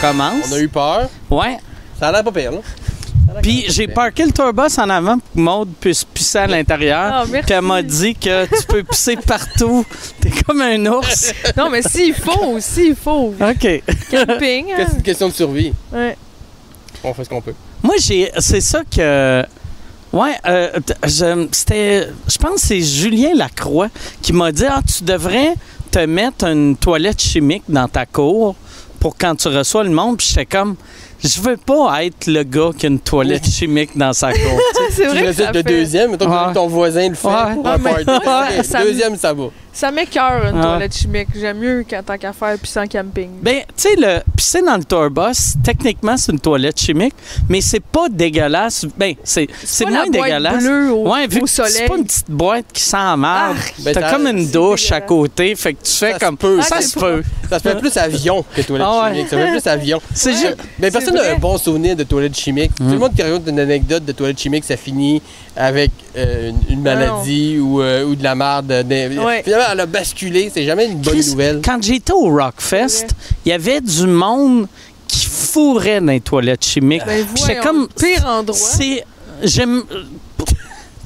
commence. On a eu peur. Ouais. Ça a l'air pas pire, là. Ah. Puis j'ai parké le tourbus en avant pour que Maude puisse pisser à l'intérieur. Ah, merci. Puis elle m'a dit que tu peux pisser partout. T'es comme un ours. Non, mais s'il faut, s'il faut. OK. Camping, C'est hein? une question de survie. Ouais. On fait ce qu'on peut. Moi, j'ai. C'est ça que. Ouais, euh, t- je, c'était. Je pense que c'est Julien Lacroix qui m'a dit Ah, tu devrais te mettre une toilette chimique dans ta cour pour quand tu reçois le monde. Puis j'étais comme. Je veux pas être le gars qui a une toilette chimique dans sa cour. tu sais. Ah, C'est Tu vrai que le ça de fait... deuxième, mettons Ouais. que ton voisin le fait Ouais. pour un Ouais, mais- party. Ouais, ça- Deuxième, ça va. Ça m'écœure, une Ah. toilette chimique. J'aime mieux qu'en tant qu'affaire puis sans camping. Ben, tu sais, le pisser dans le tourbus, techniquement, c'est une toilette chimique, mais c'est pas dégueulasse. Ben, c'est c'est pas moins la boîte dégueulasse. bleue au, ouais, vu au que c'est soleil. Ah, pas une petite boîte qui sent mal. Ben, T'as ça- comme une c'est douche à dégueulasse. côté, fait que tu fais Ça se comme peut. ça Ah, se c'est peut. Ça se fait plus avion que toilette Ah ouais. chimique. Ça fait plus avion. C'est Mhm. juste Mais personne n'a vrai. un bon souvenir de toilette chimique. Tout le monde qui raconte une anecdote de toilette chimique, ça finit avec euh, une, une Ah non. maladie ou, euh, ou de la merde. Des- Ouais. Finalement, elle a basculé. C'est jamais une bonne Chris, nouvelle. Quand j'étais au Rockfest, Ouais. il y avait du monde qui fourrait dans les toilettes chimiques. Ben, Puis c'est voyons, comme- pire endroit. C'est. J'aime.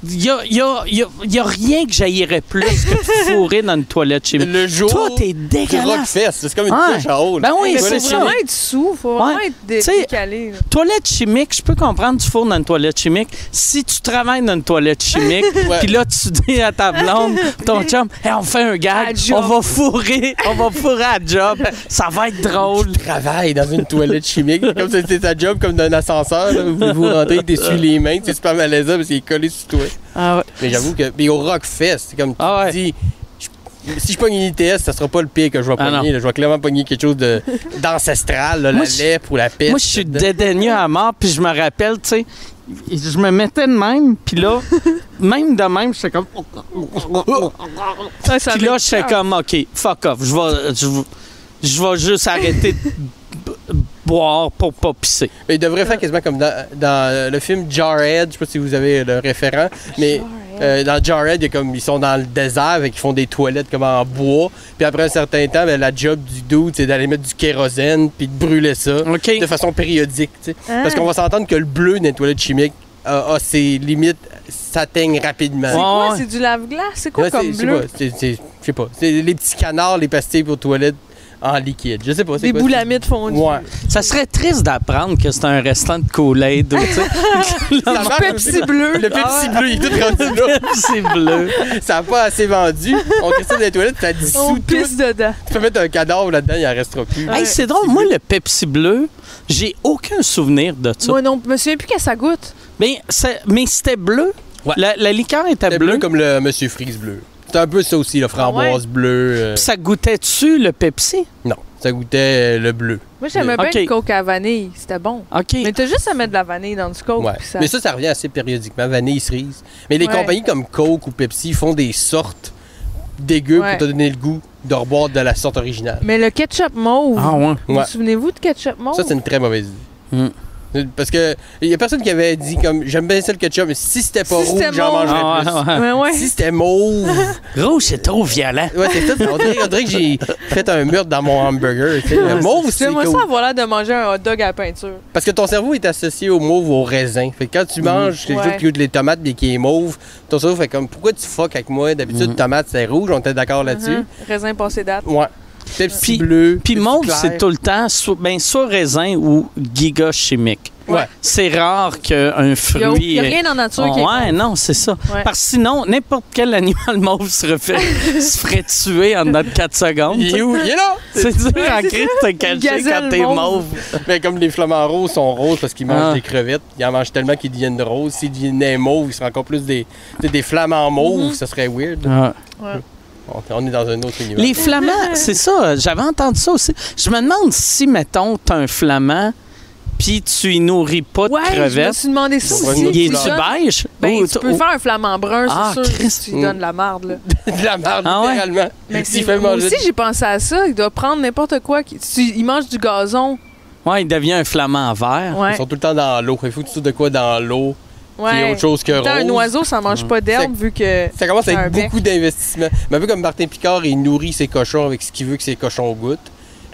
Il n'y a, y a- y a- y a rien que j'aillerais plus que de fourrer dans une toilette chimique. Le jour Tout est du dégueulasse. Rockfest, c'est comme une Ouais. couche en haut. là. Ben oui, Mais Toilette faut c'est ça. vraiment être sous, faut vraiment Ouais. être dé- Tu sais- décalé. là. Toilette chimique, je peux comprendre tu fourres dans une toilette chimique. Si tu travailles dans une toilette chimique, Ouais. puis là tu dis à ta blonde, ton chum, Hey, on fait un À gag, job. on va fourrer, on va fourrer à job, ça va être drôle. travaille dans une toilette chimique. C'est comme si c'était ta job, comme dans un ascenseur. là, où vous rentrez, t'essuies les mains, c'est super malaisant parce qu'il est collé sur toi. Ah ouais. Mais j'avoue que. Mais au Rockfest, c'est comme tu Ah ouais. dis. je- Si je pogne une ITS, ça sera pas le pire que je vais Ah non. pogner. là. Je vais clairement pogner quelque chose de- d'ancestral, là, la Moi, je- lèpre ou la peste. Moi, je suis dédaigneux à mort, puis je me rappelle, tu sais, je me mettais de même, puis là, même de même, j'étais comme. Ouais, Puis ça là, m'écoeure. j'étais comme, OK, fuck off, je vais, je vais- je vais juste arrêter de b- boire pour pas pisser. Mais il devrait faire quasiment comme dans, dans euh, le film Jarhead. Je sais pas si vous avez le référent. Mais euh, dans Jarhead, il y a comme, ils sont dans le désert et ils font des toilettes comme en bois. Puis après un certain temps, ben, la job du dude, c'est d'aller mettre du kérosène puis de brûler ça OK? de façon périodique. tu sais. Ah. Parce qu'on va s'entendre que le bleu dans les toilettes chimiques a, a ses limites, s'atteignent C'est rapidement. Ouais, quoi? ah ouais. C'est du lave-glace? C'est quoi Ouais, c'est- comme je sais bleu? pas, c'est- c'est- Je sais pas. C'est les petits canards, les pastilles pour toilettes en liquide. Je sais pas. c'est Des quoi, boulamides c'est- fondues. Ouais. Ça serait triste d'apprendre que c'est un restant de Kool-Aid, ou, tu sais, Ça Ah, marche Pepsi aussi. bleu. Le Pepsi Ah ouais. bleu, il est tout rendu là. c'est bleu. Ça n'a pas assez vendu. On crée ça dans les toilettes, ça On dissout tout. pisse Ah. dedans. Tu peux mettre un cadavre là-dedans, il en restera plus. Ouais. Hey, c'est drôle, moi, le Pepsi bleu, j'ai aucun souvenir de ça. Moi non, je me souviens plus qu'à ça goûte. Mais, c'est- mais c'était bleu. Ouais. La, la liqueur était C'est bleu bleue. comme le Monsieur Freeze bleu. C'est un peu ça aussi, le framboise bleu. euh, Puis ça goûtait dessus le Pepsi? Non, ça goûtait euh, le bleu. Moi, j'aimais Ok. bien le coke à vanille. C'était bon. OK. Mais t'as juste à mettre de la vanille dans du coke. Ouais. puis ça... Mais ça, ça revient assez périodiquement, vanille, cerise. Mais les Oh, Ouais. compagnies comme Coke ou Pepsi font des sortes dégueu Ouais. pour te donner le goût de reboire de la sorte originale. Mais le ketchup mauve. Ah ouais. Vous Ouais. vous souvenez-vous de ketchup mauve? Ça, c'est une très mauvaise idée. Mm. Parce que il y a personne qui avait dit comme j'aime bien ça le ketchup, mais si c'était pas Si rouge, c'était j'en mauve. mangerais Ah, plus. ouais, ouais. Ouais, ouais. Si c'était mauve. Rouge, c'est trop violent. Ouais, c'est ça. On dirait, on dirait que j'ai fait un mur dans mon hamburger. tu sais. Le mauve, c'est J'aimerais cool. ça avoir l'air de manger un hot dog à la peinture. Parce que ton cerveau est associé au mauve au raisin. Fait que quand tu manges quelque Ouais. chose qui goûte les tomates mais qui est mauve, ton cerveau fait comme pourquoi tu fuck avec moi D'habitude, tomate c'est rouge, on était d'accord là-dessus. Mhm. Raisin passé date. Ouais. Pepsi Uh-huh. Puis- bleu. Puis Pepsi mauve, clair. c'est tout le temps soit, ben, soit raisin ou giga chimique. Ouais. C'est rare qu'un Il n'y a, fruit. y a rien en nature qui est. ouais, non, c'est ça. Ouais. Parce que sinon, n'importe quel animal mauve se, refait- se ferait tuer en dedans de 4 secondes. Il est où? Il est là! C'est dur en c'est crise de te cacher quand gazelle t'es mauve. mauve. Mais comme les flamants roses sont roses parce qu'ils mangent Ah. des crevettes, ils en mangent tellement qu'ils deviennent roses. S'ils devenaient mauves, ils seraient encore plus des, des, des flamants mauves, Mm-hmm. ça serait weird. Ouais. On, on est dans un autre univers. Les flamands, c'est ça, euh, j'avais entendu ça aussi. Je me demande si, mettons, t'as un flamand, puis tu y nourris pas de Ouais, je me crevettes. suis demandé ça Ouais, aussi. nous, Il Tu est-tu tu donnes- beige? Ben, Oh, Ou- tu peux ou- faire un flamant brun, Ah, c'est sûr, si Christ. tu lui donnes de la marde. Là. de la merde, Ah ouais? littéralement. Mais S'il c'est- fait moi manger- aussi, j'ai pensé à ça. Il doit prendre n'importe quoi. qui- si- il mange du gazon. Ouais, il devient un flamand vert. Ils Ouais. sont tout le temps dans l'eau. Il faut que tu trouves de quoi dans l'eau qui est ouais. autre chose que Putain, un rose. Hum. oiseau, ça mange pas d'herbe vu que. Ça commence à Un être bec. beaucoup d'investissement. Mais un peu comme Martin Picard, il nourrit ses cochons avec ce qu'il veut que ses cochons goûtent.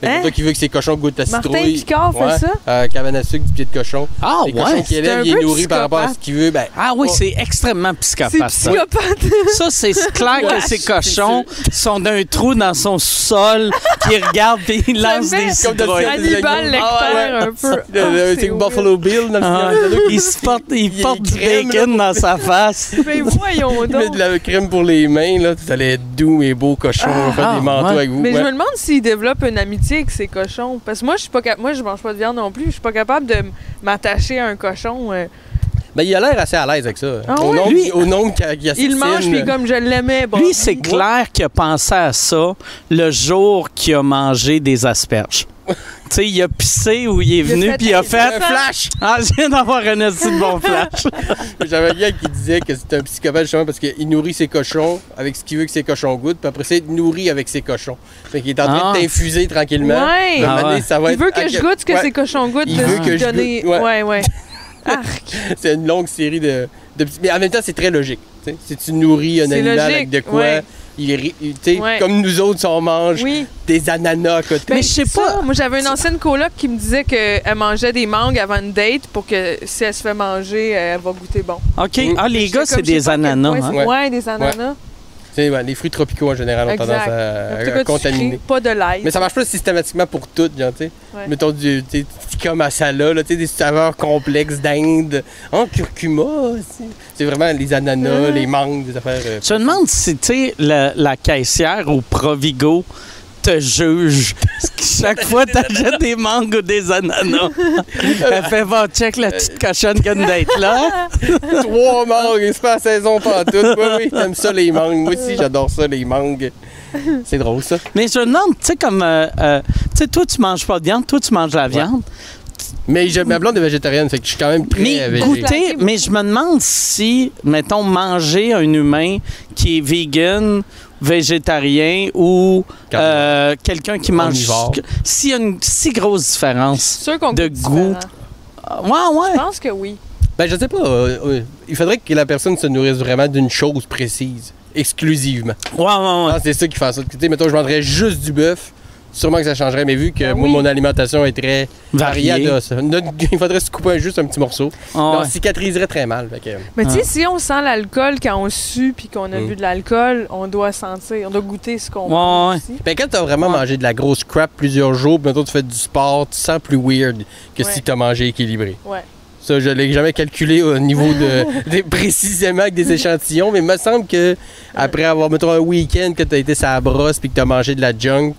Fait que Hein? pour toi qui veux que ses cochons goûtent la Martin citrouille. Picard fait ouais, ça? euh, cabane à sucre du pied de cochon. Ah, les cochons ouais. qu'il c'est un élève, il est peu nourri par rapport à ce psychopathe. qu'il veut. Ben, Ah, oui, c'est extrêmement psychopathe. C'est ça. psychopathe. Ça, c'est clair que ces cochons sont d'un trou dans son sous-sol, qui regardent et ils Ça me lancent fait des Comme dans citrouilles. Hannibal Hannibal Lecter Ah, ouais. un le- peu. Ah, le- c'est weird. Buffalo Bill dans Ah, le film. il se porte, il Il porte du crème, bacon dans sa face. Mais voyons Il met de donc. la crème pour les mains, là. Vous allez être doux et beau cochon, faire ah, des manteaux ouais. avec vous. Mais ouais. je me demande s'il développe une amitié avec ces cochons. Parce que moi, je suis pas cap- moi, je mange pas de viande non plus. Je suis pas capable de m- m'attacher à un cochon. euh. Ben, il a l'air assez à l'aise avec ça. Ah au, ouais? nombre, Lui- au nombre qu'il qu'il assassine. euh, Il mange, puis comme je l'aimais. Bon. Lui, c'est clair qu'il a pensé à ça le jour qu'il a mangé des asperges. tu sais, il a pissé où il est a venu, fait puis il a fait. Un flash! Ah, je viens d'avoir un esti de bon flash. J'avais quelqu'un qui disait que c'était un psychopathe justement parce qu'il nourrit ses cochons avec ce qu'il veut que ses cochons goûtent, puis après ça, il te nourrit avec ses cochons. Fait qu'il est en train Ah. de t'infuser tranquillement. Ouais. Puis Ah à un moment donné, ouais. ça va il être- veut Ah, que je goûte ce que ouais. ces cochons goûtent. Il de veut se que je donner- goûte, ouais. Ouais, ouais. C'est une longue série de, de petits- Mais en même temps, c'est très logique. tu sais. Si tu nourris un C'est animal logique, avec de quoi, ouais. il, ri- il- tu sais, Ouais. comme nous autres, on mange Oui. des ananas à côté. Mais je sais ça, pas. Moi, j'avais une ancienne coloc qui me disait qu'elle mangeait des mangues avant une date pour que si elle se fait manger, euh, elle va goûter bon. OK. Mm. Ah, les J'étais gars, comme, c'est je sais des pas à quel ananas. point hein. c'est- hein? Ouais, des ananas. Tu sais, ouais, les fruits tropicaux en général ont Exact. tendance à, à- En tout à Euh, cas, tu contaminer. cries pas de l'ail. Mais ça marche pas systématiquement pour toutes, genre, tu sais. Ouais. Mettons du tu sais, du comme à ça là, tu sais, des saveurs complexes d'Inde. En curcuma aussi. C'est vraiment les ananas, Ouais. les mangues, des affaires. euh, Je me demande si, tu sais, la, la caissière au Provigo te juge. Chaque fois que t'achètes des mangues ou des ananas, elle fait « Va, check la petite cochonne qui vient d'être là. Trois mangues, c'est pas la saison pas tout. Oui, oui, t'aimes ça les mangues. Moi aussi, j'adore ça les mangues. C'est drôle ça. » Mais je me demande, tu sais, comme... euh, euh, tu sais, toi, tu manges pas de viande, toi, tu manges la viande. Mais j'ai- ma blonde est végétarienne, fait que je suis quand même très Mais végé. goûte- goûter, mais je me demande si, mettons, manger un humain qui est vegan, végétarien ou euh, quelqu'un qui mange... Omnivore. S'il y a une si grosse C'est différence. sûr qu'on de goûte goût. différent. Ah, Ouais, ouais. Je pense que oui. Ben je sais pas. euh, euh, il faudrait que la personne se nourrisse vraiment d'une chose précise, exclusivement. Ouais, ouais, Ah, ouais. c'est ça qui fait en sorte que, tu sais, mettons, je mangerais juste du bœuf, sûrement que ça changerait, mais vu que Ben moi, oui. mon alimentation est très Varié. variée, là, ça- notre- il faudrait se couper juste un petit morceau. Ah, ouais. Non, on cicatriserait très mal. fait que- Mais tu Ah. Euh. sais, si on sent l'alcool quand on sue puis qu'on a Mm. bu de l'alcool, on doit sentir, on doit goûter ce qu'on Ouais, prend ouais. aussi. Ben, quand t'as vraiment mangé de la grosse crap plusieurs jours, puis mettons, tu fais du sport, tu sens plus weird que Ouais. si t'as mangé équilibré. Ouais. Ça, je l'ai jamais calculé au niveau de, des- précisément avec des échantillons, mais il me semble que après avoir, mettons, un week-end que t'as été sur la brosse puis que t'as mangé de la junk,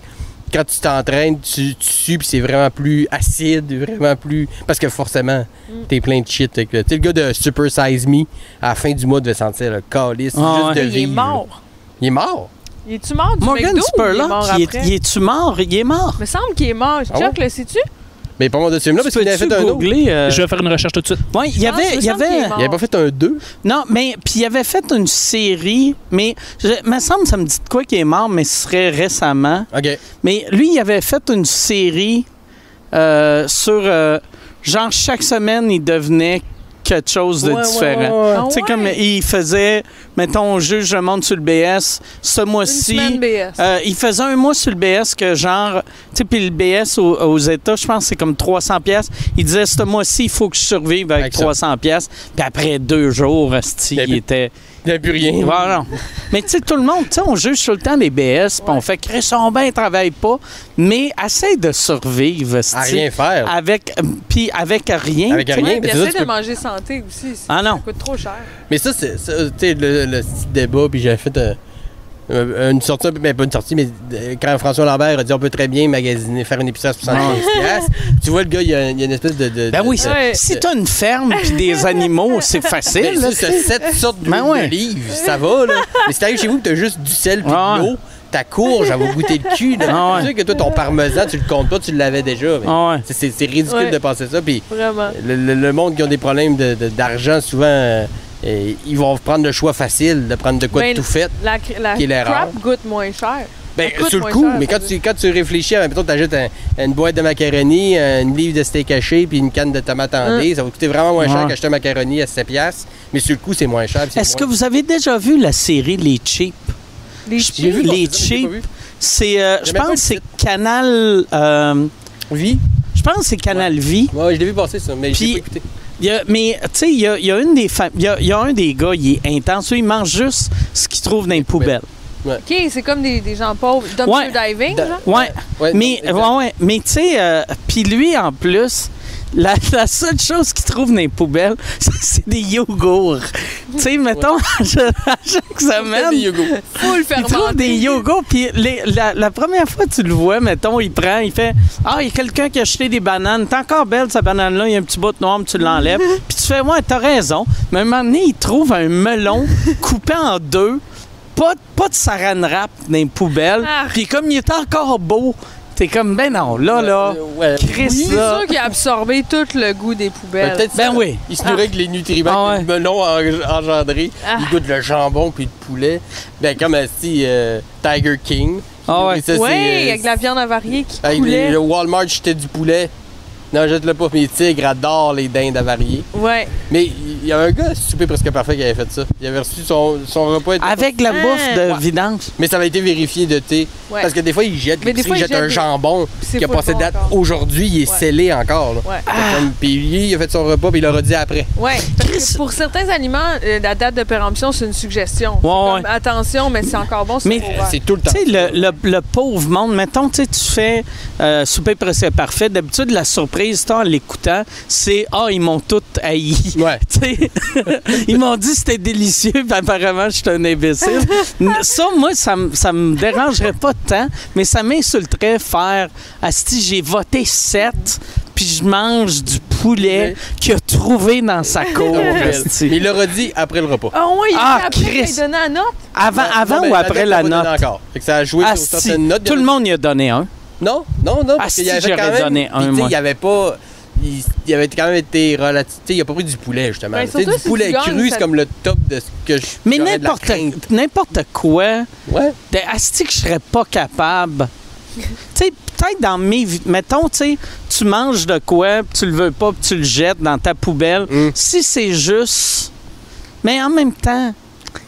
quand tu t'entraînes, tu, tu sues puis c'est vraiment plus acide, vraiment plus. Parce que forcément, Mm. t'es plein de shit. avec le- Tu sais, le gars de Super Size Me, à la fin du mois, devait sentir le calice Ah, juste ouais. de Il est vivre. mort. Il est mort. Il est-tu mort du Morgan McDo ou il est mort Spurlock, il est, après? il est-tu mort? Il est mort. Il me semble qu'il est mort. Chuck, Ah ouais? le sais-tu? Mais pas mort de ce film-là, parce tu qu'il avait peux-tu fait un autre. googler? euh, Je vais faire une recherche tout de suite. Ouais, il y pense, avait... il me Il y semble qu'il est avait... mort. Il avait pas fait un 2. Non, mais puis il avait fait une série, mais je, me semble ça me dit de quoi qu'il est mort, mais ce serait récemment. OK. Mais lui, il avait fait une série euh, sur euh, genre chaque semaine, il devenait quelque chose de Ouais, ouais, différent. ouais, ouais. Ah Tu sais, ouais? comme il faisait, mettons, on juge, je monte sur le BS, ce Une mois-ci, semaine BS. Euh, il faisait un mois sur le BS que genre, tu sais, puis le BS au- aux, États, je pense que c'est comme 300 pièces. Il disait, ce mois-ci, il faut que je survive avec, Avec ça. 300 pièces. Puis après deux jours, asti, Il y a il plus- était... Il n'y a plus rien. Voilà. Mais tu sais, tout le monde, tu sais, on juge tout le temps les BS, puis on fait, Chris, on ben, travaille pas, mais essaie de survivre, asti, À rien faire. Avec, euh, puis avec rien. Avec tu sais. rien, Ouais, mais puis c'est ça, essaie tu de peux- manger santé aussi. c'est- Ah non. Ça coûte trop cher. Mais ça, c'est ça, tu sais, le, le petit débat, puis j'avais fait euh, euh, une sortie, mais pas une sortie, mais euh, quand François Lambert a dit on peut très bien magasiner, faire une épicerie pour 75 piastres, tu vois, le gars, il y a, il y a une espèce de. de- Ben de- oui, de- ça- Ouais. si t'as une ferme puis des animaux, c'est Ben, facile. là. ça, c'est sept sortes d'huile Ben ouais. d'olive, ça va, là. Mais si t'arrives chez vous, tu t'as juste du sel puis Ah. de l'eau, ta courge, elle va goûter le cul, là. Ah ouais. C'est sûr que toi, ton parmesan, tu le comptes pas, tu l'avais déjà. mais Ah ouais. c'est- C'est c'est ridicule Ouais. de penser ça, puis Vraiment. Le, le- le monde qui a des problèmes de- de- d'argent, souvent, euh, euh, ils vont prendre le choix facile de prendre de quoi Ben, de tout fait. La, cr- la Qui est l'erreur. crap goûte moins cher. Ben, coûte sur le moins coup, cher, mais quand ça tu, quand tu réfléchis à, mettons, t'ajoutes un- une boîte de macaroni, une livre de steak haché, puis une canne de tomates en Hein. dés, ça va coûter vraiment moins cher Ouais. qu'acheter un macaroni à 7 piastres, mais sur le coup, c'est moins cher. puis c'est Est-ce que moins- vous avez déjà vu la série Les Cheap? Les Je- chi- J'ai vu les passer ça, mais j'ai cheap? pas vu. C'est, euh, je J'aimais pas pense le que c'est Canal. euh, Oui. je pense que c'est Canal Vie. Ouais, je l'ai vu passer ça, mais Puis- j'ai pas écouté. Il y a- mais, tu sais, il y a, il y a une des femmes. Il y a, il y a un des gars, il est intense. Lui, il mange juste ce qu'il trouve dans les poubelles. OK, c'est comme des, des gens pauvres. Ouais. Dumpster diving, Da- genre? Ouais. Ouais, Mais, non, exact. ouais, ouais. mais tu sais, euh, puis lui, en plus, la, la seule chose qu'il trouve dans les poubelles, c'est des yogourts. tu sais, mettons, à chaque Des semaine, yogos. Full il fermenté. trouve des yogourts, puis les- la, la première fois que tu le vois, mettons, il prend, il fait « Ah, il y a quelqu'un qui a acheté des bananes. T'es encore belle, cette banane-là. Il y a un petit bout de noir, mais tu l'enlèves. » Puis tu fais « Ouais, t'as raison. » Mais à un moment donné, il trouve un melon coupé en deux, pas, de- pas de saran wrap dans les poubelles. Ah. Puis comme il est encore beau, t'es comme « Ben non, là, là, Euh, ouais. Chris, Oui, c'est là. sûr qu'il a absorbé tout le goût des poubelles. Ben, peut-être Ben ça. oui. Il se nourrit avec les nutriments Ah que le melon a eng- engendré. Ah. Il goûte le jambon puis le poulet. Ben comme euh, si euh, Tiger King. Ah ouais. Et ça, c'est, ouais, euh, avec la viande avariée qui avec coulait. les- le Walmart, j'étais du poulet. Non, jette-le pas. Mes tigres adorent les dindes avariées. Ouais. Mais il y a un gars, Souper Presque Parfait, qui avait fait ça. Il avait reçu son, son repas. était- avec la Ah. bouffe de Ouais. vidange. Mais ça avait été vérifié de thé. Ouais. Parce que des fois, il jette, Mais des l'épicerie, il fois, il jette jette un des- jambon c'est qui a pas passé bon date encore. aujourd'hui. Il est Ouais. scellé encore. là. Ouais. Fait comme- Puis lui, il a fait son repas puis il l'a redit après. Ouais, parce que Chris. pour certains aliments, euh, la date de péremption, c'est une suggestion. C'est Ouais, comme, ouais. Attention, mais c'est encore bon, c'est Mais- ouvert. C'est tout le temps. Tu sais, le, le- le pauvre monde, mettons, tu sais, tu fais euh, Souper presque parfait. D'habitude, la surprise, toi, en l'écoutant, c'est Ah, ils m'ont tout haï. Ouais. Tu sais, ils m'ont dit que c'était délicieux, puis apparemment, je suis un imbécile. ça, moi, ça, me- ça me dérangerait pas tant, mais ça m'insulterait faire Asti, j'ai voté 7, puis je mange du poulet Ouais. qu'il a trouvé dans sa cour. Mais asti. il l'a redit après le repas. Ah ouais, il Ah, a appris Chris. qu'il donnait la note. Avant, Non, avant ben, ou après date, la on va note? donner Encore. Fait que ça a joué sur Asti, certaines notes. tout le monde y a donné un. Non, non, non. Parce Asti, qu'il y avait j'aurais quand même... donné puis, un, tu sais, moi. Il y avait pas... Il, il avait quand même été relatif. tu sais, Il a pas pris du poulet, justement. Ben, Tu sais, surtout du si tu poulet gagnes, cru, ça- c'est comme le top de ce que je. Mais j'aurais de la n'importe, crainte. n'importe quoi, Ouais. de asti que je serais pas capable. tu sais, peut-être dans mes... vi- Mettons, tu sais, tu manges de quoi, puis tu le veux pas, puis tu le jettes dans ta poubelle. Mm. Si c'est juste... Mais en même temps,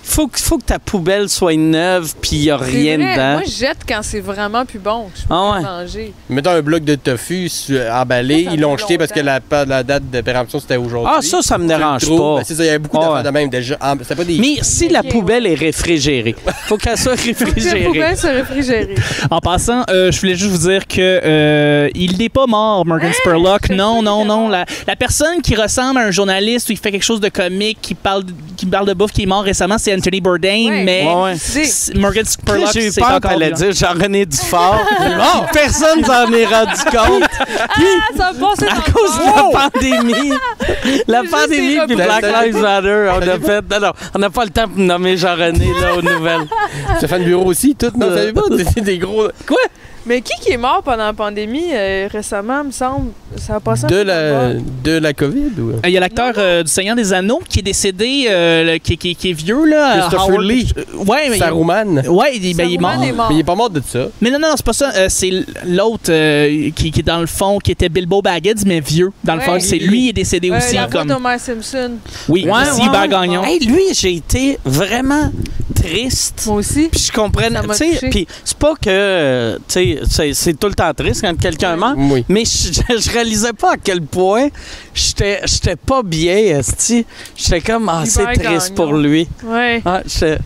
faut que, faut que ta poubelle soit neuve, puis il y a C'est rien vrai. dedans. Moi, je jette quand c'est vraiment plus bon. que Je peux Ah ouais. pas manger. Mettons un bloc de tofu su- Ça, emballé. ça Ils l'ont fait jeté parce que la, la date de péremption, c'était aujourd'hui. ah, ça, ça me Tu le dérange trouves, pas. ben, c'est ça, il y avait beaucoup Ah, d'affaires ouais. de même déjà. Ah, C'était pas des. Mais si la Ok, ouais. poubelle est réfrigérée, faut qu'elle soit Je réfrigérée. pourrais se réfrigérer. En passant, euh, je voulais juste vous dire que euh, il n'est pas mort, Morgan Spurlock. Ah, Je Non, sais non, qu'il est non. mort. La, la personne qui ressemble à un journaliste ou qui fait quelque chose de comique, qui parle, qui parle de bouffe, qui est mort récemment, c'est Anthony Bourdain. Ouais. Mais Ouais, ouais. C'est- c'est- Morgan Spurlock, J'ai eu c'est peur encore qu'elle allait vivant. dire Jean-René Dufort. Bon, Personne s'en est rendu compte. Ah, ça a passé à dans le cause de corps. la pandémie. la Juste pandémie des puis reprises. Black Lives Matter, on a Savez-vous? fait. non, non, on n'a pas le temps pour nommer Jean-René là aux nouvelles. Stéphane Bureau aussi, tout. Non, vous savez pas, c'est des gros. Mais qui qui est mort pendant la pandémie euh, récemment, me semble? Ça a De passé un peu dans la, le corps. de la COVID ou. Euh, Il y a l'acteur euh, du Seigneur des Anneaux qui est décédé, euh, le- qui, qui- qui est vieux, là. Christopher Howard- Lee. Euh, Ouais, mais. Saruman. Ouais, il, ben, il est Saruman mort. est mort. Mais il est pas mort de ça. Mais non, non, non, c'est pas ça. Euh, c'est l'autre euh, qui, qui est dans le fond, qui était Bilbo Baggins, mais vieux. Dans le Ouais. fond, c'est lui il est décédé Euh, aussi. la voix comme... d'Homer Simpson. Oui, Ouais, aussi ouais, Hubert ouais. Gagnon. Hey, lui, j'ai été vraiment triste. Moi aussi. Puis je comprends. Ça tu m'a sais, touchée. Puis c'est pas que. euh, tu sais, c'est- c'est tout le temps triste quand quelqu'un Hein? meurt. Oui. Mais je, je- je réalisais pas à quel point j'étais j'étais pas bien, esti. J'étais comme, ah, c'est Hubert triste Gagnon. pour lui. Ouais. Ah, j'étais-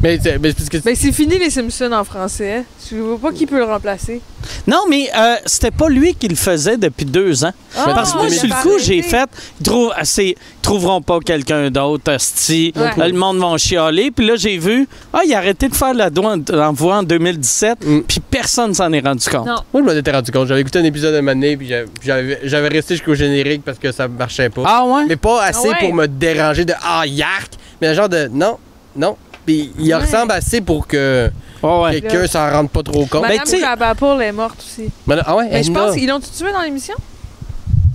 Mais, c'est- mais c'est parce que Ben, c'est fini les Simpsons en français. hein. Je vois pas qui peut le remplacer. Non, mais euh, c'était pas lui qui le faisait depuis deux ans. Ah, Parce que moi, il sur le avait coup, j'ai arrêté. fait, ils trou- ah, c'est- ils trouveront pas quelqu'un d'autre, hostie. Ouais. Là, le monde va chialer. Puis là, j'ai vu, ah, il a arrêté de faire la douane en voie en 2017, Mm. puis personne s'en est rendu compte. Non. moi, je m'en étais rendu compte. J'avais écouté un épisode de Mané, puis j'avais- j'avais j'avais resté jusqu'au générique parce que ça marchait pas. Ah ouais? Mais pas assez Ah ouais. pour me déranger de Ah, yark! Mais genre de Non, non. Puis il Ouais. ressemble assez pour que Ah ouais. quelqu'un s'en rende pas trop compte. Ben, Madame tu sais- Ben, Krabappel est morte aussi. Mais- ah ouais, Mais je Edna. pense qu'ils l'ont tué dans l'émission?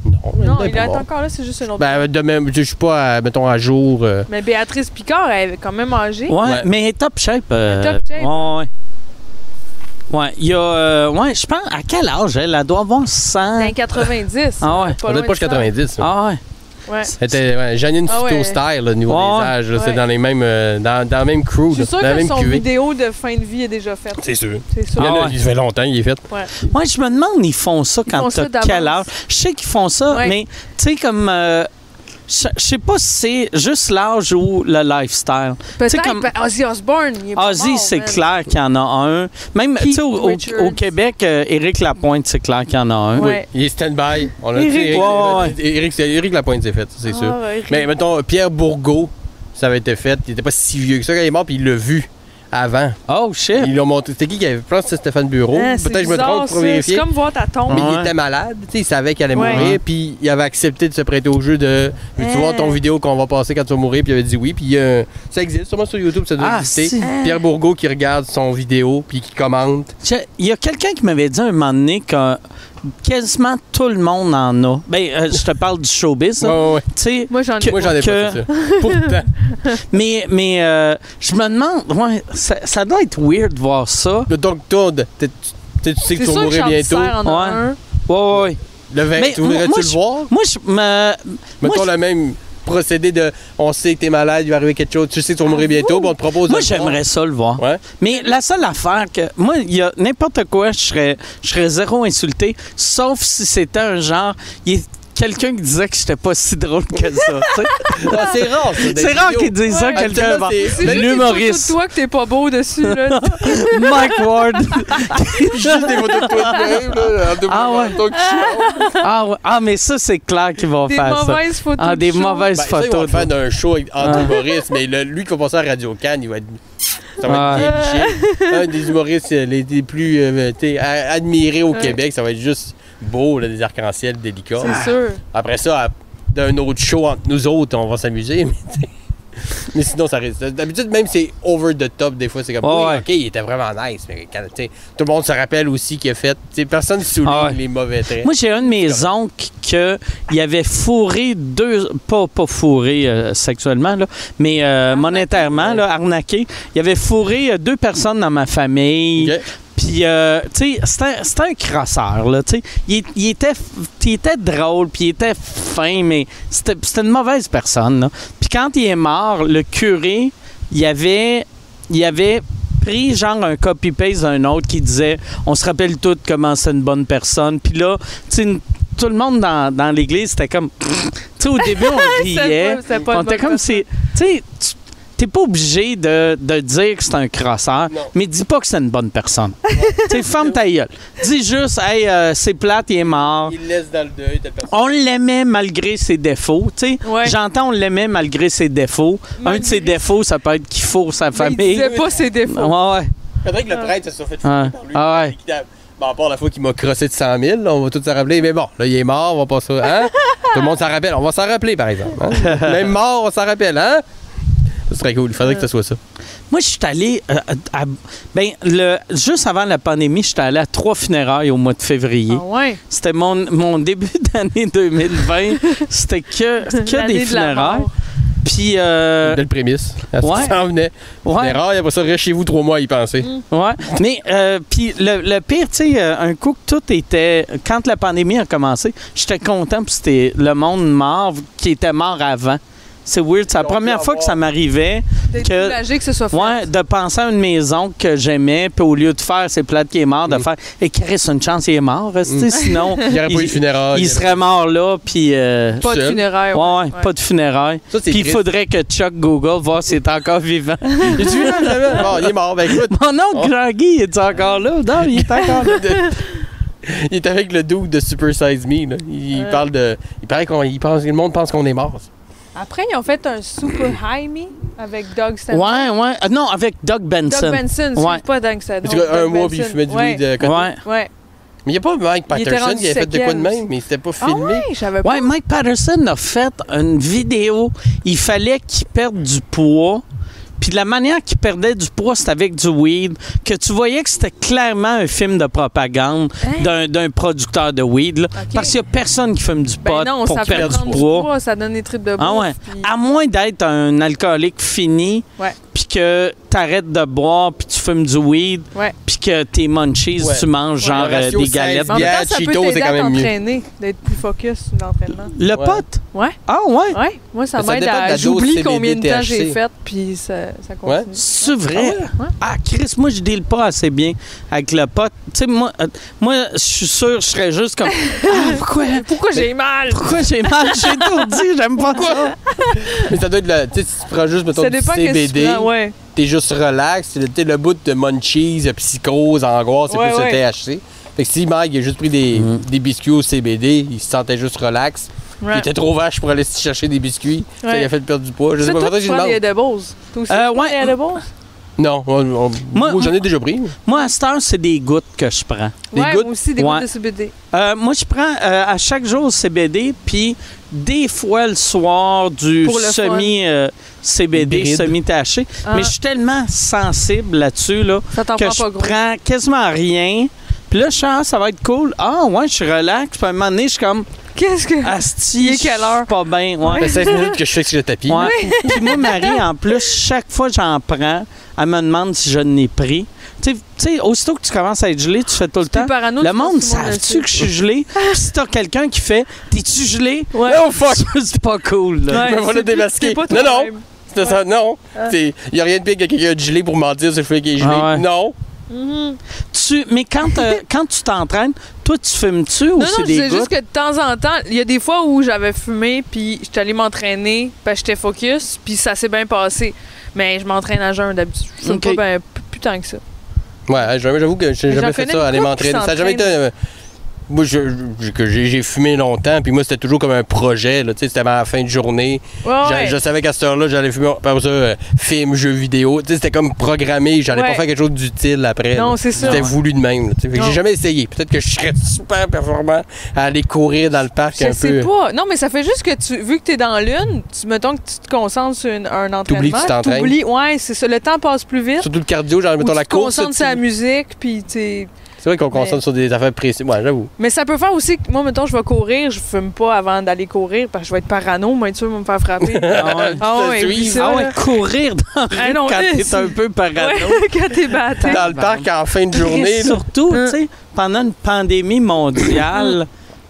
Non, Edna Non, ben, est il pas est morte. encore là, c'est juste une autre. Ben, de même, je suis pas, à- mettons, à jour. euh, Mais Béatrice Picard, elle est quand même âgée. Ouais, Ouais. mais top shape. euh, Top shape. Ouais, ouais. Ouais, il y a. euh, ouais, je pense, à quel âge elle? Elle doit avoir 100. Dans les 90. Ah ouais. Pas Peut-être loin pas de ça. jusqu'à 90. ça. Ah ouais. Ouais. C'était ouais, Janine Ah Tuto ouais. style, au niveau Ouais, des âges. là, C'est ouais. dans les mêmes, euh, dans, dans la même crew, Je là, suis sûre dans la que même son cuvée. vidéo de fin de vie est déjà faite. C'est sûr. C'est sûr. Il y en a- Ah ouais. Il fait longtemps, il est fait. Moi, je me demande, ils font ça Ils quand font ça t'as quel âge? d'avance. Je sais qu'ils font ça, Ouais. mais tu sais, comme. euh, je je sais pas si c'est juste l'âge ou le lifestyle. sais, Peut-être comme- ben, Ozzy Osbourne, il est pas Ozzy, mort, c'est man. clair qu'il y en a un. Même, tu sais, au, au- Richards. au Québec, euh, Éric Lapointe, c'est clair qu'il y en a un. Ouais. Il est stand-by. On l'a Éric, dit, Éric, ouais, ouais, Éric- c'est- Éric Lapointe s'est fait, c'est sûr. Ah, ouais, Mais mettons, Pierre Bourgault, ça avait été fait. Il était pas si vieux que ça quand il est mort, puis il l'a vu avant. Oh, shit. Ils l'ont monté. C'était qui qui avait. Je pense que c'était Stéphane Bureau. Ah, c'est Peut-être que je me bizarre, trompe pour ça. vérifier. C'est comme voir ta tombe. Mais il Ah Ouais. était malade, tu sais, il savait qu'il allait Ouais. mourir, puis il avait accepté de se prêter au jeu de Veux-tu Eh. Hein. voir ton vidéo qu'on va passer quand tu vas mourir? Puis il avait dit oui, puis euh, ça existe sûrement sur YouTube, ça doit Ah, exister. si. Pierre Bourgault qui regarde son vidéo, puis qui commente. Je- Il y a quelqu'un qui m'avait dit un moment donné que quasiment tout le monde en a. Ben, euh, je te parle du showbiz, là. Ouais, ouais, ouais. Tu sais, Moi, j'en ai. Que- Moi, j'en ai pas, c'est ça. Pourtant. mais, mais euh, je me demande, ouais, ça, ça doit être weird de voir ça. Donc, Todd, t'es- tu tu sais que C'est tu vas sûr que mourir Charles bientôt. Serre en a Ouais. un. Ouais, ouais, ouais. Mais Le verre, tu moi- moi, voudrais-tu le je- voir? Moi, je me. Mettons moi, je- le même procédé de on sait que t'es malade, il va arriver quelque chose, tu sais que tu vas mourir bientôt, puis on te propose Ah, Moi, de le voir. j'aimerais ça le voir. Ouais. Mais la seule affaire que. Moi, il y a n'importe quoi, je serais, je serais zéro insulté, sauf si c'était un genre. il y a Quelqu'un qui disait que j'étais pas si drôle que ça. tu sais. Ah, c'est rare, ça, des C'est rare vidéos. qu'ils disent ça, Ah, quelqu'un. là, va- c'est- C'est Ben, juste le une humoriste. photo de toi que t'es pas beau dessus. Là. Mike Ward. Juste des photos de toi de même, là, en double- Ah ouais. en tant que chien. Ah, ouais. Ah, mais ça, c'est clair qu'ils vont des faire ça. mauvaises photos. Ah, de des show. mauvaises Ben, ça, ils vont photos. le faire d'un show avec- entre Ah. humoristes, mais le- lui qui va passer à Radio Cannes, il va être. Ça va Ouais. être bien biché. Un des humoristes euh, les, les plus euh, t'sais, a- admirés au Ouais. Québec, ça va être juste beau, là, des arcs-en-ciel délicats. Ah. C'est sûr. Après ça, à- d'un autre show entre nous autres, on va s'amuser. Mais, t'sais, mais sinon, ça reste. D'habitude, même c'est over the top, des fois, c'est comme. Ouais, oui, ouais. OK, il était vraiment nice. Mais quand, t'sais, tout le monde se rappelle aussi qu'il a fait. t'sais, Personne ne souligne Ah ouais. les mauvais traits. Moi, j'ai un de mes oncles que il avait fourré deux, pas, pas fourré euh, sexuellement, là, mais euh, monétairement, là, arnaqué. Il avait fourré euh, deux personnes dans ma famille. Ok. Puis, euh, tu sais, c'était c'était un crosseur, là, tu sais. Il, est- il était, il était drôle, puis il était fin, mais c'était c'était une mauvaise personne, là. Puis quand il est mort, le curé, il avait, il avait pris, genre, un copy-paste d'un autre qui disait « On se rappelle tous comment c'est une bonne personne. » Puis là, tu sais, une- tout le monde dans, dans l'église, c'était comme... Tu sais, au début, on C'était riait. pas- c'était pas on une était bonne comme si... Tu sais, tu- t'es pas obligé de, de dire que c'est un crosseur, Non. mais dis pas que c'est une bonne personne. Tu sais, ferme ta gueule. Dis juste, hey, euh, c'est plate, il est mort. Il laisse dans le deuil, telle personne. On l'aimait malgré ses défauts, tu sais. Ouais. J'entends, on l'aimait malgré ses défauts. Un de ses défauts, ça peut être qu'il fourre sa Mais Il famille. disait pas ses Ah Ouais, défauts. ouais. Faudrait que le prêtre se soit fait Ah. fouiller par lui. Ah ouais. Équitable. Bon, à part la fois qu'il m'a crossé de 100 000, là, on va tout s'en rappeler. Mais bon, là, il est mort, on va pas ça. Hein? tout le monde s'en rappelle. On va s'en rappeler, par exemple. hein? Même mort, on s'en rappelle, hein? Ce serait cool. Il faudrait que ce soit ça. Moi, je suis allé. euh, à- à- ben, le, juste avant la pandémie, je suis allé à trois funérailles au mois de février. Ah ouais. C'était mon, mon début d'année 2020. C'était que, que L'année des de la funérailles. mort. Puis, euh, Une Belle prémisse. À ce ouais. qui s'en venait. ouais. Mm. Mais rare, après ça, reste chez vous trois mois à y penser. Ouais. Mais, euh, puis le, le pire, tu sais, euh, un coup que tout était. Quand la pandémie a commencé, j'étais content, puis c'était le monde mort qui était mort avant. C'est weird. C'est la Ils ont pu première fois que avoir- ça m'arrivait C'est Que- magique que ce soit fait. ouais, de penser à une maison que j'aimais, puis au lieu de faire c'est plate qui est mort, de Mm. faire et Chris, une chance, il est mort. tu sais, Sinon, Il n'y aurait pas eu de funérailles. Mm. Ah, il serait mort là, puis. euh, Pas de seul. ouais, funéraire. ouais, pas de funérailles. Ça, Puis c'est il triste. faudrait que Chuck Google voir s'il est encore vivant. Oh. Il est vivant, finalement? Bon, il est mort. Ben écoute, Mon oncle Jean-Guy, est encore là? Non, il est encore là. il est avec le doux de Super Size Me. là. Il, il Euh. Ouais. parle de. Il paraît qu'on. il pense- Le monde pense qu'on est mort. Après, ils ont fait un Super High Me avec Doug Stanton. Ouais, ouais. Ah, non, avec Doug Benson. Doug Benson, excuse Ouais. pas Doug Stanton. En tout cas, un Doug mois, puis il Benson. fumait du ouais. weed de côté. Ouais. Ouais. Mais il n'y a pas Mike Il était Patterson rendu qui avait fait de quoi de septième. même, mais c'était pas Ah filmé. ouais, je savais pas. Ouais, Mike Patterson a fait une vidéo. Il fallait qu'il perde du poids. Puis de la manière qu'il perdait du poids, c'était avec du weed, que tu voyais que c'était clairement un film de propagande Hein? d'un- d'un producteur de weed. là. Ok. Parce qu'il n'y a personne qui fume du pot ben non, pour ça fait perdre du prendre du poids. poids, ça donne des tripes de bouffe. Ah ouais. puis- À moins d'être un alcoolique fini, Ouais. puis que t'arrêtes de boire, puis tu fumes du weed, Ouais. puis que tes munchies, Ouais. tu manges Ouais, genre le euh, ratio des galettes. Mais en même Yeah, temps, ça Cheetos, peut c'est t'aider quand à même mieux. t'entraîner, d'être plus focus sur l'entraînement. Le Ouais. pote? Ouais. Ah ouais? Ouais, moi, ça Mais ça m'aide dépend de la à... dose J'oublie CBD, combien de temps j'ai THC. fait, puis ça, ça continue. C'est vrai? ouais? Ah, Chris, moi, je deal pas assez bien avec le pote. Tu sais, moi, euh, moi je suis sûr, je serais juste comme... Ah, pourquoi? Pourquoi j'ai mal? Pourquoi j'ai mal? J'ai tout dit, j'aime pas ça. Mais ça doit être le. Tu sais, si tu prends juste, mettons, Ça du dépend qu'est-ce que tu CBD, prends, ouais. t'es juste relax. c'est le- Tu sais, le bout de munchies, euh, psychose, angoisse, c'est Ouais, plus ouais. le THC. Fait que si Mike, il a juste pris des, Mhm. des biscuits au CBD, il se sentait juste relax. Ouais. Il était trop vache pour aller chercher des biscuits. Ça, Ouais. il a fait perdre du poids. Je sais Mais pas, toi, faudrait que tu je prends demande. des Edibles. Toi aussi, Euh, tu prends ouais. des Edibles? Non, on- on- Moi- moi, j'en ai déjà pris. Moi, à cette heure, c'est des gouttes que je prends. Des ouais, gouttes? moi aussi, des Ouais. gouttes de CBD. Euh, moi, je prends euh, à chaque jour le CBD, puis des fois le soir du euh, Pour le semi-CBD, Hybride. semi-taché. Ah. Mais je suis tellement sensible là-dessus là, Ça t'en que prend je pas gros. prends quasiment rien. Puis là, je suis ah, ça va être cool. Ah, ouais, je suis relax. Puis à un moment donné, je suis comme, Qu'est-ce que... Ah, asti, Il je est suis quelle heure? pas bien. Ça Ouais. fait 5 minutes que je fixe le tapis. Ouais. Puis moi, Marie, en plus, chaque fois que j'en prends, elle me demande si je n'ai pris. Tu sais- tu sais, aussitôt que tu commences à être gelé, tu fais tout le temps. T'es parano, Le tu penses monde, tout le savent-tu le que je suis gelé? Puis si t'as quelqu'un qui fait « T'es-tu gelé? sait. Ouais. » Oh fuck! C'est pas cool, là. Ouais. me c'est voilà plus- démasqué. c'est pas Non, non. toi-même. C'est ça, non. Il n'y a rien de pire que quelqu'un de gelé pour mentir sur le fait qu'il est gelé. Ah ouais. Non. Mhm. Tu, mais quand, euh, quand tu t'entraînes, toi, tu fumes-tu ou Non, c'est non, des c'est gouttes? juste que de temps en temps, il y a des fois où j'avais fumé, puis j'étais allée m'entraîner, puis j'étais focus, puis ça s'est bien passé. Mais je m'entraîne à jeun d'habitude. Je fume Ok. pas ben, p- plus tant que ça. Ouais, hein, j'avoue j'avoue que j'ai Mais jamais j'en fait connais ça, aller beaucoup qui m'entraîner. Ça n'a jamais été. euh, moi, je- je- que j'ai j'ai fumé longtemps, puis moi, c'était toujours comme un projet. là, tu sais, C'était à la fin de journée. Ouais, J'a- Ah ouais. Je savais qu'à cette heure-là, j'allais fumer. Par ça, euh, film, jeux vidéo. Tu sais, C'était comme programmé. J'allais Ouais. pas faire quelque chose d'utile après. là. Non, c'est ça. C'était voulu de même. là, tu sais. Fait que Non. J'ai jamais essayé. Peut-être que je serais super performant à aller courir dans le parc Je un sais peu. pas. Non, mais ça fait juste que tu, vu que t'es dans l'une, tu mettons que tu te concentres sur une- un entraînement. T'oublies que tu t'entraînes. t'oublies- Ouais, c'est ça. Le temps passe plus vite. Surtout le cardio, genre, Ou mettons tu la te course. concentres sur tu- la musique, puis t'es. C'est vrai qu'on concentre sur des affaires précises. Ouais, j'avoue. Mais ça peut faire aussi que moi, mettons, je vais courir, je fume pas avant d'aller courir parce que je vais être parano, moi, tu vas me faire frapper. Ah ouais. Ah ouais, Te oui, suivre. ça, Ah ouais, là. courir dans la Ah rue non, quand eh, t'es c'est- un peu parano. Ouais, quand t'es batté. Dans le parc en fin de journée. Chris, là. Surtout, Hein. tu sais, pendant une pandémie mondiale,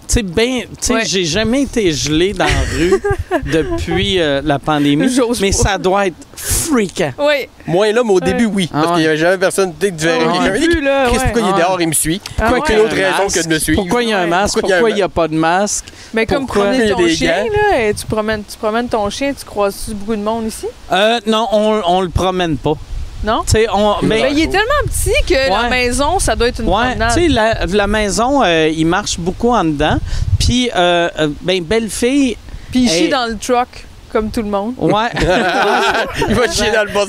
tu sais, ben, tu sais, Ouais. j'ai jamais été gelé dans la rue depuis euh, la pandémie, J'ose mais pas. ça doit être freakant. Oui, Moi et l'homme, au Ouais. début, oui. Ah parce ouais. qu'il n'y avait jamais personne tu sais, que tu verrais Ah ouais. quelqu'un. Vu, là, Chris, ouais. pourquoi il Ah est dehors, ouais. il me suit? Ah Pourquoi ouais. quelle autre Un raison masque? que de me suivre? Pourquoi il y a un Ouais. masque? Pourquoi il y a Pourquoi un il n'y a pas de masque? Mais comme Pourquoi? promener Il y a ton des chien, là, et tu promènes, tu promènes ton chien, tu croises-tu beaucoup de monde ici? Euh, non, on, on le promène pas. Non? Tu sais, on. Mais- Mais, Ben, il est tellement petit que Ouais. la maison, ça doit être une ouais, tu promenade. sais, la, la maison, euh, il marche beaucoup en dedans. Puis, euh, euh, ben, belle fille, Puis il chie Hey. dans le truck, comme tout le monde. ouais, il va chier dans le bas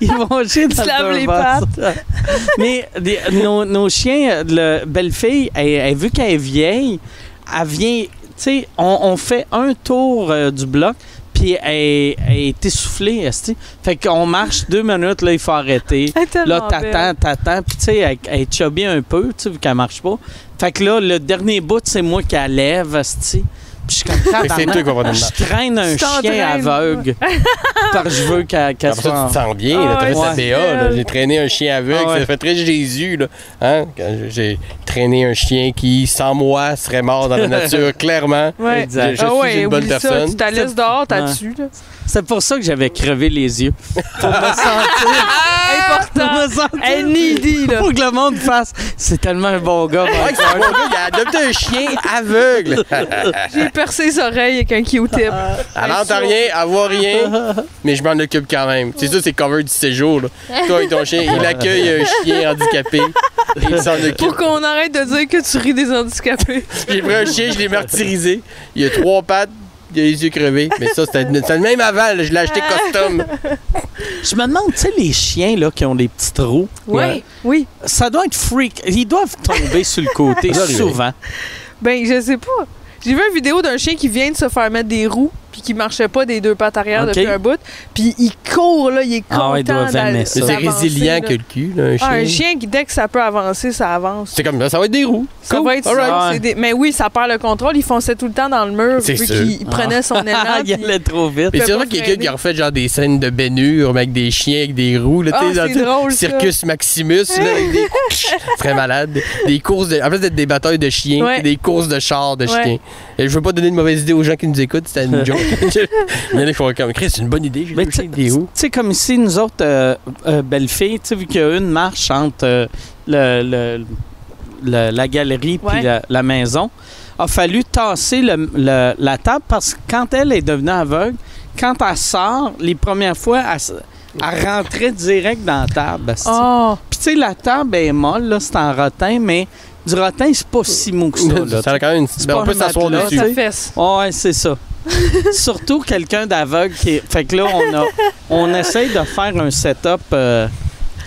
ils vont chier dans se le lave les Starbucks. Mais des- nos, nos chiens, euh, le, belle fille, elle, elle, vu qu'elle est vieille, elle vient. Tu sais, on, on fait un tour euh, du bloc. Puis elle, elle est essoufflée, esti. Fait qu'on marche deux minutes, là, il faut arrêter. Elle est tellement Là, belle. t'attends, t'attends, puis tu sais, elle, elle est chubby un peu, tu sais, vu qu'elle marche pas. Fait que là, le dernier bout, c'est moi qui la lève, asti. Puis je suis comme C'est toi qui tabarnak, vas prendre une marche. Je traîne un Tu t'entraînes. chien aveugle. parce que je veux qu'elle qu'elle Après ça, soit... tu te sens bien. là, Ah T'as fait ta ouais. BA. là. J'ai traîné un chien aveugle. Ah ouais. Ça fait très Jésus. Là. Hein? Quand J'ai traîné un chien qui, sans moi, serait mort dans la nature, clairement. Ouais. Exact. Je- je ah suis ouais, une bonne oublie ça. personne. Tu t'as laisses dehors, t'as dessus là. C'est pour ça que j'avais crevé les yeux. Pour me sentir... Ah! pour Important. me sentir- Elle needy, là. Pour que le monde fasse... C'est tellement un bon gars. Ah, c'est mon gars, il a adopté un chien aveugle. J'ai percé les oreilles avec un Q-tip. Elle n'entend Ah. rien, elle voit rien, mais je m'en occupe quand même. C'est ça, c'est cover du séjour. Là. Toi et ton chien, il accueille un chien handicapé et il s'en occupe. Pour qu'on arrête de dire que tu ris des handicapés. J'ai pris un chien, je l'ai martyrisé. Il a trois pattes, il a les yeux crevés. Mais ça, c'était c'était le même avant. là. Je l'ai acheté Ah. custom. Je me demande, tu sais, les chiens, là, qui ont des petits trous, Oui, oui. ça doit être freak. Ils doivent tomber sur le côté, Ça doit arriver. souvent. Ben, je sais pas. J'ai vu une vidéo d'un chien qui vient de se faire mettre des roues, puis puis qui marchait pas des deux pattes arrière Ok. depuis un bout. Puis il court, là, il est content Ah ouais, ils doivent d'a- aimer ça. C'est d'avancer, résilient là. que le cul, là, un Ah, chien. un chien qui, dès que ça peut avancer, ça avance. C'est comme là, ça va être des roues. Ça Cool. va être Alright. ça. Ouais. c'est des- Mais oui, ça perd le contrôle. Il fonçait tout le temps dans le mur. C'est Vu sûr. qu'il prenait son élan. Ah. il puis- allait trop vite. Mais peut c'est vrai pas qu'il y a freiner. quelqu'un qui a refait genre des scènes de bénure mais avec des chiens, avec des roues. Là, Ah, tu sais, c'est dans- drôle, ça. Circus Maximus, là, avec des très malade. Des courses de. En plus d'être des batailles de chiens, Ouais. des courses de chars de Ouais. chiens. Et je veux pas donner de mauvaise idée aux gens qui nous écoutent, c'était une joke. Il y en a qui font comme Chris, c'est une bonne idée, j'ai Mais touché tu avec des roues. tu sais, comme ici, nous autres, euh, euh, Belle-Fille, tu sais, vu qu'il y a une marche entre euh, le, le- le- la galerie puis Ouais. la, la maison, a fallu tasser le- le- la table parce que quand elle est devenue aveugle, quand elle sort, les premières fois, elle, s- elle rentrait direct dans la table. asti. Oh, Puis tu sais, la table est molle, là, c'est en rotin, mais du rotin, c'est pas si mou que ça. là, Ça a quand même une. ben, pas on peut un s'asseoir matelas, dessus. ça. sa fesse. Ouais, c'est ça. Surtout quelqu'un d'aveugle qui est... Fait que là, on, a, on essaye de faire un setup euh,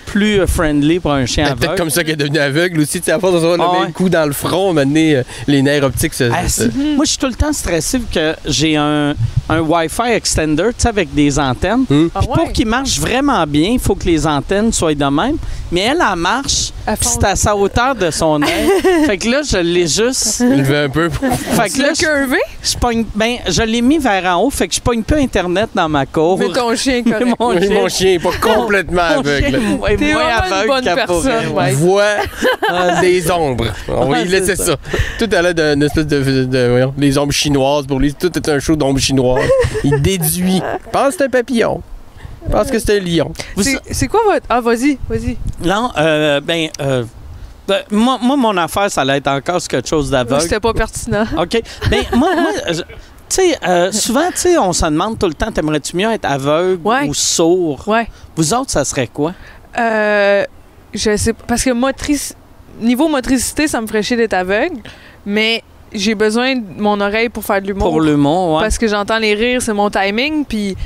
plus euh, friendly pour un chien C'est peut-être aveugle. Ben, comme ça qu'elle est devenue aveugle aussi. Tu sais, à force de se voir Ah le ouais. même coup dans le front, maintenant, euh, les nerfs optiques se. Ah, se- c'est- Moi, je suis tout le temps stressé vu que j'ai un, un Wi-Fi extender, tu sais, avec des antennes. Hmm. Ah Puis ouais? Pour qu'il marche vraiment bien, il faut que les antennes soient de même. Mais elle, elle marche, Elle puis fonce. c'est à sa hauteur de son nez. fait que là, je l'ai juste... Lever un peu. fait que là, Le je, curvé, je pogne... Ben, je l'ai mis vers en haut, fait que je pogne peu Internet dans ma cour. mais ton chien est correct. Mon Oui, chien- mon chien est pas complètement Mon chien aveugle. est T'es moins vraiment une aveugle bonne qu'à pour personne, elle. On Ouais. voit Ah, des ombres. On va Ah, Ouais, lui laisser c'est ça. Tout à l'aide d'une espèce de, de, voyons, les ombres chinoises. Pour lui, tout est un show d'ombres chinoises. Il déduit. Il pense que c'est un papillon. Il pense que c'est un lion. Vous- C'est- C'est quoi votre. Ah, vas-y, vas-y. non, euh, ben, euh, ben, moi, moi, mon affaire, ça allait être encore sur quelque chose d'aveugle. C'était pas pertinent. OK. Ben, moi, moi, je- tu sais, euh, souvent, tu sais, on se demande tout le temps, t'aimerais-tu mieux être aveugle Ouais. ou sourd? Ouais. Vous autres, ça serait quoi? Euh, je sais pas. Parce que motrice, niveau motricité, ça me ferait chier d'être aveugle, mais j'ai besoin de mon oreille pour faire de l'humour. Pour le mot, ouais. Parce que j'entends les rires, c'est mon timing, puis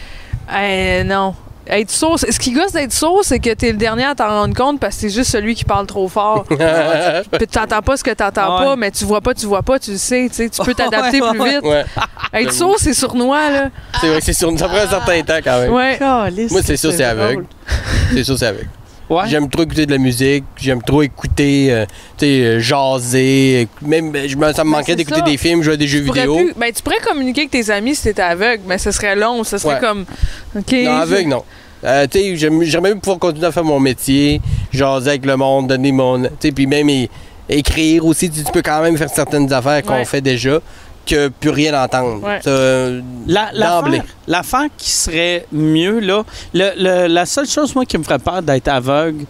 euh, non. Être sourd, ce qui gosse d'être sourd, c'est que t'es le dernier à t'en rendre compte parce que t'es juste celui qui parle trop fort. ouais. Puis t'entends pas ce que t'entends Ouais. pas, mais tu vois pas, tu vois pas, tu le sais, tu sais, tu peux t'adapter Ouais, plus ouais, vite. Être sourd, c'est sournois, là. C'est vrai que c'est sûr. Ça prend un certain temps quand même. Ouais. Moi, c'est sûr, c'est drôle. aveugle. C'est sûr, c'est aveugle. Ouais. J'aime trop écouter de la musique. J'aime trop écouter, euh, tu sais, euh, jaser. Même, euh, je me- ça me Ben, manquait c'est d'écouter ça. des films, jouer à des jeux Tu pourrais vidéo. plus- ben, tu pourrais communiquer avec tes amis si t'étais aveugle, mais ce serait long, ce serait Ouais. comme. OK. Non, aveugle, non. Euh, tu sais, j'aime- j'aimerais même pouvoir continuer à faire mon métier, jaser avec le monde, donner mon. Tu sais, puis même é- écrire aussi, tu, tu peux quand même faire certaines affaires qu'on Ouais. fait déjà, que plus rien entendre. Ouais. Ça, euh, La, l'affaire- D'emblée. l'affaire qui serait mieux, là, le- le- la seule chose, moi, qui me ferait peur d'être aveugle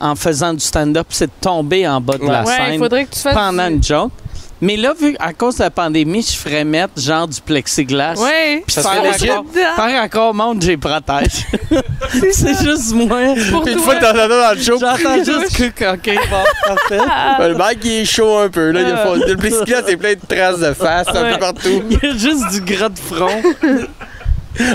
en faisant du stand-up, c'est de tomber en bas de Ouais. la Ouais, il scène. faudrait que tu fasses. pendant du- une joke. Mais là, vu à cause de la pandémie, je ferais mettre genre du plexiglas. Ouais. Puis Ça faire serait legit. encore, faire encore monde, j'ai protège. C'est juste moi. Pour Puis une toi. fois que t'en entends dans le show, J'entends juste douche. que OK, bon, parfait. euh, le mec il est chaud un peu. Là, il a Ah. fond- le bicyclette c'est plein de traces de face un Ouais. peu partout. Il y a juste du gras de front.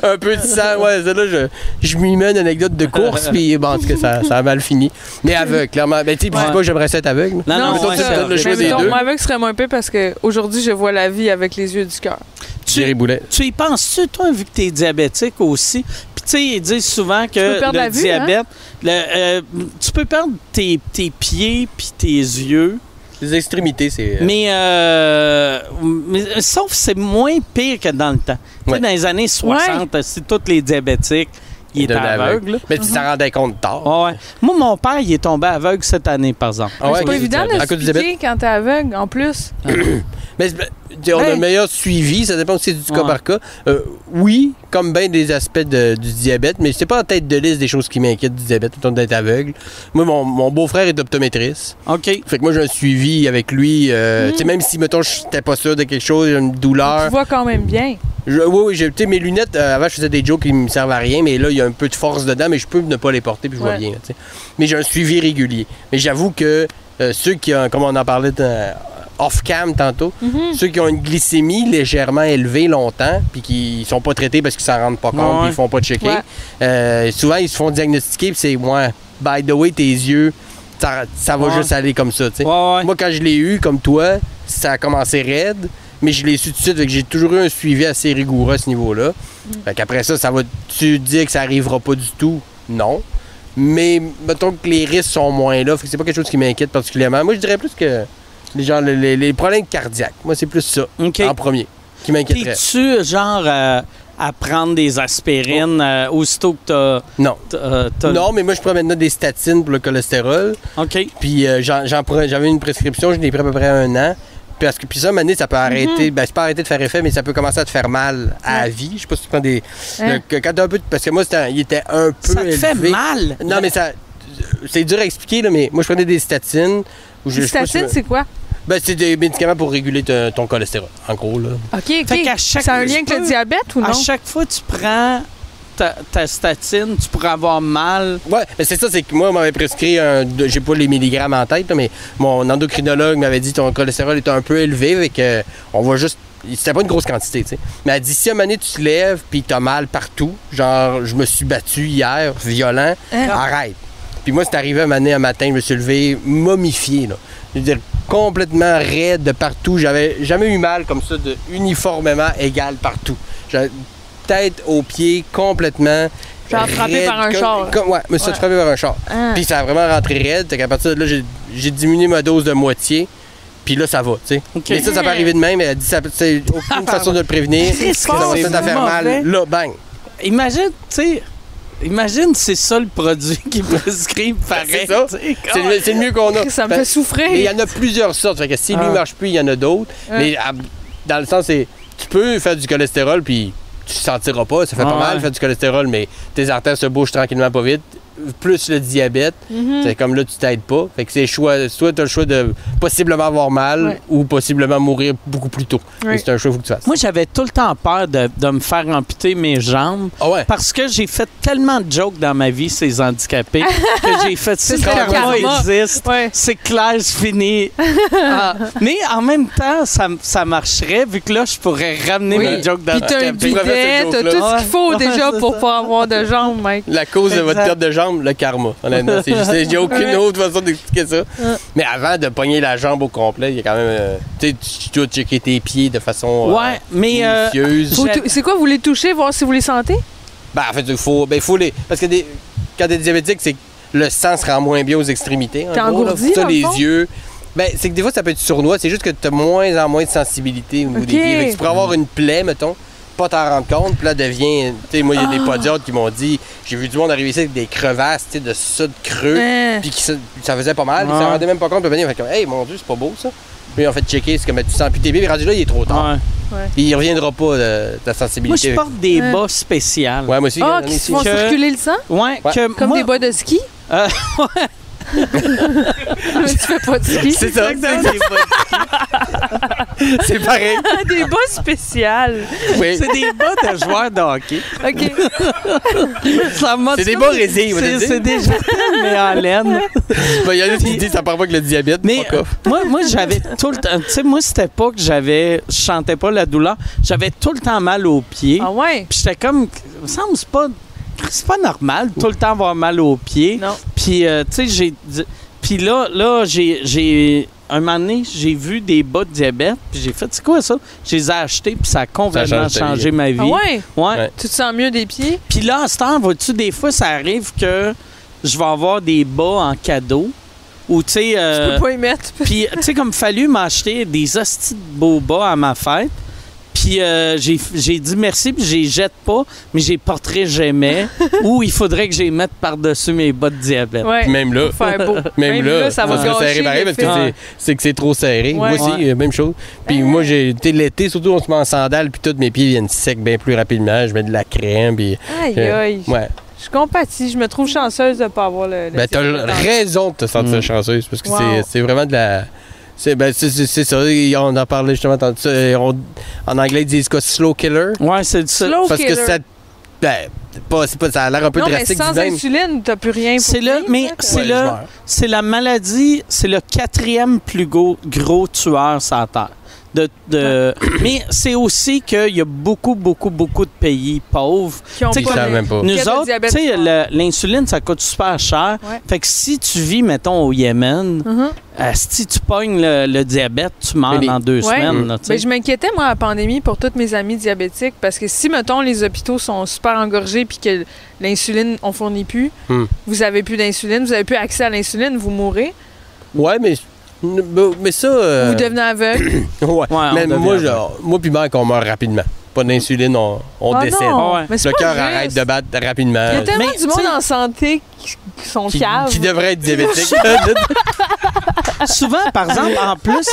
un peu de sang. Ouais, ça, là, je, je m'y mets une anecdote de course, puis bon, en tout cas, ça, ça a mal fini. Mais aveugle, clairement. Ben, tu sais, puis je Ouais. dis pas que j'aimerais ça être aveugle. là. Non, non, Non, mettons, ouais, tu ça, me donnes le mais choix des mettons, deux. Moi, aveugle serait moins peu parce que aujourd'hui, je vois la vie avec les yeux du cœur. Jerry Tu, Boulet. tu y penses-tu, toi, vu que t'es diabétique aussi? Puis, tu sais, ils disent souvent que peux perdre la le vue, hein? diabète, le, euh, tu peux perdre tes, tes pieds puis tes yeux. Les extrémités, c'est. euh, Mais, euh, mais- sauf que c'est moins pire que dans le temps. Tu sais, Ouais. dans les années 60, si tous les diabétiques, ils Ils étaient devenaient aveugles. là. Mais tu t'en rendais compte tard. Ah ouais. Moi, mon père, il est tombé aveugle cette année, par exemple. Ah ouais, c'est pas ok. évident À de cause du se piquer quand t'es aveugle, en plus. Mais c'est- tu sais, on a Ouais. un meilleur suivi, ça dépend aussi du cas Ouais. par cas. Euh, oui, comme bien des aspects de- du diabète, mais c'est pas en tête de liste des choses qui m'inquiètent du diabète, autant d'être aveugle. Moi, mon, mon beau-frère est optométriste. OK. Fait que moi, j'ai un suivi avec lui. euh, tu sais, Même si, mettons, j'étais pas sûr de quelque chose, j'ai une douleur. Tu vois quand même bien. Je- oui, oui, j'ai- tu sais, mes lunettes, euh, avant je faisais des jokes qui me servent à rien, mais là il y a un peu de force dedans, mais je peux ne pas les porter puis je vois Ouais. bien. tu sais. Mais j'ai un suivi régulier. Mais j'avoue que euh, ceux qui ont, comme on en parlait euh, off-cam tantôt, Mhm. ceux qui ont une glycémie légèrement élevée longtemps, puis qui sont pas traités parce qu'ils s'en rendent pas compte, Ouais. puis ils font pas de checker, Ouais. euh, souvent ils se font diagnostiquer, puis c'est moi, by the way, tes yeux, ça, ça va Ouais. juste aller comme ça. tu sais. Ouais, ouais. Moi, quand je l'ai eu, comme toi, ça a commencé raide. mais je l'ai su tout de suite, fait que j'ai toujours eu un suivi assez rigoureux à ce niveau-là. Mm. Fait qu'après ça, ça va. Tu dis que ça arrivera pas du tout? Non. Mais mettons que les risques sont moins là, fait que c'est pas quelque chose qui m'inquiète particulièrement. Moi, je dirais plus que les, gens, les, les- les problèmes cardiaques. Moi, c'est plus ça, OK. en premier, qui m'inquiéterait. T'es-tu genre euh, à prendre des aspirines euh, aussitôt que t'as- Non. t'as. euh, t'as- Non, mais moi, je prends maintenant des statines pour le cholestérol. OK. Puis euh, j'en- j'en prenais- j'avais une prescription, je l'ai pris à peu près un an. Parce que, puis ça, mané, ça peut Mhm. arrêter. Ben, c'est pas arrêter de faire effet, mais ça peut commencer à te faire mal à la vie. Je sais pas si tu prends des. Hein? le- que- quand t'as un peu. de- Parce que moi, c'était- il était un peu. Ça te fait élevé. mal. Non, mais ça. C'est dur à expliquer, là, mais moi, je prenais des statines. où je- Les je sais pas si- statines, c'est quoi? Ben, c'est des médicaments pour réguler te- ton cholestérol, en gros, là. OK, OK. Fait qu'à chaque- Ça a un lien avec je le peux- diabète ou non? À chaque fois que tu prends ta, ta statine, tu pourrais avoir mal. Ouais, mais c'est ça, c'est que moi, on m'avait prescrit un. de- J'ai pas les milligrammes en tête, là, mais mon endocrinologue m'avait dit ton cholestérol est un peu élevé, avec on va juste. C'était pas une grosse quantité, tu sais. Mais elle dit si à un moment donné, tu te lèves puis t'as mal partout, genre, je me suis battu hier, violent, Ah. Hein? arrête. Puis moi, c'est arrivé à un moment donné, un matin, je me suis levé momifié, là. Je veux dire, complètement raide de partout. J'avais jamais eu mal comme ça, de uniformément égal partout. J'avais tête aux pieds, complètement. Genre frappé raide, par un comme- char. comme- ouais, me suis Ouais. frappé par un char. Ah. Puis ça a vraiment rentré raide. Fait qu'à partir de là, j'ai- j'ai diminué ma dose de moitié. Puis là, ça va, tu sais. OK. Mais ça, ça peut arriver de même. Elle dit, ça, c'est aucune façon de le prévenir. Chris, Ça va c'est peut-être à faire mauvais. mal. Là, bang. Imagine, tu sais. Imagine, c'est ça le produit qu'ils prescrivent pareil. Ben, tu C'est ça. sais, C'est le- c'est le mieux qu'on a. Ça Fait- Ben, me fait Mais il y souffrir. en a plusieurs sortes. Fait que si lui Ah. marche plus, il y en a d'autres. Ouais. Mais à- dans le sens, c'est tu peux faire du cholestérol puis tu sentiras pas. Ça fait Ah pas mal ouais. faire du cholestérol, mais tes artères se bougent tranquillement pas vite. Plus le diabète, Mhm. c'est comme là tu t'aides pas. Fait que c'est le choix. Soit tu as le choix de possiblement avoir mal Ouais. ou possiblement mourir beaucoup plus tôt. Ouais. Mais C'est un choix qu'il faut que tu fasses. Moi, j'avais tout le temps peur de, de me faire amputer mes jambes Ah ouais. parce que j'ai fait tellement de jokes dans ma vie, ces handicapés, que j'ai fait si C'est le ça, le karma karma. existe, Ouais. c'est clair, je finis. Ah, mais en même temps, ça, ça marcherait vu que là, je pourrais ramener Oui. mes jokes Puis t'as d'handicapés. un Handicapé. bidet, t'as tout ce qu'il faut Ouais, déjà c'est pour ça. pas avoir de jambes, mec. La cause de votre Exact. perte de jambe, le karma. Honnêtement, c'est juste, il n'y a aucune Ouais. autre façon d'expliquer ça. Mais avant de pogner la jambe au complet, il y a quand même. euh, tu sais, tu- tu dois checker tes pieds de façon. euh, Ouais, mais euh, minutieuse. Faut J'ai- tou- C'est quoi, vous les touchez, voir si vous les sentez? Ben, en fait, il faut, ben, il faut les. Parce que des, quand t'es diabétique, c'est que le sang se rend moins bien aux extrémités. en T'es gros, là. engourdi, Faut ça, dans le les fond? yeux. Ben, c'est que des fois, ça peut être sournois. C'est juste que t'as moins en moins de sensibilité au niveau des Ok. pieds. Fait que tu pourrais avoir une plaie, mettons, pas t'en rendre compte, puis là, devient. Tu sais, moi, il y a Ah! des podiatres qui m'ont dit. J'ai vu du monde arriver ici avec des crevasses, tu sais, de ça, de creux. Hein. Puis qui se- ça faisait pas mal, ils Ouais. s'en rendaient même pas compte. Puis venir, fait comme, hey, mon Dieu, c'est pas beau ça. Puis en fait, checker, c'est comme, tu sens plus tes pieds, puis rendu là, il est trop tard. ouais. Il reviendra pas de moi, ta sensibilité. je porte des Euh. bas spéciales. Ouais, Ouais, moi aussi, Ah, j'en ai qui se ici. font Que- circuler le sang? que Comme moi- des bas de ski? Ah, Euh, tu fais pas de ski? C'est ça. Exactement, des bas- C'est pareil. des bas spéciales. Oui. C'est des bas de joueurs de hockey. OK. Ça m'a- C'est des bas résilles, vous C'est- voulez dire? C'est des jartelles, mais en laine. ben, Il y en a qui disent ça part pas que le diabète. Mais fuck off. euh, moi, moi j'avais tout le temps. Tu sais, moi, c'était pas que j'avais. Je chantais pas la douleur. J'avais tout le temps mal aux pieds. Ah ouais? Puis j'étais comme. Il me semble que c'est pas. C'est pas normal de tout le temps avoir mal aux pieds. Non. Puis, euh, tu sais, j'ai. dit- Puis là, là j'ai- j'ai. Un moment donné, j'ai vu des bas de diabète, puis j'ai fait, c'est quoi ça? Je les ai achetés, puis ça a complètement change ta vie. changé ma vie. Ah ouais? Ouais. Ouais. Tu te sens mieux des pieds? Puis là, en ce temps, vois-tu, des fois, ça arrive que je vais avoir des bas en cadeau. Ou, tu sais. Tu euh, peux pas y mettre. Puis, tu sais, comme fallu m'acheter des hosties de boba à ma fête. Puis euh, j'ai j'ai dit merci, puis j'ai jette pas, mais j'ai porterai jamais. ou il faudrait que j'y mette par-dessus mes bas de diabète. Ouais. Même là. Faire beau. Même, là, ça va se fait gâcher serrer pareil parce que l'effet. c'est- c'est que c'est trop serré. Moi Ouais. aussi, Ouais. euh, même chose. Puis Ah. moi, j'ai été l'été, surtout, on se met en sandales, puis tous mes pieds viennent secs bien plus rapidement. Je mets de la crème, puis. Aïe, Euh, aïe. Ouais. Je compatis. Je me trouve chanceuse de pas avoir le. le Ben, t'as diabète. raison de te sentir Mm. chanceuse parce que Wow. c'est- c'est vraiment de la. C'est ben, c'est- c'est- c'est ça, on en parlait justement tantôt. ça, on- en anglais, ils disent quoi, slow killer? Ouais, c'est ça. Slow parce que killer. ça. Ben, pas, c'est pas, ça a l'air un peu non, mais drastique sans du même. insuline, t'as plus rien. pour C'est vivre, le, mais là. c'est Ouais, le- je meurs. c'est la maladie, c'est le quatrième plus gros, gros tueur sur la terre. de, de- mais c'est aussi qu'il y a beaucoup, beaucoup, beaucoup de pays pauvres. Qui ont Tu sais, pas savent de- même pas. Nous Qui a le autres, diabète tu sais, du sang. le- l'insuline, ça coûte super cher. Ouais. Fait que si tu vis, mettons, au Yémen, Mhm. si tu pognes le, le diabète, tu meurs Mais les- dans deux Ouais. semaines. Mm. là, tu sais. Ben, je m'inquiétais, moi, à la pandémie, pour toutes mes amies diabétiques, parce que si, mettons, les hôpitaux sont super engorgés puis que l'insuline, on fournit plus, Hmm. vous avez plus d'insuline, vous avez plus accès à l'insuline, vous mourrez, Ouais, mais. Mais ça. euh, vous devenez aveugle. Ouais. Ouais, on mais devient moi, aveugle. genre, moi puis Mike, on meurt rapidement. Pas d'insuline, on, on Ah décède. non, Ouais. mais c'est Le pas cœur juste. arrête de battre rapidement. Il y a tellement Mais, du monde tu sais- en santé qui, qui sont Qui, caves. qui devrait être diabétique. Euh, Souvent, par exemple, en plus, tu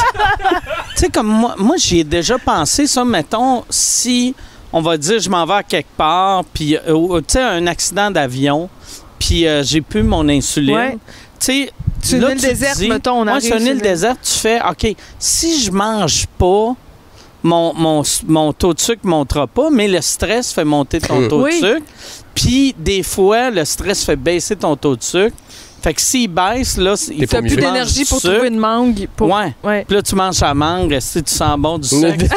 sais, comme moi, moi j'y ai déjà pensé, ça, mettons, si on va dire, je m'en vais à quelque part, puis, euh, ou, tu sais, un accident d'avion, puis euh, j'ai plus mon insuline. Ouais. Tu sais, C'est une là, île tu te déserte, dis- mettons, on Ouais, arrive sur une sur île une- déserte, tu fais, OK, si je mange pas, mon, mon, mon taux de sucre ne montera pas, mais le stress fait monter ton Mm. taux Oui. de sucre. Puis, des fois, le stress fait baisser ton taux de sucre. Fait que s'il baisse, là, il T'es T'as pas plus mieux. d'énergie pour sucre. trouver une mangue. Pour... Ouais. Ouais. Puis là, tu manges la mangue, si tu sens bon du Mais sucre.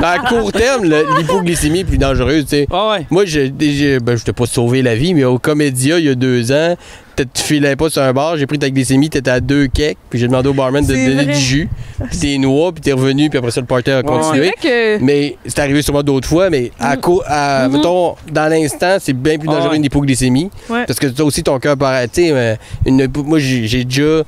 à court terme, le- l'hypoglycémie est plus dangereuse, tu sais. Ah ouais. Moi, je déjà, ben, je t'ai pas sauvé la vie, mais au Comédia, il y a deux ans, t'as- tu filais pas sur un bar, j'ai pris ta glycémie, t'étais à deux cakes, puis j'ai demandé au barman de te C'est donner vrai. du jus, puis des noix, puis t'es revenu, puis après ça, le party a C'est continué. vrai que. Mais c'est arrivé sûrement d'autres fois, mais à Mm. co- Mm-hmm. à- mettons, dans l'instant, c'est bien plus dangereux Ouais. une hypoglycémie. Ah Ouais. Parce que toi aussi, ton cœur paraît. Tu sais, euh, une hypo- moi, j'ai j'ai déjà.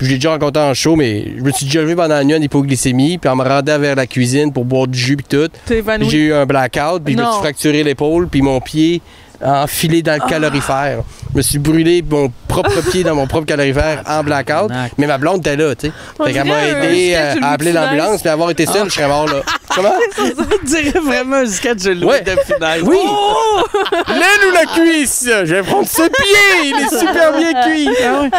Je l'ai déjà rencontré en show, mais je me suis déjà levé pendant la nuit en hypoglycémie, puis en me rendant vers la cuisine pour boire du jus puis tout. T'es évanoui. J'ai eu un blackout, puis je me Ah Non. Ah. suis fracturé l'épaule, puis mon pied a enfilé dans le calorifère. Je me suis brûlé mon propre pied dans mon propre calorifère en blackout, Tabarnak. mais ma blonde était là, tu sais. On Fait qu'elle m'a dirait un aidé sketch euh, de Ah. à appeler Louis Funès. l'ambulance, mais avoir été seul, je serais mort là. Comment? On dirait vraiment un sketch de Louis Ouais. de Funès. Oui! Oh L'aile ou la cuisse? Je vais prendre ce pied! Il est super bien cuit! Ah ouais.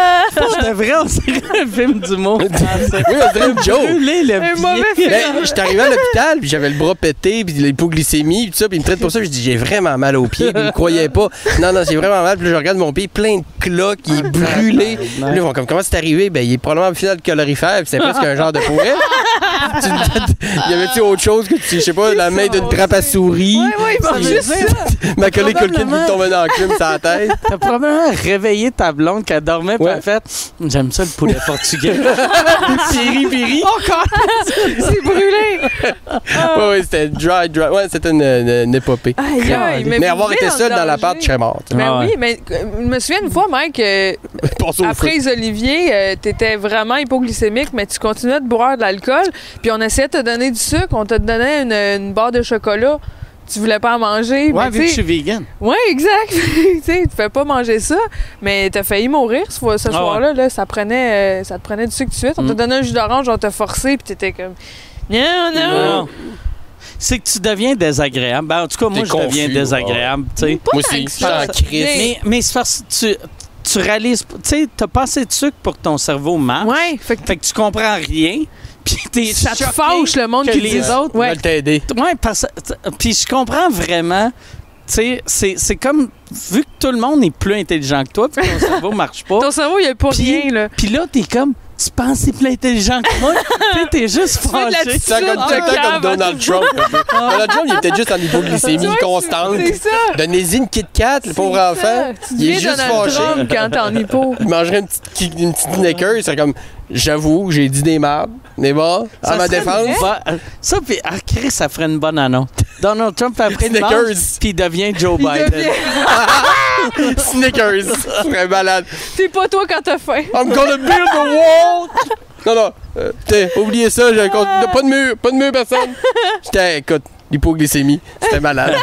Je devrais, on dirait un film du monde. Oui, on dirait une joke! Brûler le Un pied. mauvais film. Ben, j'étais arrivé à l'hôpital, puis j'avais le bras pété, puis l'hypoglycémie, puis tout ça, puis il me traite pour ça, puis je dis j'ai vraiment mal au pied, puis ils me croyaient pas. Non, non, j'ai vraiment mal, puis là, je regarde mon pied plein de cloques, il est brûlé. Ah, Puis là, ils vont comme comment c'est arrivé? Ben, il est probablement au final de calorifère, puis c'est presque un genre de pourrait. Tu- Il y avait-tu autre chose que tu, je sais pas, la main d'une trappe à souris? Ouais, ouais, il mange veut juste dire- ça. Ma collègue Culkin lui tombait dans la clume sur la tête. T'as probablement réveillé ta blonde qui dormait, puis Ouais. elle a fait J'aime ça le poulet portugais. piri, piri. C'est brûlé. Ouais, ouais, c'était dry, dry. Ouais, c'était une, une- une épopée. Aïe, aïe. mais avoir été seul dans la pâte, pâte, je serais mort. tu sais. Ben Ah ouais. oui, mais euh, je me souviens une fois, Mike, euh, Pense au après feu. les oliviers, euh, t'étais vraiment hypoglycémique, mais tu continuais de boire de l'alcool, puis on essayait de te donner du sucre, on te donnait une, une barre de chocolat, tu voulais pas en manger. Ouais, mais vu tu que je sais- suis vegan. Ouais, exact. tu sais, tu fais pas manger ça, mais t'as failli mourir ce, ce Ah ouais. soir-là. Là, ça prenait, euh, ça te prenait du sucre tout de suite. On Hmm. te Mm. donnait un jus d'orange, on t'a forcé, puis t'étais comme non, non. Non. C'est que tu deviens désagréable. Ben, en tout cas, moi, T'es je confus, deviens ouais. désagréable. tu sais. Pas Moi tant aussi, que je suis en ça. crise. Mais, mais c'est parce que tu, tu réalises. pas- Tu sais, t'as pas assez de sucre pour que ton cerveau marche. Ouais, fait que Fait que tu comprends rien. Puis t'es ça te choqué. fâche le monde que qui les dit ça. autres On va Ouais. t'aider. Ouais, parce que- Puis je comprends vraiment. Tu sais, c'est c'est comme. Vu que tout le monde est plus intelligent que toi, puis ton cerveau marche Oh. pas. Ton cerveau, il a pas Puis- rien, là. Puis là, t'es comme, tu penses que t'es plus intelligent que moi. tu sais, t'es juste fais de la fâché. petite- C'est comme, Ah, t'es comme cave. Donald Trump. un peu. Donald Trump, il était juste en hypoglycémie Ouais, constante. Ah. C'est ça. Donnez-y une Kit Kat, le pauvre C'est enfant. ça. Tu Il est deviens juste Donald fâché. Trump quand t'es en hypo. Il mangerait une petite, ki- une petite Snickers. Il serait comme, j'avoue, j'ai dit des mardes. Mais bon, à Ça ma serait défense. une bonne- Ça, puis ah, Chris, ça ferait une bonne annonce. Donald Trump après une Snickers. manche, puis il devient Joe Il Biden. devient- Snickers. Je serais malade. T'es pas toi quand t'as faim. I'm gonna build the wall! Non, non, euh, putain, oubliez ça, j'ai un compte- pas de mur, pas de mur, personne! J'étais, écoute, l'hypoglycémie, c'était malade.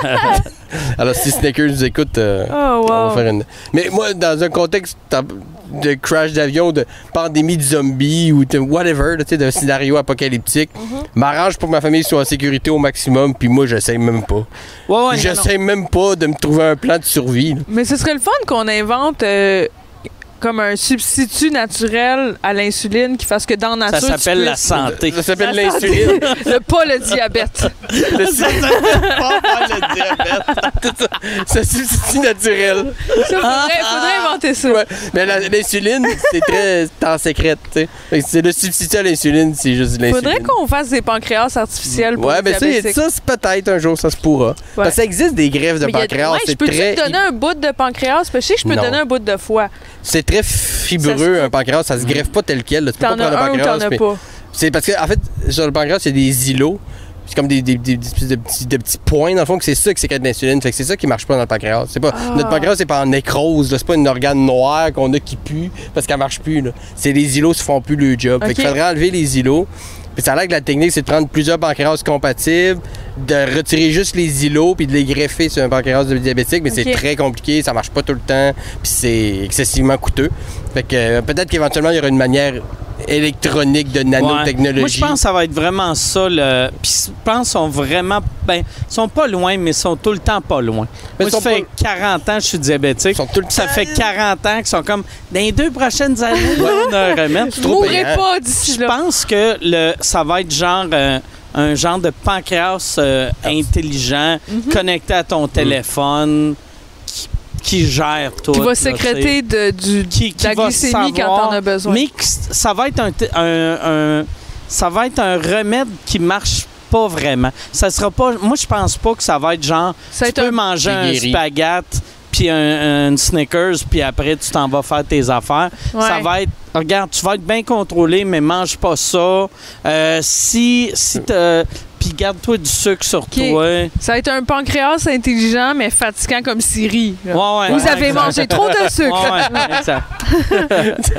Alors, si Snickers nous écoute, euh, Oh, on va wow. faire une. Mais moi, dans un contexte t'as- de crash d'avion, de pandémie de zombies ou de whatever, là, tu sais, d'un scénario apocalyptique, m'arrange pour que ma famille soit en sécurité au maximum, puis moi, j'essaie même pas. Ouais, ouais, non, non. j'essaie même pas de me trouver un plan de survie. là. Mais ce serait le fun qu'on invente euh, comme un substitut naturel à l'insuline qui fasse que dans la Ça nature. tu s'appelle la puisses- santé. Ça s'appelle La santé. l'insuline. Le pas le diabète. Le substitut pas faire le diabète. C'est ça. Ce substitut naturel. Il faudrait, faudrait inventer ça. Ah, Ouais. Mais la- l'insuline, c'est très en secrète, tu sais. Fait que C'est le substitut à l'insuline, c'est juste l'insuline. Faudrait qu'on fasse des pancréas artificiels pour Ouais, les mais ça, diabétiques. ça c'est peut-être un jour, ça se pourra. Parce que ça existe des greffes de Mais il y a- pancréas. ouais, je c'est peux-tu très, te donner un bout de pancréas? Parce que je sais que je peux te Non. donner un bout de foie. c'est très fibreux, Ça se- un pancréas. Ça se greffe pas tel quel. là. Tu peux pas T'en prendre as un ou pancréas. t'en as puis- pas. C'est parce que, en fait, sur le pancréas, c'est des îlots. C'est comme des, des, des- des espèces de petits, de petits points, dans le fond, que c'est ça qui sécrète de l'insuline. Fait que c'est ça qui marche pas dans le pancréas. C'est pas, Ah. Notre pancréas, c'est pas en nécrose, là. C'est pas un organe noir qu'on a qui pue parce qu'elle marche plus, là. C'est les îlots qui font plus le job. Fait qu'il Ok. faudrait enlever les îlots. Puis ça a l'air que la technique, c'est de prendre plusieurs pancréas compatibles, de retirer juste les îlots puis de les greffer sur un pancréas de diabétique. Mais c'est Ok. très compliqué, ça marche pas tout le temps, puis c'est excessivement coûteux. Fait que euh, peut-être qu'éventuellement, il y aura une manière électronique de Ouais. nanotechnologie. Moi, je pense que ça va être vraiment ça. Le... Puis je pense qu'ils sont vraiment. Ben, ils sont pas loin, mais ils sont tout le temps pas loin. Mais Moi, ils ça sont fait 40 ans que je suis diabétique. Ils sont tout le Ça temps- fait 40 ans qu'ils sont comme. Dans les deux prochaines années, on a un remède. Je trop mourrai payant. pas Je d'ici là. pense que le, ça va être genre euh, un genre de pancréas euh, intelligent Mhm. connecté à ton téléphone qui, qui gère tout. Qui là, va sécréter de, du, tu sais. qui, qui de la va glycémie quand savoir, t'en as besoin. Mais que c- ça va être un, t- un- un- ça va être un remède qui marche pas vraiment. Ça sera pas moi je pense pas que ça va être genre ça va tu être peux un manger un Guéri. spaghette puis un, un Snickers puis après tu t'en vas faire tes affaires. Ça Ouais. va être, regarde, tu vas être bien contrôlé, mais mange pas ça. Euh, si, si t'as- puis garde-toi du sucre sur toi. Ouais, Ça va être un pancréas intelligent, mais fatigant comme Siri. là. ouais, Vous avez exact. mangé trop de Ouais, sucre. ouais, exact.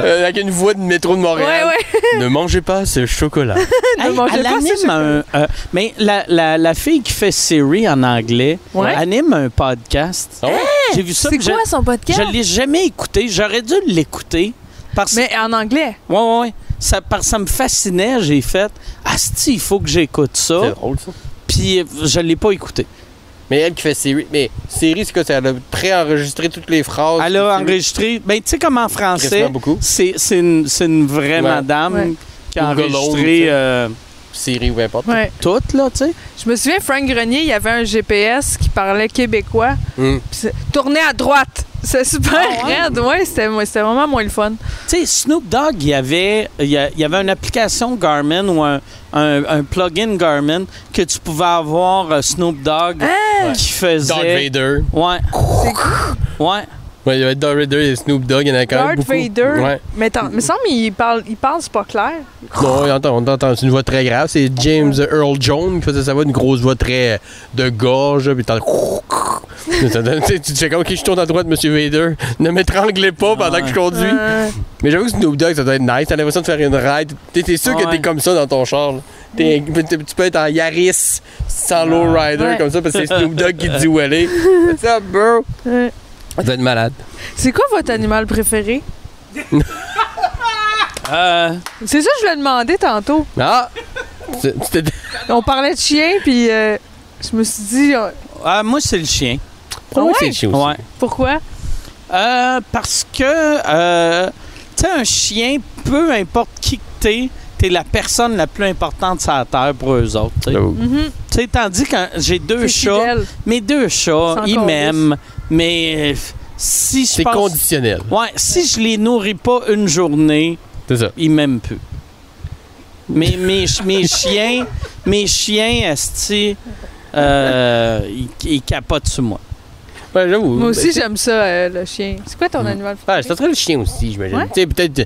Euh, avec une voix de métro de Ouais, Montréal. ouais. Ne mangez pas ce chocolat. Hey, mangez elle pas ce anime sucre. un- euh, mais la, la- la fille qui fait Siri en anglais Ouais. anime un podcast. Ah ouais? J'ai vu ça. C'est puis je- quoi son Je podcast? ne l'ai jamais écouté. J'aurais dû l'écouter. Parce que Mais en anglais. Ouais, ouais, ouais. Ça, par- ça me fascinait. J'ai fait Asti, il faut que j'écoute ça. C'est drôle ça. Puis euh, je l'ai pas écouté. Mais elle qui fait Siri. Mais Siri, c'est quoi? ça? Elle a pré-enregistré toutes les phrases. Elle a Siri, enregistré. Ben, tu sais, comme en français, quasiment beaucoup. c'est c'est une, c'est une vraie Ouais. madame Ouais. qui a Ou Golonde, tu enregistré sais. euh, Siri ou n'importe. Ouais. tout, là, tu sais. Je me souviens, Frank Grenier, il y avait un GPS qui parlait québécois. Hum. Puis c'est- Tournez à droite. C'est super raide. Ah Ouais, c'était moi- c'était vraiment moins le fun. Tu sais, Snoop Dogg, il y avait, il y a- il y avait une application Garmin ou un, un, un plugin Garmin que tu pouvais avoir euh, Snoop Dogg qui Darth faisait. Vader. Ouais, Hein? C'est cool. ouais. Ouais, il y avait Darth Vader et Snoop Dogg, il y en a quand même Darth beaucoup. Vader. Ouais. Mais tant, mais semble il parle, il parle, c'est pas clair. Non, on entend, on entend, c'est une voix très grave. C'est James Earl Jones qui faisait sa voix, une grosse voix très euh, de gorge, puis t'entends... Ça donne- tu sais, tu te fais comme, OK, je tourne à droite, Monsieur Vader. Ne m'étranglez pas pendant que je conduis. Euh, Mais j'avoue que Snoop Dogg, ça doit être nice. T'as l'impression de faire une ride. T'es, t'es sûr que Ouais. t'es comme ça dans ton char. là. T'es- t'es- tu peux être en Yaris sans low rider Ouais. comme ça parce que c'est Snoop Dogg qui te dit où aller. What's up, bro? euh, Ça doit être malade. c'est quoi votre animal préféré? Euh, C'est ça que je voulais demander tantôt. Ah! Tu tu t'es- Ah On parlait de chien, puis euh, je me suis dit, euh, ah, moi, c'est le chien. Pour moi, ouais? c'est chiant aussi. Ouais. pourquoi? Euh, parce que, euh, tu sais, un chien, peu importe qui que t'es, t'es la personne la plus importante sur la terre pour eux autres. tu sais. J'avoue. Mhm. Tu sais, tandis que j'ai deux C'est chats, fidèle. mes deux chats, Sans ils calice. m'aiment, mais euh, si je C'est pense- conditionnel. Ouais, si je les nourris pas une journée, C'est ça. ils m'aiment plus. Mais mes, ch- mes chiens, mes chiens, esti, euh, ils, ils capotent sur moi. Ouais, j'avoue. Ben, Moi Ben, aussi, j'ai. j'aime ça, euh, le chien. C'est quoi ton Mm. animal Ouais, préféré? je tenterais le chien aussi, j'imagine. Ouais. Tu sais, peut-être. euh,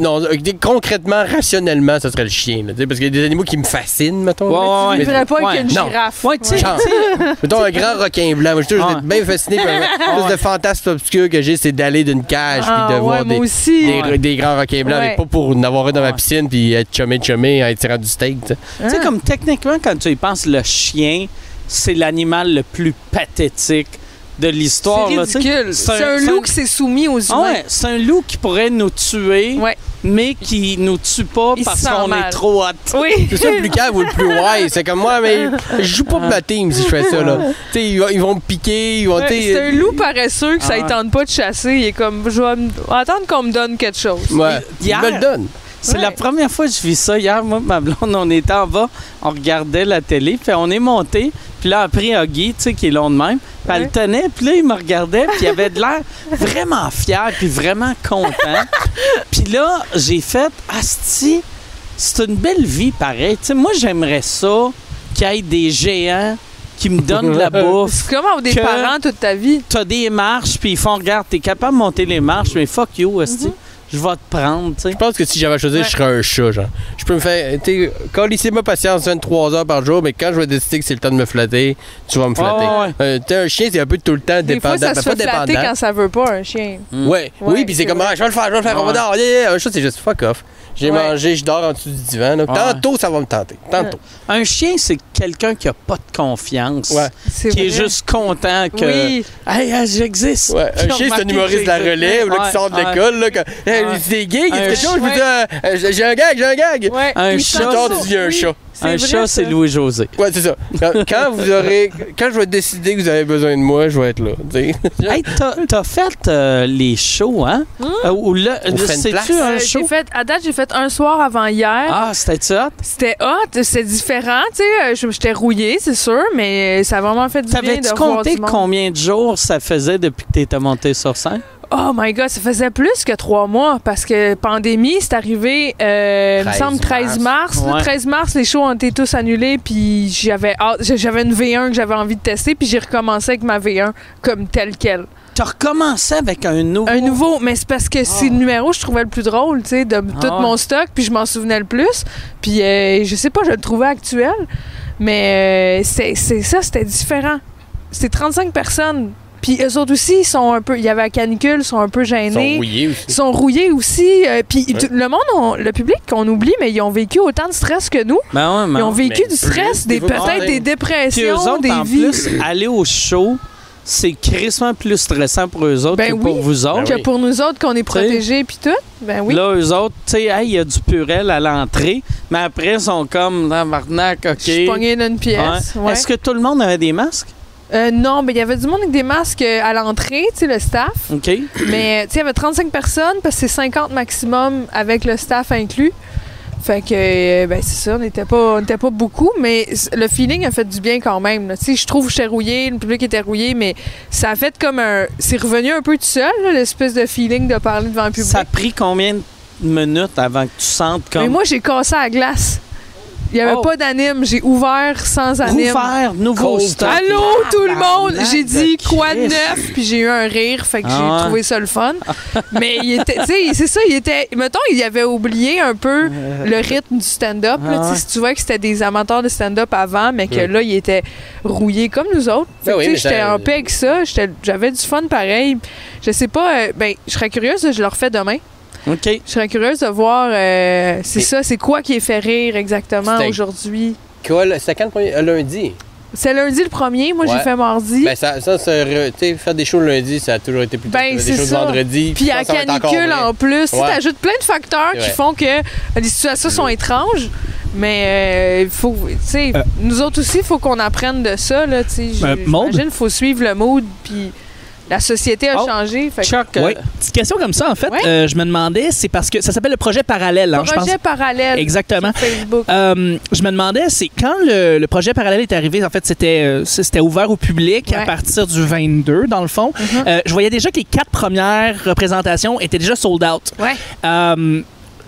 Non, euh, concrètement, rationnellement, ça serait le chien. là, tu sais, parce qu'il y a des animaux qui me fascinent, mettons. Ouais, là. ouais, ouais. Je vivrais pas Ouais, avec une non. girafe. Ouais, tu sais, Ouais. tu sais, Mettons un grand requin blanc. Moi, je suis Ouais. bien fasciné. par le Ouais. plus de fantasme obscur que j'ai, c'est d'aller d'une cage Ah, puis de ouais, voir moi des, aussi. des, Ouais. des grands requins blancs, Ouais. mais pas pour en avoir un dans ma Ouais. piscine puis être chumé chumé être tirant du steak. tu sais. Tu sais, Hein? comme techniquement, quand tu y penses, le chien, c'est l'animal le plus pathétique de l'histoire. C'est là, tu sais. ridicule. C'est un- C'est un c'est loup un- qui s'est soumis aux Ah humains. ouais, c'est un loup qui pourrait nous tuer. Ouais. mais qui nous tue pas Il se parce sent qu'on est mal. trop hot. Oui. C'est ça le plus cave ou le plus wise. C'est comme moi, mais je joue pas pour ma team si je fais ça. Là. Tu sais, ils, vont- ils vont me piquer, ils vont. Ouais, tu sais, c'est un loup paresseux que ça Ah. ne tente pas de chasser. Il est comme, je vais me- attendre qu'on me donne quelque chose. Ouais. Ils Hier- me le donnent. C'est Ouais. la première fois que je vis ça. Hier, moi, ma blonde, on était en bas, on regardait la télé, puis on est monté, puis là, après, Huggy, tu sais, qui est long de même, puis elle Ouais. le tenait, puis là, il me regardait, puis il avait de l'air vraiment fier, puis vraiment content. puis là, j'ai fait, Asti, c'est une belle vie pareil. Tu sais, moi, j'aimerais ça qu'il y ait des géants qui me donnent de la bouffe. C'est comme avoir des Que- parents toute ta vie. T'as des marches, puis ils font, regarde, t'es capable de monter les marches, mais fuck you, Asti, Mm-hmm. je vais te prendre, tu sais. Je pense que si j'avais choisi, Ouais. je serais un chat, genre. Je peux me faire. Tu sais, calissez-moi patience 23 heures par jour, mais quand je vais décider que c'est le temps de me flatter, tu vas me flatter. Ouais, ouais, Euh, tu sais, un chien, c'est un peu tout le temps Des dépendant. fois, ça Ben, se fait pas flatter dépendant. quand ça veut pas, un chien. Ouais. Ouais, oui, puis c'est c'est comme, vrai. ah, je vais le faire, je vais le faire, on va Ouais. dehors. yeah, yeah. Un chat, c'est juste fuck off. J'ai Ouais. mangé, je dors en dessous du divan. là. Ouais. Tantôt, ça va me tenter. Tantôt. Un chien, c'est quelqu'un qui a pas de confiance. Ouais. C'est Qui est vrai. juste content que. Oui. Hey, hey, j'existe. Ouais, J'ai un chien, c'est remarqué un humoriste que de la j'ai- relève là, Ouais, qui sort de ouais. l'école. là, quand- Hey, Ouais. C'est gay, il y a Un quelque chose, je veux chien. dire, euh, j'ai- j'ai un gag, j'ai un gag. Ouais. Un Il chat, sent Genre, ça. tu dis un Oui. chat. Un vrai, chat, ça. c'est Louis-José. Ouais, c'est ça. Quand, quand vous aurez. Quand je vais décider que vous avez besoin de moi, je vais être là. tu sais. Hey, t'as t'as fait euh, les shows, hein? Euh, ou le, On le- fait une place. C'est-tu un Euh, show? j'ai fait, à date, j'ai fait un soir avant hier. Ah, c'était ça? C'était hot, c'était différent, tu sais. euh, je- J'étais rouillée, c'est sûr, mais ça a vraiment fait du bien de T'avais-tu revoir compté du monde. combien de jours ça faisait depuis que t'étais monté sur scène? Oh my God, ça faisait plus que trois mois parce que pandémie, c'est arrivé, euh, il me 13 semble, 13 mars. là. Ouais. 13 mars, les shows ont été tous annulés, puis j'avais hâte- j'avais une V1 que j'avais envie de tester, puis j'ai recommencé avec ma V1 comme telle quelle. T'as recommencé avec un nouveau. Un nouveau, mais c'est parce que c'est le numéro que je trouvais le plus drôle, tu sais, de tout Ah. ouais. mon stock, puis je m'en souvenais le plus. Puis euh, je sais pas, je le trouvais actuel, mais euh, c'est c'est ça, c'était différent. C'était 35 personnes. Puis eux autres aussi, ils sont un peu. Il y avait la canicule, sont un peu Ils sont gênés. rouillés aussi. Ils sont rouillés aussi. euh, Puis Ouais. tout- le monde, on- le public qu'on oublie, mais ils ont vécu autant de stress que nous. Ben ouais, mais- Ils ont vécu mais du stress, plus, des, des fois, peut-être ouais. des Puis eux dépressions, autres, des en vies plus, aller au show, c'est crissement plus stressant pour eux autres Ben que oui. pour vous autres. Ben que oui. pour nous autres, qu'on est protégés puis tout. Ben oui. Là, eux autres, tu sais, hey, il y a du purel à l'entrée, mais après, ils sont comme dans Marnac, OK. Je suis pognée dans une pièce. Ouais. ouais. Est-ce que tout le monde avait des masques? Euh, non, mais il y avait du monde avec des masques euh, à l'entrée, tu sais, le staff. OK. mais tu sais, il y avait 35 personnes parce que c'est 50 maximum avec le staff inclus. Fait que, euh, ben, c'est ça, on n'était pas, on était pas beaucoup, mais c- le feeling a fait du bien quand même. là. Tu sais, je trouve que j'étais rouillé, le public était rouillé, mais ça a fait comme un. C'est revenu un peu tout seul, là, l'espèce de feeling de parler devant le public. Ça a pris combien de minutes avant que tu sentes Mais comme. moi, j'ai cassé à la glace. Il n'y avait Oh. pas d'anime, j'ai ouvert sans anime. Rouvert, nouveau Cold stock. Allô tout le monde, j'ai dit Ah, de quoi de Christ. neuf, puis j'ai eu un rire, fait que j'ai Ah ouais. trouvé ça le fun. Mais il était, tu sais, c'est ça, il était, mettons, il avait oublié un peu Euh, le rythme du stand-up. Ah là, tu sais, ouais. Si tu vois que c'était des amateurs de stand-up avant, mais que Ouais. là, il était rouillé comme nous autres. Fait Ben que, oui, tu sais, mais J'étais ça- en paix avec ça, j'étais- j'avais du fun pareil. Je sais pas, euh, ben, je serais curieuse, je le refais demain. OK. Je serais curieuse de voir, euh, c'est Mais- ça, c'est quoi qui est fait rire exactement C'était- aujourd'hui. Cool. C'était quand le premier? Euh, Lundi. C'est lundi le premier, moi Ouais. j'ai fait mardi. Ben, ça, ça, ça, re- tu sais, faire des shows le lundi, ça a toujours été plus Ben, tard. c'est Des shows ça. le vendredi. Puis je à pense que ça va être encore canicule vrai. en plus, tu Ouais. ajoutes plein de facteurs C'est qui vrai. Mm-hmm. font que les situations sont étranges. Mais euh, il faut, tu sais, Euh. nous autres aussi, il faut qu'on apprenne de ça là. Tu sais, j- Ben, Euh, Maude? j'imagine faut suivre le mood. Puis la société a Oh. changé. Fait que- Chuck, Ouais. euh, Petite question comme ça, en fait, Ouais. euh, je me demandais, c'est parce que ça s'appelle le projet parallèle, hein, je pense. projet parallèle. Exactement. sur Facebook. Euh, je me demandais, c'est quand le, le projet parallèle est arrivé, en fait, c'était euh, c'était ouvert au public à Ouais. partir du 22, dans le fond. Mm-hmm. Mhm. Euh, je voyais déjà que les quatre premières représentations étaient déjà sold out. Ouais. Euh,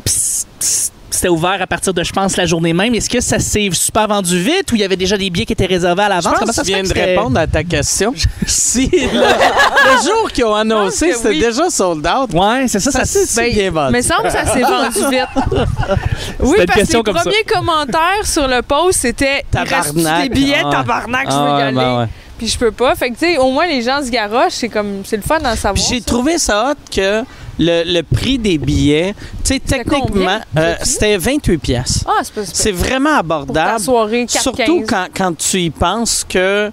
pis c- c- c'était ouvert à partir de, je pense, la journée même. Est-ce que ça s'est super vendu vite ou il y avait déjà des billets qui étaient réservés à je l'avance? pense ça que tu viens que de c'était- répondre à ta question. si le, le jour qu'ils ont annoncé, que c'était oui. déjà sold out. Ouais, c'est ça, ça, Ça, s- c'est si bien vendu. ben, Mais semble que ça s'est vendu vite. Oui, une parce que question les comme ça. premiers commentaires sur le post, c'était Il reste-tu des Tabarnak. billets, Ah ouais. tabarnak, je veux Ah y ouais, aller. ben ouais. Puis je peux pas. Fait que, tu sais, au moins, les gens se garochent. C'est comme, c'est le fun d'en savoir. Puis j'ai ça. trouvé ça hot que le, le prix des billets, tu sais, techniquement, combien? euh, c'était 28 pièces. Ah, c'est pas super. C'est vraiment Pour ta abordable. soirée, 4 Surtout quand, quand tu y penses que,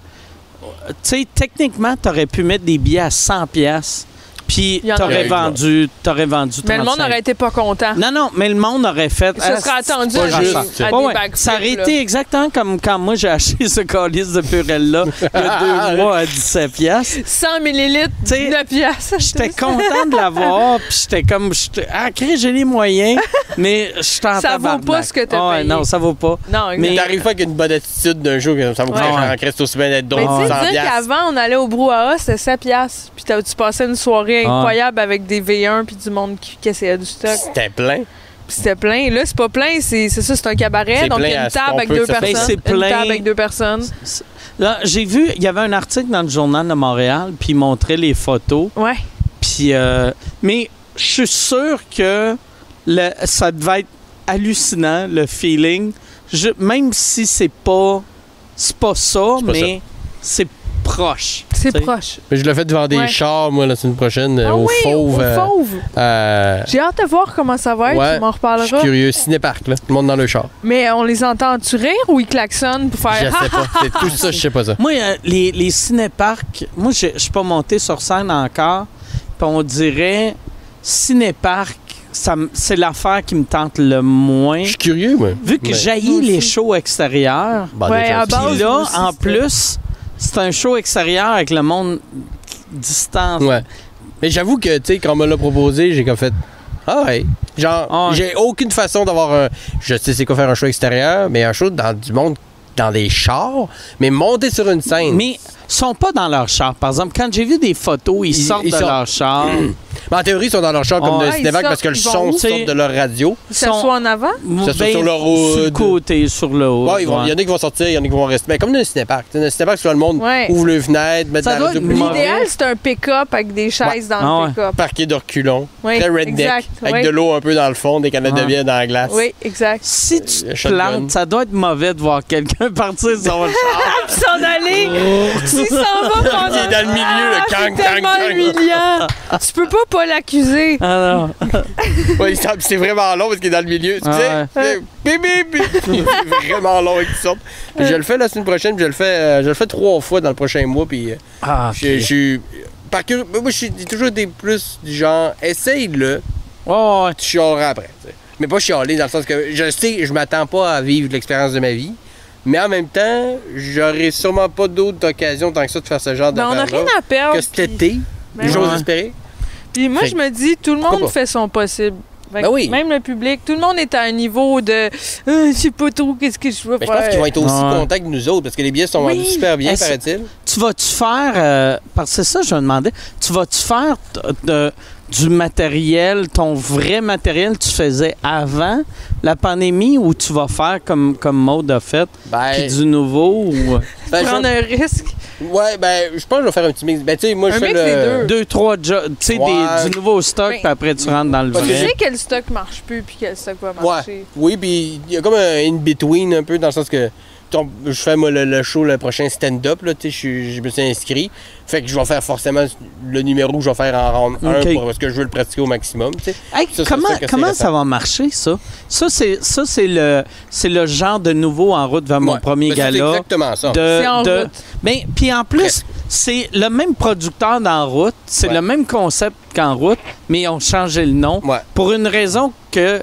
tu sais, techniquement, tu aurais pu mettre des billets à 100 pièces. Puis Il y en t'aurais aurait eu, vendu, t'aurais vendu. Mais le monde 35. aurait été pas content. Non, non, mais le monde aurait fait. Il Ah, se serait c'est- attendu pas à, des- juste. à Ouais, des ouais. backflips, ça aurait là. été exactement comme quand moi j'ai acheté ce calice de purée-là il y a deux mois à 17 piastres. 100 millilitres, T'sais, 9 piastres. J'étais content de l'avoir, puis j'étais comme, j'étais- ah, crée, j'ai les moyens, mais je t'entends Ça vaut pas ce que t'as payé. non, ça vaut pas. Non, Mais- exact. T'arrives pas avec une bonne attitude d'un jour, que ça va coûter Ouais. cher en Christ aussi bien d'être Mais drôle, Ben, tu 100 sais, dire piastres. qu'avant, on allait au brouhaha, c'était 7 piastres. Puis t'as- tu passais une soirée Ah. incroyable avec des V1 puis du monde qui, qui essayait du stock. C'était plein. Puis c'était plein. Là, c'est pas plein, c'est c'est ça, c'est un C'est cabaret. Donc, il y plein a à une ce qu'on table avec peut deux se faire. personnes. Ben, c'est plein. Une table avec deux personnes. Là, j'ai vu, il y avait un article dans le journal de Montréal, puis il montrait les photos, Ouais. puis, euh, mais je suis sûr que le, ça devait être hallucinant, le feeling, Je- même si c'est pas, c'est pas ça, C'est pas mais c'est proche. C'est T'sais. proche. Mais je l'ai fait devant des Ouais. chars, moi, la semaine prochaine, euh, ah au oui, Fauve. au euh, fauve. euh, J'ai hâte de voir comment ça va être. Ouais, tu m'en je suis reparleras. curieux. Cinéparc, là. Le monde dans le char. Mais on les entend-tu rire ou ils klaxonnent pour Je sais faire. Ah! pas. C'est tout ça, je sais pas ça. Moi, euh, les, les cinéparcs, moi, je je suis pas monté sur scène encore. Puis on dirait, cinéparc, ça m- c'est l'affaire qui me tente le moins. Je suis curieux, moi. Vu que Mais- j'haïs Moi aussi. les shows extérieurs, Bon, Ouais, Bah, ah, bah, déjà, à c'est- base- puis là, moi aussi, en c'était- plus, c'est un show extérieur avec le monde distant. Ouais. Mais j'avoue que, tu sais, quand on me l'a proposé, j'ai comme fait. Ah ouais. Genre, Ah ouais. j'ai aucune façon d'avoir un. Je sais c'est quoi faire un show extérieur, mais un show dans du monde, dans des chars, mais monter sur une scène. Mais ils sont pas dans leur char. Par exemple, quand j'ai vu des photos, ils, Ils- sortent ils de sortent. leur char. Mais en théorie, ils sont dans leur char comme Ouais. de Ah, ils cinévac sortent, parce que le ils vont son où? sort de leur radio. Ils Sont- s'assoient en avant. Ça, c'est sur Ben, Sur le le hood. côté, sur le haut. Ouais, ils vont- il y en a qui vont sortir, il y en a qui vont rester. Mais comme dans un cinéparc. Dans un cinéparc, souvent le monde Ouais. ouvre les fenêtres, met de Ça la doit radio être plus l'idée. L'idéal, c'est un pick-up avec des chaises dans Ah ouais. le pick-up. parqué de reculons, Oui, très redneck, exact, avec oui. de l'eau un peu dans le fond, des canettes Ouais. de bière dans la glace. Oui, exact. Si tu te le Euh, shotgun. plantes, ça doit être mauvais de voir quelqu'un partir de son char. Puis s'en aller, s'il s'en va pendant... Oh. Il est dans le milieu, le Ah, cang, C'est cang, tellement cang. humiliant. tu peux pas pas l'accuser. Ah non. Ouais, il semble- c'est vraiment long parce qu'il est dans le milieu. Tu Ah sais, ouais. c'est- bip, bip, bip. C'est vraiment long avec toutes sortes. Puis je le fais la semaine prochaine, puis je le fais, euh, je le fais trois fois dans le prochain mois, puis euh, Ah, je- je suis. Par curi- moi, je suis j'ai toujours été plus du genre, essaye-le, Ouais, ouais. tu chialeras après. tu sais. Mais pas chialer dans le sens que je sais, je m'attends pas à vivre l'expérience de ma vie. Mais en même temps, j'aurai sûrement pas d'autres occasions tant que ça de faire ce genre Ben, on n'a rien d'affaires à perdre. que cet puis- été, Ben j'ose ouais. espérer. Puis moi, Fait- je me dis, tout le Pourquoi monde pas? fait son possible. Fait que Ben oui. Même le public, tout le monde est à un niveau de « Euh, je sais pas trop qu'est-ce que je veux Mais Ben, je faire. pense qu'ils vont être aussi Ouais. contents que nous autres parce que les billets sont Oui. vendus super bien, Est-ce- paraît-il. Tu vas-tu faire. euh, parce que c'est ça, je me demandais. Tu vas-tu faire t- de- du matériel, ton vrai matériel que tu faisais avant la pandémie ou tu vas faire comme, comme Maud a fait, puis Ben, du nouveau ou. ben, Prendre un risque. je- ouais, ben, je pense que je vais faire un petit mix. Ben, tu sais, moi, je Un fais mix le. des deux. Deux, trois jobs. Tu sais, des- Ouais. du nouveau stock, Ben, puis après tu rentres dans le pas Tu vrai. sais quel stock marche plus puis quel stock va Ouais. marcher. Oui, puis il y a comme un in-between un peu dans le sens que ton- je fais moi le, le show, le prochain stand-up, là, tu sais, je, suis- je me suis inscrit. Fait que je vais faire forcément le numéro que je vais faire en round 1 Ok. parce que je veux le pratiquer au maximum, tu sais. Hey, Ça, c'est comment ça que c'est comment récent. ça va marcher, ça? Ça, c'est, ça, c'est, le, c'est le genre de nouveau en route vers Ah, mon Ouais. premier Ben, C'est gala. exactement ça. De, C'est en Euh, de- route. Ben, puis en plus, Presque. c'est le même producteur d'En route, c'est Ouais. le même concept qu'En route, mais ils ont changé le nom Ouais. pour une raison que.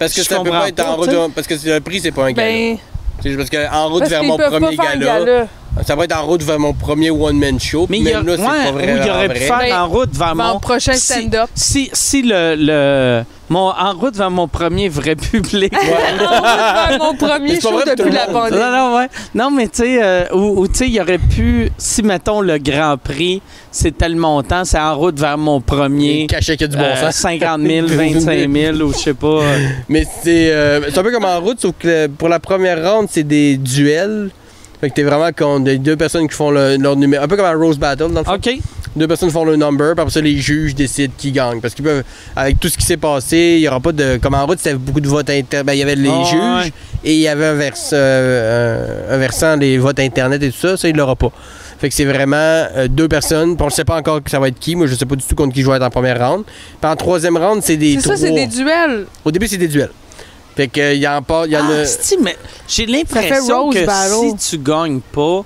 Parce que Je ça peut comprends pas être en pas, route. tu sais. vers- Parce que c'est- le prix, c'est pas un gala. Ben, Tu sais, Parce que en route parce vers qu'ils mon peuvent pas premier faire un gala, gala. ça va être en route vers mon premier one-man show. Mais Mais il y a- même là, c'est ouais, pas ou vraiment il aurait pu vrai. faire Ben, En route vers Mon Ah, mon. prochain si- stand-up. Si, si le, le- mon, en route vers mon premier vrai public. Ouais. Ah, mon premier Mais c'est pas show vrai pour depuis tout le la monde. pandémie. Non, non, ouais. Non, mais tu sais, euh, ou, ou, tu sais, il aurait pu, si mettons le Grand Prix, c'est tel montant, c'est en route vers mon premier. Il cachait qu'il y a du bon euh, sens. 50 000, 25 000 ou je sais pas. euh, Mais c'est euh, c'est un peu comme en route, sauf que euh, pour la première ronde, c'est des duels. Fait que t'es vraiment contre des deux personnes qui font le- leur numéro. Un peu comme à Rose Battle, dans le fond. OK. Deux personnes font le number, puis après ça, les juges décident qui gagne. Parce qu'ils peuvent, avec tout ce qui s'est passé, il n'y aura pas de. Comme en route, c'était beaucoup de votes internes. il y avait les Ah, juges ouais. et il y avait un, verse- euh, un- un versant, les votes internet et tout ça. Ça, il l'aura pas. Fait que c'est vraiment euh, deux personnes. Puis on ne sait pas encore que ça va être qui. Moi, je sais pas du tout contre qui je vais être en première ronde. Puis en troisième ronde, c'est des. C'est ça, trois. c'est des duels. Au début, c'est des duels. Fait que euh, il y en part, il y en Ah, a. c'ti, mais j'ai l'impression Rose que Battle. si tu gagnes pas,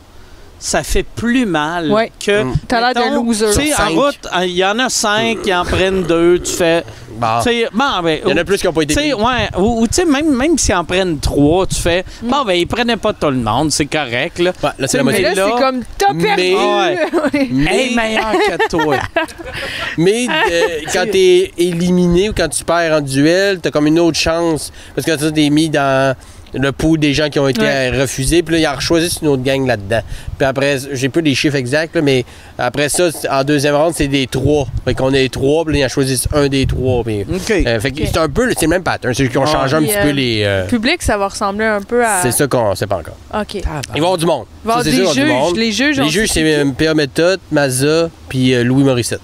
ça fait plus mal Ouais. que. Mm. T'as l'air d'un mettons, loser. Tu sais, Sur en cinq. route, il y en a cinq qui en prennent deux, tu fais. Bon. tu sais, bon, ben, Bah, Ah. Il y en a ou- plus qui n'ont pas été tu sais, pris. ouais, ou, ou tu sais, même, même s'ils en prennent trois, tu fais. Mm. Bon, ben, ils prenaient pas tout le monde, c'est correct, là. Ouais, là, c'est la Mais Mais moitié. là, là, c'est comme t'as mais- perdu! Ouais. Hey, meilleur que toi. Ah, Mais euh, quand t'es éliminé ou quand tu perds en duel, t'as comme une autre chance. Parce que tu t'es mis dans le pool des gens qui ont été Ouais. euh, refusés. Puis là, ils en choisissent une autre gang là-dedans. Puis après, j'ai pas les chiffres exacts, là, mais après ça, c'est- en deuxième round, c'est des trois. Fait qu'on est trois, puis là, ils en choisissent un des trois. Puis, OK. euh, fait que Ok. c'est un peu le- c'est le même pattern. C'est juste qu'on Ah. change un Puis, petit euh, peu les. euh, Public, ça va ressembler un peu à. c'est ça qu'on sait pas encore. OK. Il Tabarnak. Ils vont avoir du monde. va y avoir Ça, c'est des sûr, il va y avoir juges. du monde. Les juges, on Les sait juges, qui. c'est P.A. Méthode, Mazza, puis euh, Louis Morissette.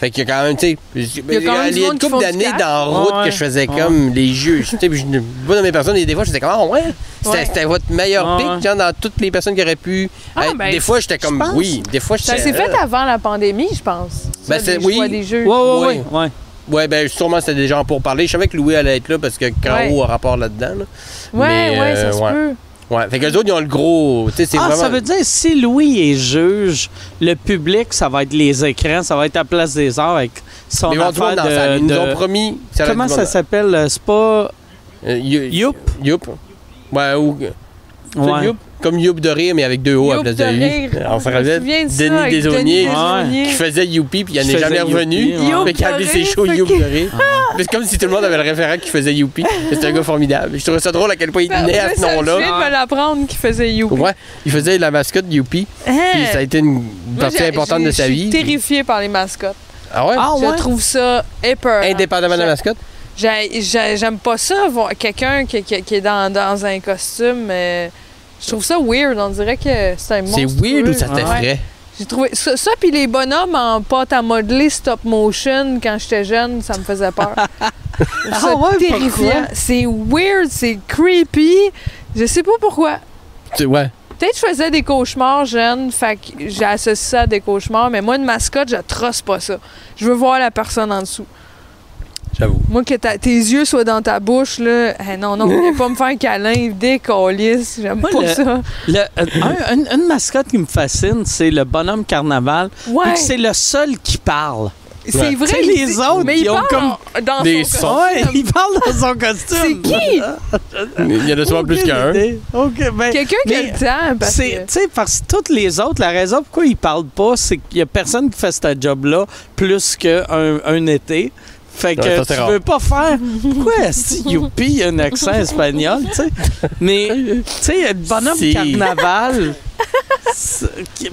Fait qu'il y a quand même, tu sais, ben, il y a quand même du y a monde une qui couple font du d'années dans cash. la route Ouais, que je faisais ouais. comme les juges. Tu sais, puis je ne pas nommer personne, et des fois, je faisais comme, ah ouais, c'était Ouais. c'était votre meilleur Ouais, pick, ouais. genre, dans toutes les personnes qui auraient pu. Ah, être- ben, des fois, j'étais comme, je pense. oui, des fois, Ça j'étais. s'est fait euh, avant la pandémie, je pense. Ben, Ça, c'est- des oui. choix des juges. Ouais, ouais, Oui. ouais, ouais. Ouais, ben, sûrement, c'était des gens pour parler. Je savais que Louis allait être là parce que Ouais. Caro a rapport là-dedans. là. Ouais, Mais, ouais, ça euh, se ouais. peut. Ouais, fait que les autres, ils ont le gros. Tu sais, c'est Ah, vraiment. ça veut dire si Louis est juge, le public, ça va être les écrans, ça va être la place des arts avec son Mais ils vont avoir du monde affaire dans la salle. de, Ils nous de- ont promis. que allait Comment être du ça monde s'appelle? euh, C'est pas... dans- Euh, you- Youp? Youp. Ouais, ou. Tu sais, Ouais. Youp, comme Youp de rire, mais avec deux O à la Youp place de de U. rire. On se Je me rappelle, souviens de ça, Denis avec Desaulniers Denis Ouais. Desaulniers. qui faisait Youpi, puis il Qui n'est jamais faisait revenu. Youpi, ouais. hein. Youp Mais quand de il s'est rire, chaud, c'est Youp que- Ah. de rire. C'est comme si tout le monde avait le référent qui faisait Youpi. C'était un gars formidable. Je trouvais ça drôle à quel point il Ben, venait à mais ce ça, Je nom-là. viens de me l'apprendre qu'il faisait Youpi. Ouais, il faisait la mascotte Youpi, Hein? puis ça a été une partie importante de sa vie. Je suis terrifiée par les mascottes. Ah ouais? Ah je ouais? trouve ça épeurant. Indépendamment de la J'ai- mascotte? j'ai- j'ai- J'aime pas ça, voir quelqu'un qui, qui- qui est dans, dans un costume. euh, je trouve ça weird. On dirait que c'est un monstre. C'est weird ou ça monstrueux. t'effraie? J'ai trouvé ça, ça puis les bonhommes en pâte à modeler stop motion quand j'étais jeune, ça me faisait peur. ah ouais, pourquoi? C'est weird, c'est creepy. Je sais pas pourquoi. Tu- Ouais. Peut-être que je faisais des cauchemars jeune, fait que j'associe ça à des cauchemars, mais moi, une mascotte, je trosse pas ça. Je veux voir la personne en dessous. J'avoue. Moi, que ta- tes yeux soient dans ta bouche, là, eh non, non, viens pas me faire un câlin, décalisse, j'aime Moi, pas le- ça. Le- euh, un- une, une mascotte qui me fascine, c'est le bonhomme carnaval. Vu Ouais, que C'est le seul qui parle. c'est vrai. Tu sais, les il- autres, mais ils il ont parle comme en- dans des son sons. costume. Ouais, il parle dans son C'est costume. qui? Il y en a souvent plus Aucune qu'un. idée. OK, ben, Quelqu'un qui a Mais le temps, parce que... C'est, tu sais, parce que toutes les autres, la raison pourquoi ils parlent pas, c'est qu'il y a personne qui fait ce job-là plus qu'un un été. Fait que Ouais, ça, c'est tu rare. veux pas faire. Pourquoi est-ce que Youpi il y a un accent espagnol, tu sais? Mais, tu sais, le bonhomme C'est- carnaval. c'est-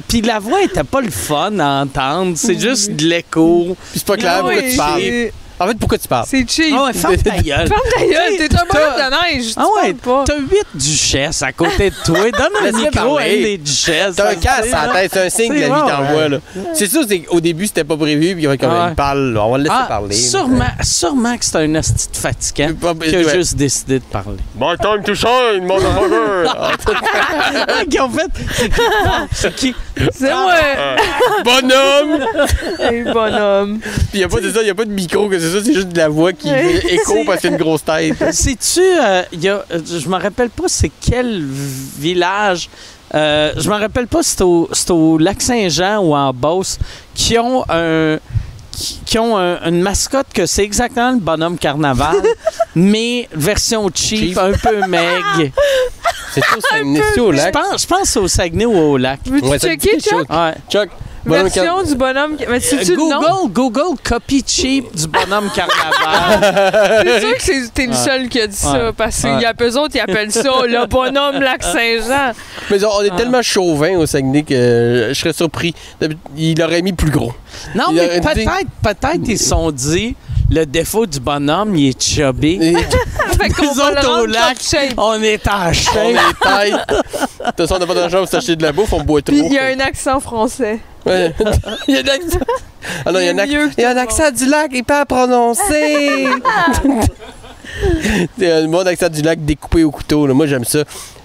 Puis la voix était pas le fun à entendre, c'est juste de l'écho. Puis c'est pas clair Ah pourquoi ouais, tu parles. c'est- En fait, pourquoi tu parles? C'est cheap. Ah ouais, ferme ta gueule. Ferme ta gueule, T'sais, t'es un bonhomme t'as- de neige, tu Ah ouais, parles pas. t'as huit duchesses à côté de toi. Donne un Laisse-le micro à parler. une des duchesses. T'as Ça, un casse c'est- à la tête, c'est un signe que la C'est vie vrai, t'envoie. ouais. là. C'est sûr, c'est qu'au début, c'était pas prévu, puis quand Ah ouais. il parle, on va le laisser Ah, parler. Sûrement, sûrement que c'est un hostie de fatigant C'est pas- qui a ouais. juste décidé de parler. My time to shine, motherfucker! Ah, Ah, qui en fait, c'est qui parle, c'est qui? C'est moi, Bonhomme! un bonhomme. Puis y a pas de ça, y a pas de micro que c'est ça, c'est juste de la voix qui écho parce que c'est une grosse tête. Sais-tu, euh, il y a- euh, je me rappelle pas c'est quel village, euh, je me rappelle pas si c'est au, c'est au Lac-Saint-Jean ou en Beauce, qui ont un qui qui ont un- une mascotte que c'est exactement le bonhomme carnaval, mais version cheap, Cheap. un peu maigre. C'est tout, c'est une c'est au Je lac. pense, je pense au Saguenay ou au lac. Veux-tu Ouais, ça me dit checker, quelque Chuck? chose. Ouais. Chuck, bonhomme Version du bonhomme... qui- Mais tu tu le nom? Google, Google copy cheap du bonhomme carnaval. C'est sûr que c'est- t'es le Ouais. seul qui a dit Ouais. ça, parce qu'il Ouais. y a peu eux autres, ils appellent ça le bonhomme Lac-Saint-Jean. Mais on on est tellement chauvin au Saguenay que euh, je serais surpris. Il aurait mis plus gros. non, Il mais aurait dit- peut-être, peut-être ils se sont dit le défaut du bonhomme, il est chubby. Et Fait qu'on Les va le autres au rendre lac. top shape. Oh. On est en on chien. est tête. De toute façon, on n'a pas d'argent pour s'acheter de la bouffe, on boit trop. Puis il y a un accent français. Ouais. il y a un accent. Ah non, il y a un Il est mieux accent. que Il y a tout un le accent du lac, il peut pas prononcer. C'est un bon accent du lac découpé au couteau. là. Moi, j'aime ça.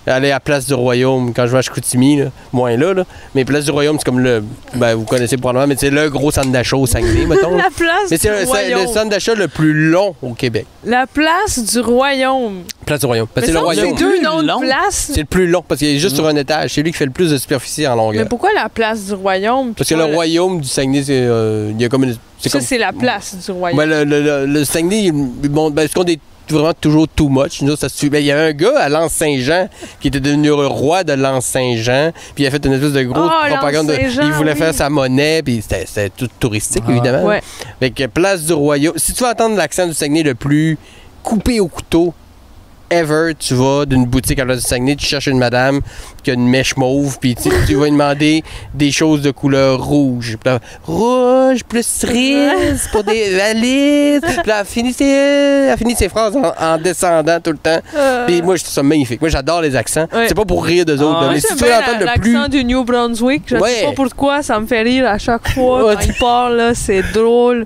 Aller à Place du Royaume quand je vais à Chicoutimi, là. moins là, là. Mais Place du Royaume, c'est comme le. Ben, vous connaissez probablement, mais c'est le gros centre d'achat au Saguenay, mettons. là. La place Oh. Mais du c'est le, c'est le royaume. centre d'achat le plus long au Québec. La place du royaume. Place du Royaume. Parce que Mais c'est le ça, Royaume. C'est deux noms Long. de places. C'est le plus long parce qu'il est juste sur un étage. C'est lui qui fait le plus de superficie en Mais longueur. pourquoi la place du royaume? puis Parce que pas le royaume du Saguenay, c'est, euh, il y a comme une. c'est Ça, comme- c'est la place du royaume. Ouais, Ben, le, le- le- le Saguenay, il- bon, ben, est-ce qu'on est vraiment toujours too much? Nous, autres, ça se suit. Ben, il y avait un gars à l'Anse Saint-Jean qui était devenu le roi de l'Anse Saint-Jean, puis il a fait une espèce de grosse Ah, l'Anse propagande. de- Saint-Jean, il voulait oui. faire sa monnaie, puis c'était, c'était tout touristique, Ah. évidemment. Ouais. Fait que Place du Royaume. Si tu vas entendre l'accent du Saguenay le plus coupé au couteau ever, tu vas d'une boutique à Place du Saguenay, tu cherches une madame qui a une mèche mauve, puis tu, tu vas lui demander des choses de couleur rouge. Puis là, rouge plus cerise pour des valises. Puis là, elle finit ses, elle finit ses phrases en, en descendant tout le temps. Euh, Puis moi, je trouve ça magnifique. Moi, j'adore les accents. Ouais. C'est pas pour rire d'eux autres, Ah, là, moi, mais si j'aime tu veux bien l'entendre la- le plus... l'accent du New Brunswick. Je Ouais. sais pas pourquoi, ça me fait rire à chaque Ouais. fois. quand il parle, là, c'est drôle.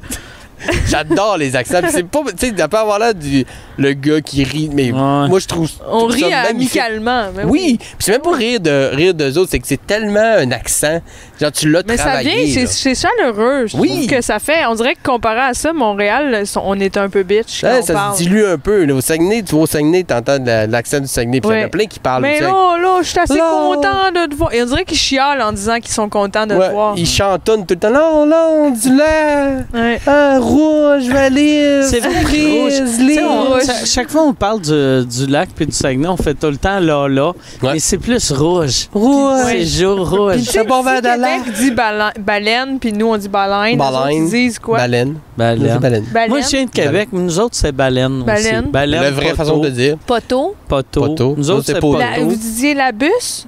J'adore les accents. Puis c'est pas, tu sais, d'après avoir là du le gars qui rit, Ouais. mais moi je trouve. je On trouve rit ben ça magnifique. amicalement. mais Oui, puis c'est même pas rire de rire d'eux autres, c'est que c'est tellement un accent. Genre tu l'as Mais ça vient, travaillé. c'est là. c'est chaleureux. Je Oui. trouve que ça fait. On dirait que comparé à ça, Montréal, là, son- on est un peu bitch. Ouais, quand on Eh, ça parle. se dilue un peu. là. Au Saguenay, tu vas au Saguenay, t'entends de la- l'accent du Saguenay. Puis il y en a Ouais. plein qui parlent Mais aussi. là, là, je suis assez Là. content de te voir. Et on dirait qu'ils chialent en disant qu'ils sont contents de Ouais, te voir. ils chantonnent tout le temps. Non, non, du lait, Ouais. un rouge, valise, C'est vrai que cerise, Tu sais, on- Rouge. cha- chaque fois on parle du, du lac puis du Saguenay, on fait tout le temps là là, Ouais. mais c'est plus rouge. Rouge. C'est jour Puis rouge. c'est bon vin Si de lait. Québec dit bala- baleine, puis nous on dit baleine. eux autres, Baleine. Ils disent quoi? Baleine. Baleine. Baleine. Baleine. Moi je viens de Québec, mais nous autres c'est baleine, Baleine. aussi. Baleine. La vraie poteau, façon de le dire. poteau. Poteau. Poteau. Nous autres c'est poteau. La- vous disiez la bus?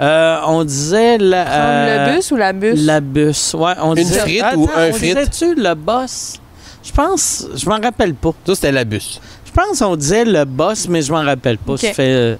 Euh, on disait la, Prendre euh, le bus ou la bus? La bus, ouais. On Une disait, frite ou Attends, un on frite? disait-tu le boss? Je pense, je m'en rappelle pas. Ça, c'était la bus. Je pense qu'on disait le boss, mais je m'en rappelle pas. Ok. Ça fait, euh,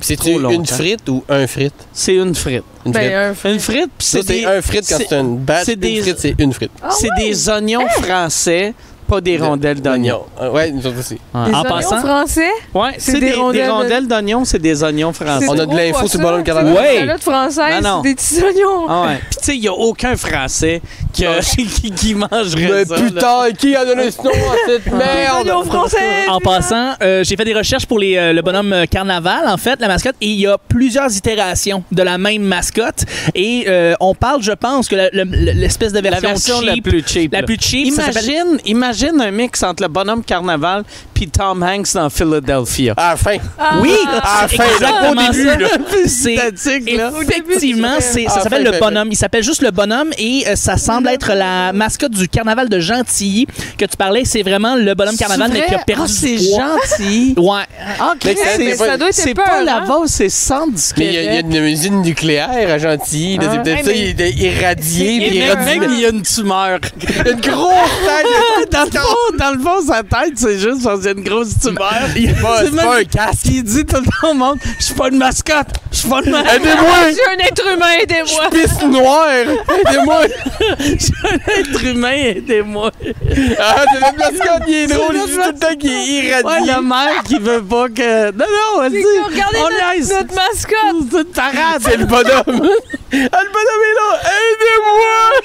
C'est Trop longtemps. une frite ou un frite? c'est une frite. Une Ben, frite. un Une fruit. frite, puis Ça, c'est c'est des, un frite quand c'est- euh, c'est une batch. c'est Une des- frite, c'est une frite. Ah c'est ouais, des oignons français, pas des De- rondelles d'oignons. Ah, Ouais, nous autres aussi. Ouais. des En oignons passant- français? Ouais, c'est des, des rondelles, rondelles de- d'oignons, c'est des oignons français. C'est On a de trop l'info sur pas ça, Bonhomme tu sais, Canada. des Ouais. salades françaises, Non, non. c'est des petits oignons. Ah ouais. Puis tu sais, il n'y a aucun français qui, a- qui, qui mangerait Mais ça. là. putain, qui a donné ce nom à cette Des oignons merde? français! En passant, euh, j'ai fait des recherches pour les, euh, le bonhomme euh, carnaval, en fait, la mascotte, et il y a plusieurs itérations de la même mascotte. Et euh, on parle, je pense, que la- le- le- l'espèce de La version, version cheap, la plus cheap. la là. plus cheap, ça s'appelle- Imagine, imagine un mix entre le bonhomme carnaval puis Tom Hanks dans Philadelphia. À la fin. Ah. Oui, Ah, c'est fin, exactement au début, ça. là. C'est Statique, là. Au début, effectivement, tu fais- c'est Ah, ça s'appelle fin, le fin, fin. bonhomme. Il s'appelle juste le bonhomme et euh, ça semble être la mascotte du carnaval de Gentilly que tu parlais. C'est vraiment le bonhomme carnaval mais qui a C'est vrai? perdu Ah, c'est du poids. gentil. Ouais. Ah, Mais Chris, ça- c'est- mais ça doit être C'est peur, pas hein? la vase, c'est sans Mais il y, a- il y a discrétion. une usine nucléaire à Gentilly. là, Ah. C'est peut-être Hey, ça, mais- il est irradié. C'est puis énorme. irradié. il y a une tumeur. Une grosse Ah, taille. dans, le fond, dans le fond, sa tête, c'est juste parce qu'il y a une grosse tumeur. Il est pas- C'est C'est même- pas un casque. Il dit tout le temps au monde Je suis pas une mascotte, je suis pas une mascotte. Je Aidez-moi! suis un être humain, aidez-moi! Pisse noire! Aidez-moi! Être humain, aidez-moi. Ah, c'est le mascotte, il est C'est drôle. le Il dit tout le temps qu'il est Ouais, irradié. la mère qui veut pas que. Non, non, elle dit. Regardez On laisse. notre, notre mascotte! C'est une tarade. C'est le bonhomme. Ah, le bonhomme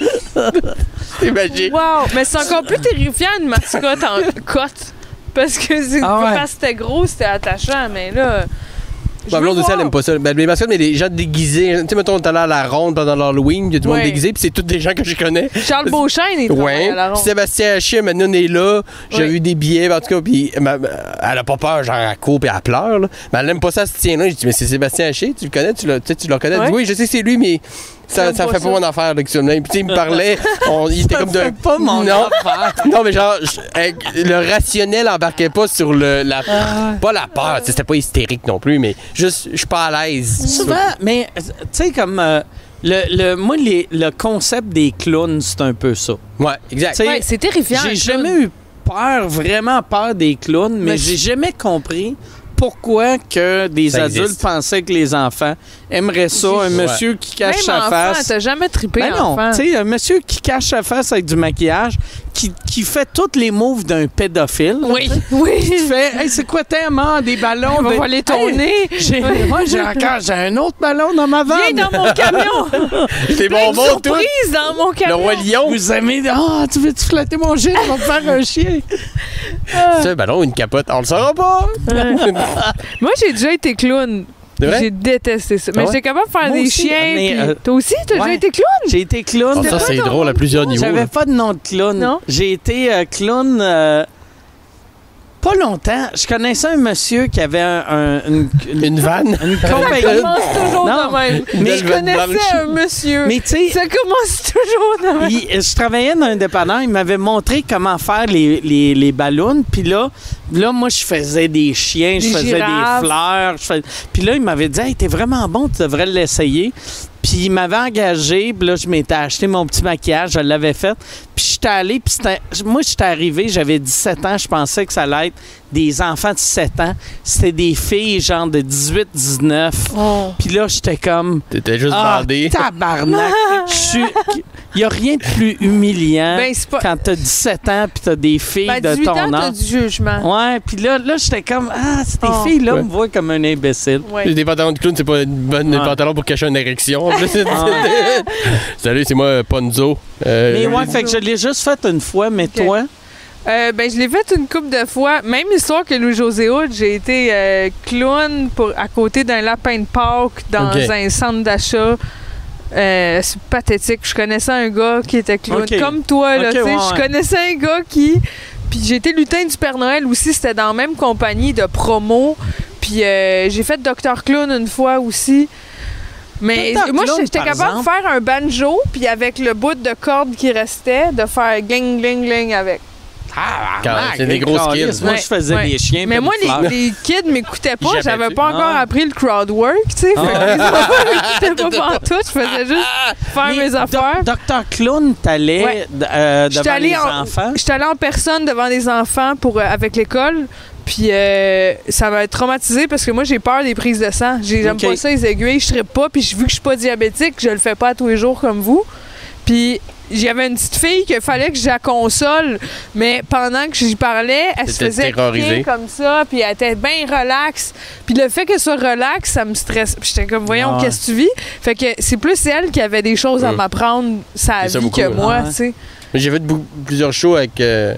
est là. Aidez-moi! C'est magique. Wow! Mais c'est encore plus terrifiant une mascotte en cote. Parce que c'est- Ah ouais. parce que c'était gros, c'était attachant, mais là. je Ma veux blonde aussi, voir. elle aime pas ça. Ben, les mascottes, mais les gens déguisés. hein. Tu sais, mettons, on est allé à la ronde pendant l'Halloween, il y a du monde Ouais. déguisé, puis c'est tous des gens que je connais. Charles Beauchesne est Ouais. à la Puis ronde. Sébastien Haché, maintenant, on est là. J'ai Ouais. eu des billets, en tout cas, puis ma- ma- elle a pas peur, genre, elle court, puis elle pleure, là. Mais elle aime pas ça, ce tien-là. J'ai dit, mais c'est Sébastien Haché, tu le connais, tu le, tu sais, tu le reconnais. Elle dit, Ouais. oui, je sais, que c'est lui, mais. Ça, J'aime ça pas fait ça. pas mon affaire, là, que tu me l'aimes. Puis, tu sais, il me parlait. on- il était Ça comme fait d'un. pas mon non, non, mais genre, je- elle- le rationnel embarquait pas sur le. La, Pas la peur, tu sais, c'était pas hystérique non plus, mais juste, je suis pas à l'aise. Souvent, mais euh, tu sais, comme. euh, le, le, moi, les- le concept des clowns, c'est un peu ça. Ouais, exact. Tu sais, Ouais, c'est terrifiant. j'ai le jamais eu peur, vraiment peur des clowns, mais, Mais j'ai jamais compris pourquoi que des Ça adultes existe. pensaient que les enfants aimerait ça, un Ouais. monsieur qui Même cache sa enfant, face. t'as jamais trippé Ben non, enfant. tu sais, un monsieur qui cache sa face avec du maquillage, qui, qui fait tous les moves d'un pédophile. là, Oui, tu sais. Qui oui. fait, hey, c'est quoi tellement des ballons? On va des- voler ton Hey, nez. j'ai- moi, j'ai encore j'ai un autre ballon dans ma vanne. Viens dans mon camion. C'est Plein bon, de bon, toi. surprises dans mon Le camion. roi lion. Vous aimez. Ah, tu veux-tu flatter mon gîte? On va me faire un chien. C'est un ballon ou ben une capote? On le saura pas. Moi, j'ai déjà été clown. C'est vrai? J'ai détesté ça. Mais Ah ouais? j'étais capable de faire Moi des aussi, chiens. mais, puis- euh, Toi aussi, t'as déjà ouais. été clown? J'ai été clown. Ah, ça, pas c'est ton drôle à plusieurs niveaux. J'avais là. pas de nom de clown. Non? J'ai été euh, clown euh, pas longtemps. Je connaissais un monsieur qui avait un, un- une, une- Une vanne. une Ça compagnie. commence toujours Non, de même. Oh mais- je connaissais un monsieur. Mais tu sais, Ça commence toujours de même. il- je travaillais dans un dépanneur, il m'avait montré comment faire les, les, les ballons. Puis là, là, moi, je faisais des chiens, je Des faisais girafes. des fleurs. je fais- Puis là, il m'avait dit Hey, t'es vraiment bon, tu devrais l'essayer. Puis il m'avait engagé, puis là, je m'étais acheté mon petit maquillage, je l'avais fait. Puis j'étais allé, puis c'était- moi, j'étais arrivé, j'avais 17 ans, je pensais que ça allait être des enfants de 7 ans. C'était des filles, genre de 18, 19. Oh. Puis là, j'étais comme. T'étais juste Ah, bandé. Tabarnak! Je suis. Il n'y a rien de plus humiliant Ben, c'est pas. quand t'as 17 ans puis t'as des filles Ben, de 18 ans, ton t'as âge. du jugement. Ouais, puis là, là j'étais comme Ah, ces Oh. filles-là Ouais. me voient comme un imbécile. Ouais. Des pantalons de clown, c'est pas une bonne des Ouais. pantalons pour cacher une érection. En plus. Ah. Salut, c'est moi, Ponzo. Euh, Mais ouais, fait que je l'ai juste fait une fois, mais Ok. toi, Euh, ben, je l'ai fait une couple de fois. Même histoire que Louis-José Hood, j'ai été euh, clown pour, à côté d'un lapin de Pâques dans Ok. un centre d'achat. Euh, c'est pathétique. Je connaissais un gars qui était clown. Ok. Comme toi, là, Ok, tu sais. ouais, Je ouais. connaissais un gars qui. Puis j'ai été lutin du Père Noël aussi. C'était dans la même compagnie de promo. Puis euh, j'ai fait Docteur Clown une fois aussi. Mais Dr. moi, Clown, j'étais par capable de exemple. faire un banjo, puis avec le bout de corde qui restait, de faire gling, gling, gling avec. Tabarnak, c'est des les grosses câlisses. kids. ah, Moi, Ouais, je faisais ouais. des chiens. Mais puis moi, des fleurs. les, les kids m'écoutaient pas. Jamais J'avais tu- pas encore Ah. appris le crowd work, tu sais. Fait que les enfants m'écoutaient pas pantoute. Je faisais juste Ah. faire Mais mes affaires. Docteur Clown, t'allais Ouais. d- euh, J'étais devant allée les en- enfants. J'étais allée en personne devant des enfants pour, euh, avec l'école. Puis euh, ça m'a traumatisé parce que moi, j'ai peur des prises de sang. J'ai- J'aime Ok. pas ça, les aiguilles. Je trippe pas. Puis vu que je suis pas diabétique, je le fais pas à tous les jours comme vous. Puis j'avais une petite fille qu'il fallait que je la console. Mais pendant que j'y parlais, elle se T'étais faisait terrorisée. crier comme ça. Puis elle était bien relaxe. Puis le fait qu'elle soit relaxe, ça me stresse. Puis j'étais comme, voyons, Ah ouais. qu'est-ce que tu vis? Fait que c'est plus elle qui avait des choses à Ouais. m'apprendre sa C'est ça vie beaucoup, que hein. moi, Ah ouais. tu sais. Mais J'ai fait beaucoup- plusieurs shows avec euh,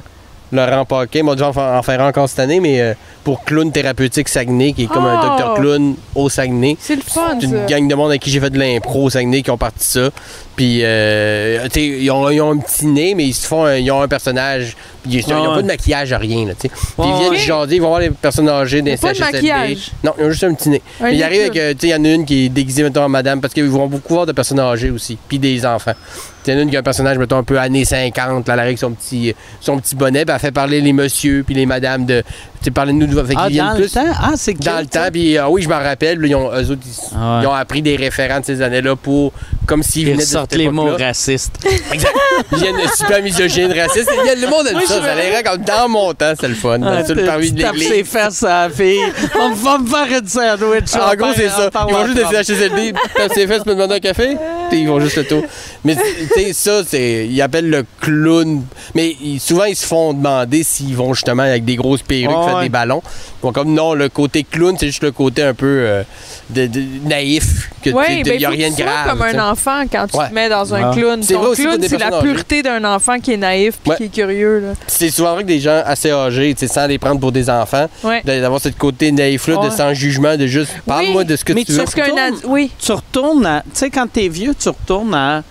Laurent Paquet. Moi, déjà, en, fa- en faire encore cette année, mais euh, pour Clown Thérapeutique Saguenay, qui est comme un Oh. Ah! docteur clown au Saguenay. C'est le fun, C'est ça. une gang de monde avec qui j'ai fait de l'impro au Saguenay qui ont parti ça. Puis, euh, tu sais, ils ont, ils ont un petit nez, mais ils se font un- ils ont un personnage. Puis Ils n'ont Ouais, ouais. pas de maquillage, rien, là, tu sais. Puis ils Ouais, viennent ouais. jaser, ils vont voir les personnes âgées Ils des ont pas de CHSLD. maquillage. Non, ils ont juste un petit nez. Un Mais lit il arrive de avec, euh, tu sais, il y en a une qui est déguisée, mettons, en madame, parce qu'ils vont beaucoup voir de personnes âgées aussi, puis des enfants. Il y en a une qui a un personnage, mettons, un peu années 50, là, elle arrive avec son petit, son petit bonnet, puis elle fait parler les messieurs, puis les madames de. Tu sais, parlez-nous de. Fait Ah, qu'ils viennent dans le plus. temps? Ah, c'est Dans le cute, ça. temps, puis ah oui, je m'en rappelle, là, ils ont, eux autres, ils, Ah ouais. ils ont appris des référents de ces années-là pour. Comme s'ils Ils venaient de cette sortent les mots époque-là. racistes. Exact. Ils viennent de super misogyne, raciste. Il y a le monde aime Moi, ça. je Ça a l'air comme dans mon temps, c'est le fun. Ah, dans sur le tu- parvis tu de tapes l'église. ses fesses à la fille. On va me faire une sandwich. En on gros, part- c'est on ça. part Ils vont voir juste Trump. le CHSLD, taper ses fesses, me demander un café. puis Ils vont juste le tour. Mais tu sais, ça, c'est. Ils appellent le clown. Mais ils- souvent, ils se font demander s'ils vont justement avec des grosses perruques, Ouais, faire ouais. des ballons. Ils vont comme non, le côté clown, c'est juste le côté un peu euh, de- de- naïf. que tu sais, Oui, Il n'y a rien de grave. ben, comme tu sais. un enfant quand tu Ouais. te mets dans un Ouais. clown. C'est Ton vrai aussi pour clown, des c'est la personnes âgées. pureté d'un enfant qui est naïf puis Ouais. qui est curieux. Là. C'est souvent vrai que des gens assez âgés, tu sais, sans les prendre pour des enfants, Ouais. d'avoir ce côté naïf-là, Ouais. de sans jugement, de juste parle-moi de ce que mais tu tu veux. sais, Parce qu'un retournes- ad- Oui. tu retournes à. Tu sais, quand t'es vieux, tu retournes à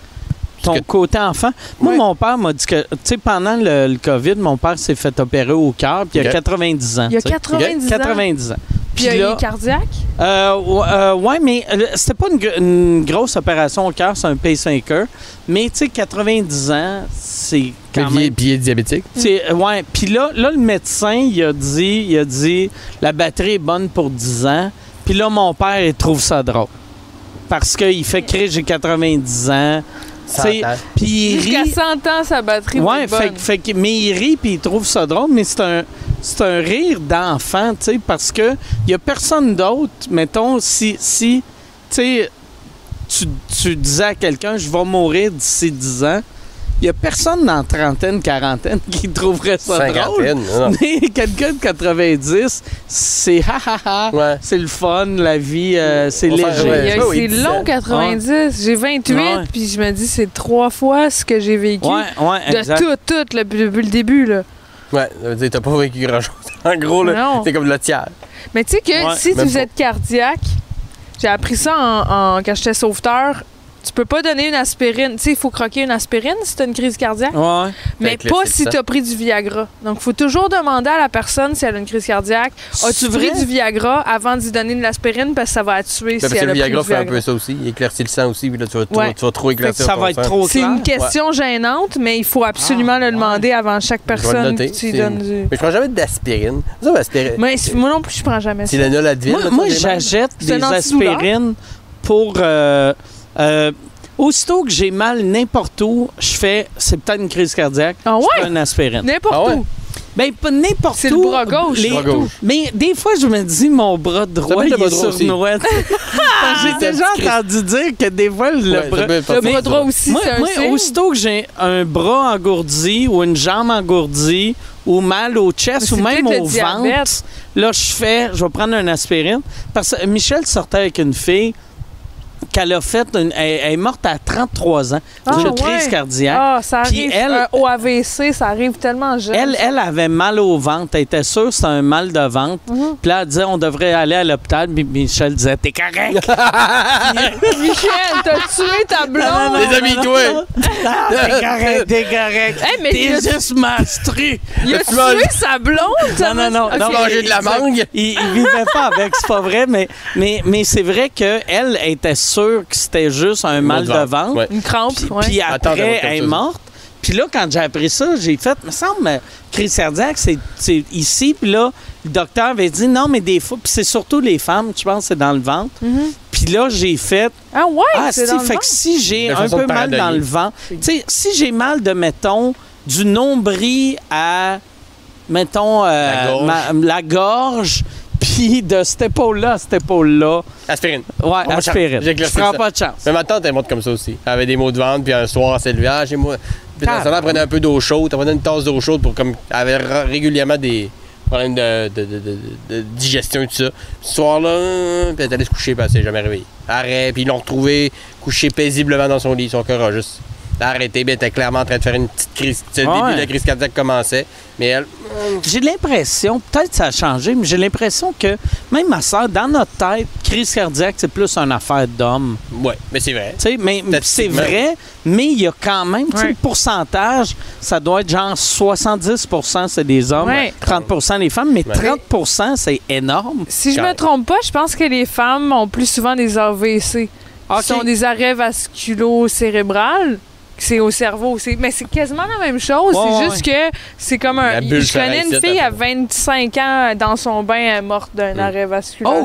ton Parce que- côté enfant. Moi, Ouais. mon père m'a dit que, tu sais, pendant le, le COVID, mon père s'est fait opérer au cœur, puis il a Ok. 90 ans. Il y a tu sais. 90 ans. 90 ans. Puis Puis il y a là, eu cardiaque. euh, ou- euh, ouais, mais euh, c'était pas une, gr- une grosse opération au cœur, c'est un pacemaker. Mais tu sais, 90 ans, c'est quand Puis il est- même puis il est diabétique. c'est- euh, ouais. Puis là, là, le médecin, il a dit, il a dit, la batterie est bonne pour 10 ans. Puis là, mon père, il trouve ça drôle. Parce qu'il fait crier, j'ai 90 ans. Tu sais, Cent ans. Puis il Jusqu'à rit. 100 ans, sa batterie va Ouais, être bonne. fait, que- fait que- mais il rit, puis il trouve ça drôle. Mais c'est un, c'est un rire d'enfant, tu sais, parce que il y a personne d'autre, mettons, si, si sais, tu, tu disais à quelqu'un, je vais mourir d'ici 10 ans. Il n'y a personne dans trentaine, quarantaine qui trouverait ça drôle. Cinquantaine, non, non. Mais quelqu'un de 90, c'est ha ha ha, Ouais. c'est le fun, la vie, euh, c'est On s'en léger. Ouais, Il y a- ça, oui, c'est 17. long, 90. J'ai 28, Ouais. puis je me dis, c'est trois fois ce que j'ai vécu. Ouais, ouais, De exact. tout, tout, le- depuis le début. Là. Ouais, ça veut dire t'as pas vécu grand chose. en gros, là, Non. c'est comme le tiers. Mais tu sais que Ouais, si même vous pas. êtes cardiaque, j'ai appris ça en, en- quand j'étais sauveteur, tu peux pas donner une aspirine. Tu sais, il faut croquer une aspirine si t'as une crise cardiaque, Ouais. mais Ah. que là, pas c'est si ça. t'as pris du Viagra. Donc, faut toujours demander à la personne si elle a une crise cardiaque, C'est as-tu vrai? pris du Viagra avant d'y donner de l'aspirine parce que ça va la tuer Parce si que elle le a pris du Viagra fait un Viagra. peu ça aussi. Il éclaircit le sang aussi, puis là, tu vas, trop- Ouais. tu vas trop éclaircir Ça ton va être sang. trop C'est clair. une question gênante, mais il faut absolument Ah, ouais. le demander avant chaque personne noter, que tu lui c'est- donnes du... Mais je prends jamais d'aspirine. Ça, ben, aspirine. Moi, c'est- moi non plus, je prends jamais ça. C'est l'anol Advil. Moi, mettons, moi, des mêmes. j'achète C'est des un antidouleur? aspirines pour. euh, euh, aussitôt que j'ai mal n'importe où, je fais. C'est peut-être une crise cardiaque. Ah Je ouais? prends une aspirine. N'importe Ah ouais? où. Ben, pas n'importe où. C'est le bras gauche. les- Bras gauche. Mais des fois, je me dis, mon bras droit, peut être il le bras est droit aussi. surnoué. Parce que J'ai Ah! déjà entendu dire que des fois, le Ouais, bras. ça peut être Le parfait. bras droit aussi, Moi, c'est un moi, signe. aussitôt que j'ai un bras engourdi ou une jambe engourdie ou mal au chest Mais ou c'est même peut-être au le diabète. ventre, là, je fais, je vais prendre un aspirine. Parce que Michel sortait avec une fille qu'elle a fait, une- elle, elle est morte à 33 ans Ah, d'une ouais. crise cardiaque. Ah, ça Puis arrive elle- euh, au AVC, ça arrive tellement jeune. Elle, elle avait mal au ventre. Elle était sûre que c'était un mal de ventre. Mhm. Puis là, elle disait, on devrait aller à l'hôpital. Puis Michel disait, t'es correct. Michel, t'as tué ta Non, non, blonde. non, Déshabille-toi. non, non. Ah, T'es correct, t'es correct. Hey, mais il T'es a, juste mastré. il a tu m'as- tué sa blonde. ça Non, non, m'a- non. Ok. non, Ah, manger de la exact. mangue. Il, il vivait pas avec, c'est pas vrai, mais, mais, mais c'est vrai qu'elle était sûre que c'était juste un mal de ventre. Ouais. Une crampe, Puis, ouais. puis Attends, elle va après, comme elle est ça. morte. Puis là, quand j'ai appris ça, j'ai fait, me semble, euh, crise cardiaque, c'est c'est ici. Puis là, le docteur avait dit, non, mais des fois, puis c'est surtout les femmes, je pense, c'est dans le ventre. Mhm. Puis là, j'ai fait, Ah ouais, ah, c'est si, dans le fait que ventre. si j'ai De un façon peu mal dans paranoïaque. le vent, tu sais, si j'ai mal de, mettons, du nombril à, mettons, euh, La gorge. ma- la gorge, puis de cette épaule-là à cette épaule-là, Aspirine. ouais, de chance. aspirine. J'ai Je glacé prends ça. Hum. pas de chance. Mais ma tante, elle monte comme ça aussi. Elle avait des maux de ventre, puis un soir, elle s'est levée. Ah, j'ai moi. Puis dans Ah. ce temps-là, elle prenait un peu d'eau chaude. Elle prenait une tasse d'eau chaude pour comme. Elle avait ra- régulièrement des problèmes de, de, de, de, de digestion et tout ça. Puis ce soir-là, euh, puis elle est allée se coucher, puis elle s'est jamais réveillée. Arrête, puis ils l'ont retrouvée couchée paisiblement dans son lit. Son cœur a juste arrêté, puis elle était clairement en train de faire une petite crise. Tu sais, Le Ah début ouais. de la crise cardiaque commençait, mais elle. J'ai l'impression, peut-être que ça a changé, mais j'ai l'impression que, même ma soeur, dans notre tête, crise cardiaque, c'est plus une affaire d'homme. Ouais, mais c'est vrai. Tu sais, mais mais c'est Statistiquement. vrai, mais il y a quand même, tu sais, Ouais. le pourcentage, ça doit être genre 70 c'est des hommes, Ouais. 30 des femmes, mais Ouais. 30 c'est énorme. Si je me Car- trompe pas, je pense que les femmes ont plus souvent des AVC. OK. Ce sont des arrêts vasculo-cérébrales. C'est au cerveau. C'est- Mais c'est quasiment la même chose. Ouais, c'est ouais, juste que c'est comme La un. bulle Je connais une pharyngite, fille à elle 25 ans dans son bain, elle est morte d'un Mm. arrêt Hmm. vasculo-cérébral.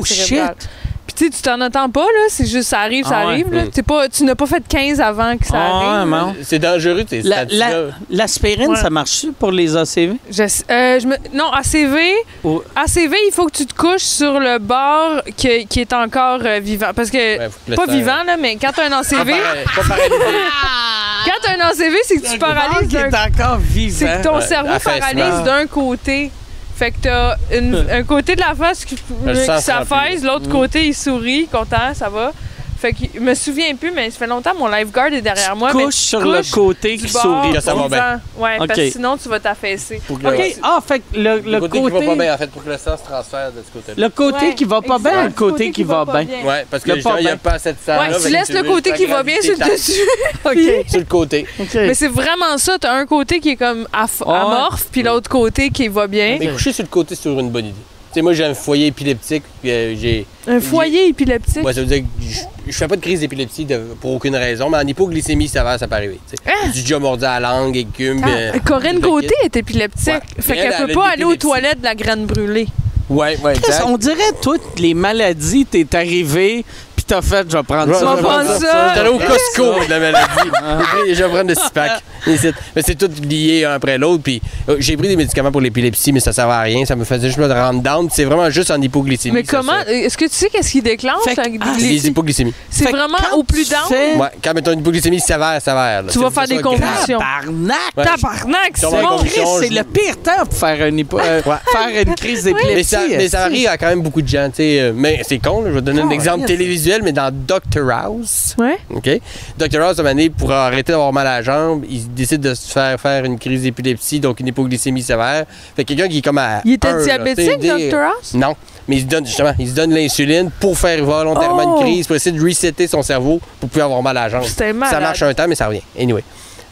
Oh shit! Puis tu sais, tu t'en attends pas, là. C'est juste, ça arrive, ça Ah ouais. arrive. là. Mm. T'es pas, tu n'as pas fait 15 avant que ça Ah ouais, arrive. man. C'est dangereux, tes La- statuts-là. la- L'aspirine, Ouais. ça marche-tu pour les ACV? Je, sais- euh, je me, non, ACV, Ou- ACV, il faut que tu te couches sur le bord que- qui est encore euh, vivant. Parce que, Ouais, faut que le euh, pas sang- vivant, là, mais quand t'as un Pas ACV, pareil- pas pareil. Ah! quand t'as un ACV, c'est que tu paralyses qui d'un est encore C'est que vivant. ton hein. Ouais, cerveau affaissement. paralyse d'un côté. Fait que t'as une- un côté de la face qui, Le Mm. qui sang se s'affaisse, remplit. l'autre côté il sourit, content, ça va. Fait que je me souviens plus, mais ça fait longtemps mon lifeguard est derrière moi. mais Couche sur couche le côté du qui bord sourit. Que ça va au bien. vent. Ouais, parce Ok. que sinon tu vas t'affaisser. Pour que le- OK. Ah, fait que le, le Le côté, qui va pas côté, bien, en fait, pour que le sang se transfère de ce côté-là. le côté Ouais, qui va pas exact, bien, le côté qui va bien. Ouais, parce que Le justement, pas il n'y a bien. pas assez de sang. Ouais, là, tu fait que laisses le veux côté ta qui va bien gravité sur le tape dessus. OK. Sur le côté. OK. Mais c'est vraiment ça, t'as un côté qui est comme af- Ah ouais. amorphe, puis l'autre côté qui va bien. Mais coucher sur le côté, c'est toujours une bonne idée. Tu sais, moi, j'ai un foyer épileptique. Puis, euh, j'ai. Un foyer épileptique. Ouais, ça veut dire que je- je fais pas de crise d'épilepsie de- pour aucune raison, mais en hypoglycémie sévère, ça peut arriver. tu sais. Hein? J'ai déjà mordu à la langue, écume. puis, euh, Ah, Corinne le Côté kit. est épileptique. Ouais. Fait Mais elle, qu'elle elle peut a pas de aller aux l'épilepsie. toilettes de la graine brûlée. Ouais, ouais, Chris, exact. on dirait toutes les maladies, t'es arrivé, puis t'as fait, je vais prendre Ouais, ça. vas je vais prendre ça. J'allais au Yes. Costco de la maladie. Et je vais prendre le six-pack. Et c'est- Mais c'est tout lié un après l'autre. Puis euh, j'ai pris des médicaments pour l'épilepsie, mais ça servait à rien. Ça me faisait juste me rendre down. C'est vraiment juste en hypoglycémie. Mais ça, comment. ça. Est-ce que tu sais qu'est-ce qui déclenche? Fait que- la- ah, C'est les- des hypoglycémies. c'est Fait que vraiment quand au plus tu down. fais- Ouais, quand mettons une hypoglycémie sévère, sévère. là, Tu vas c'est- faire c'est des grave. convulsions. Tabarnak! Ouais. Tabarnak, Sur c'est la Mon confusion, Christ, c'est je- le pire temps pour faire une, hypo- euh, Ouais. faire une crise d'épilepsie. Mais ça, mais ça arrive à quand même beaucoup de gens. tu sais, euh, Mais c'est con, là, je vais donner un Oh, exemple yes. télévisuel, mais dans Dr. House. Ouais. OK? Dr. House, à un moment donné, pour arrêter d'avoir mal à la jambe, il décide de se faire faire une crise d'épilepsie, donc une hypoglycémie sévère. Fait que quelqu'un qui est comme à. Il était un, là, diabétique, tu sais, des- Dr. House? Non. Mais il se donne, justement, il se donne l'insuline pour faire volontairement Oh! une crise, pour essayer de resetter son cerveau pour plus avoir mal à la jambe. C'était Ça malade. marche un temps, mais ça revient. Anyway.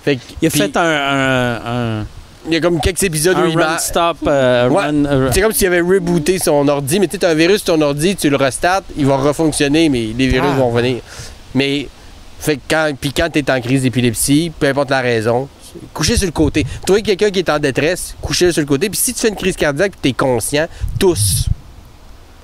Fait que- Il a puis, fait un, un, un, il y a comme quelques épisodes un où il run marche. stop. euh, Ouais. run, euh, C'est comme s'il avait rebooté son ordi, mais tu sais, t'as un virus sur ton ordi, tu le restartes, il va refonctionner, mais les virus Ah. vont venir. Mais, fait que quand, puis quand t'es en crise d'épilepsie, peu importe la raison, coucher sur le côté. Trouver quelqu'un qui est en détresse, coucher sur le côté, puis si tu fais une crise cardiaque puis t'es conscient, tousse.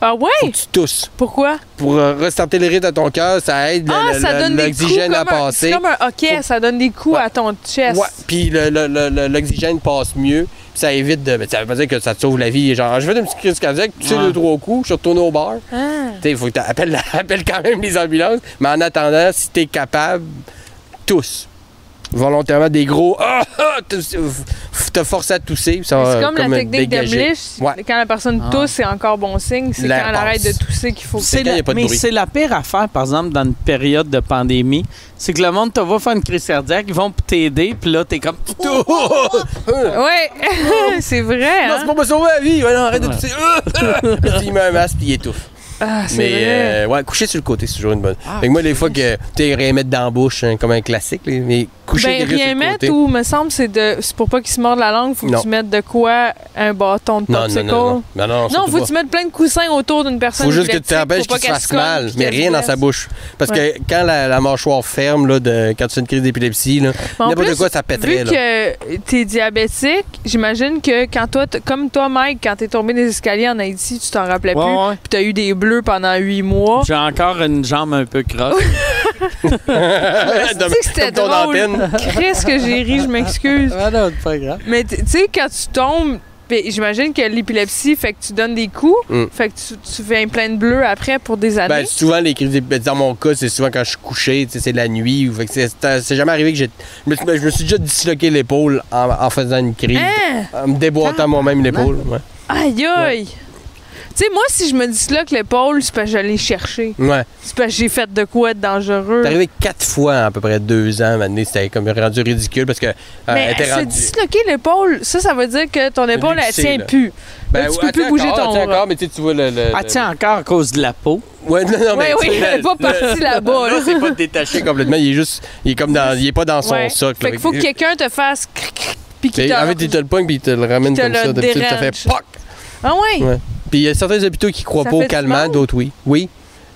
Ah Faut ouais? que tu tousses. Pourquoi? Pour euh, restarter le rythme à ton cœur, ça aide le- Ah, le- ça le- donne des coups l'oxygène comme à un, passer. c'est comme un hockey, ça donne des coups Ouais. à ton chest. Ouais, puis le- le- le- le- l'oxygène passe mieux, puis ça évite de. Mais ça veut pas dire que ça te sauve la vie. Genre, je fais une petite crise cardiaque, tu sais, Ouais. deux, trois coups, je suis retourné au bar. Ah. Tu sais, il faut que tu appelles, quand même les ambulances, mais en attendant, si tu es capable, tous. Volontairement, des gros. Ah, ah, tous- f- f- te force à tousser. puis ça va, C'est comme, la technique dégager. d'Amlish. Ouais. Quand la personne Ah. tousse, c'est encore bon signe. C'est L'air quand elle arrête de passe. tousser qu'il faut. C'est quand la- il y a pas de mais bruit. c'est la pire affaire, par exemple, dans une période de pandémie. C'est que le monde te va faire une crise cardiaque, ils vont pour t'aider, puis là, t'es comme. Ouais, c'est vrai. Non, hein? c'est pour me sauver la vie. Ouais, non, arrête Ouais. de tousser. Ah, ah. Puis il met un masque puis il étouffe. Ah, c'est Mais vrai. euh, ouais, coucher sur le côté, c'est toujours une bonne. Ah, fait que moi, les fois que tu sais, rien mettre dans la bouche, hein, comme un classique, là, mais coucher ben, des risques sur rien le mettre côté. ou me semble c'est de c'est pour pas qu'il se morde la langue, faut que Non. tu mettes de quoi un bâton de Non, popsicle. non, non, non. Non, non, Non, surtout faut pas. que tu mettes plein de coussins autour d'une personne. Faut juste que tu épileptique t'empêches pour pas qu'il se fasse cogne, mal, puis mais qu'elle rien dans blesse. sa bouche. Parce que quand la, la mâchoire ferme, là, de, quand tu fais une crise d'épilepsie, là, Mais en n'importe plus, quoi, ça pèterait. Vu là. que t'es diabétique, j'imagine que quand toi, t- comme toi, Mike, quand t'es tombé des escaliers en Haïti, tu t'en rappelais plus. Ouais, ouais. Puis t'as eu des bleus pendant huit Oh. mois. J'ai encore une jambe un peu croche. De- Tu sais que c'était comme ton drôle. antenne. Chris, que j'ai ri, je m'excuse. Ah non, pas grave. Mais t- tu sais, quand tu tombes, pis j'imagine que l'épilepsie fait que tu donnes des coups, Mm. fait que tu, tu viens plein de bleus après pour des années. Ben, souvent, les crises d'épilepsie, dans mon cas, c'est souvent quand je suis couché, tu sais, c'est la nuit. ou- fait que c'est- c'est c'est jamais arrivé que j'ai. Je me, suis- ben, je me suis déjà disloqué l'épaule en, en faisant une crise, Hein? en me déboîtant moi-même l'épaule. Ouais. Aïe aïe! Tu sais, moi, si je me disloque l'épaule, c'est parce que je l'ai cherché. ouais. C'est parce que j'ai fait de quoi de dangereux. C'est arrivé quatre fois en à peu près deux ans, maintenant, c'était comme rendu ridicule parce que. euh, elle Mais était se rendue- disloquer l'épaule, ça, ça veut dire que ton épaule, elle luxé, tient là. plus. Ben, tu peux elle plus tient bouger encore, ton elle tient bras. encore, mais tu sais, tu vois le. le- Ah, le- tiens, encore à cause de la peau. Ouais, non, non, Oui, mais. oui, tu sais, elle est le- pas partie là-bas. là. C'est pas détaché complètement, il est juste. Il est comme dans. Il est pas dans son Ouais. socle. Fait qu'il faut que quelqu'un te fasse cric, cric, puis qu'il T'sais, En fait, te... il te le pogne puis il te le ramène Puis te comme le ça. D'habitude, ça fait dérange. POC! Ah ouais? Ouais. Puis il y a certains hôpitaux qui croient Ça pas fait au du calmant, mal? d'autres oui. Oui,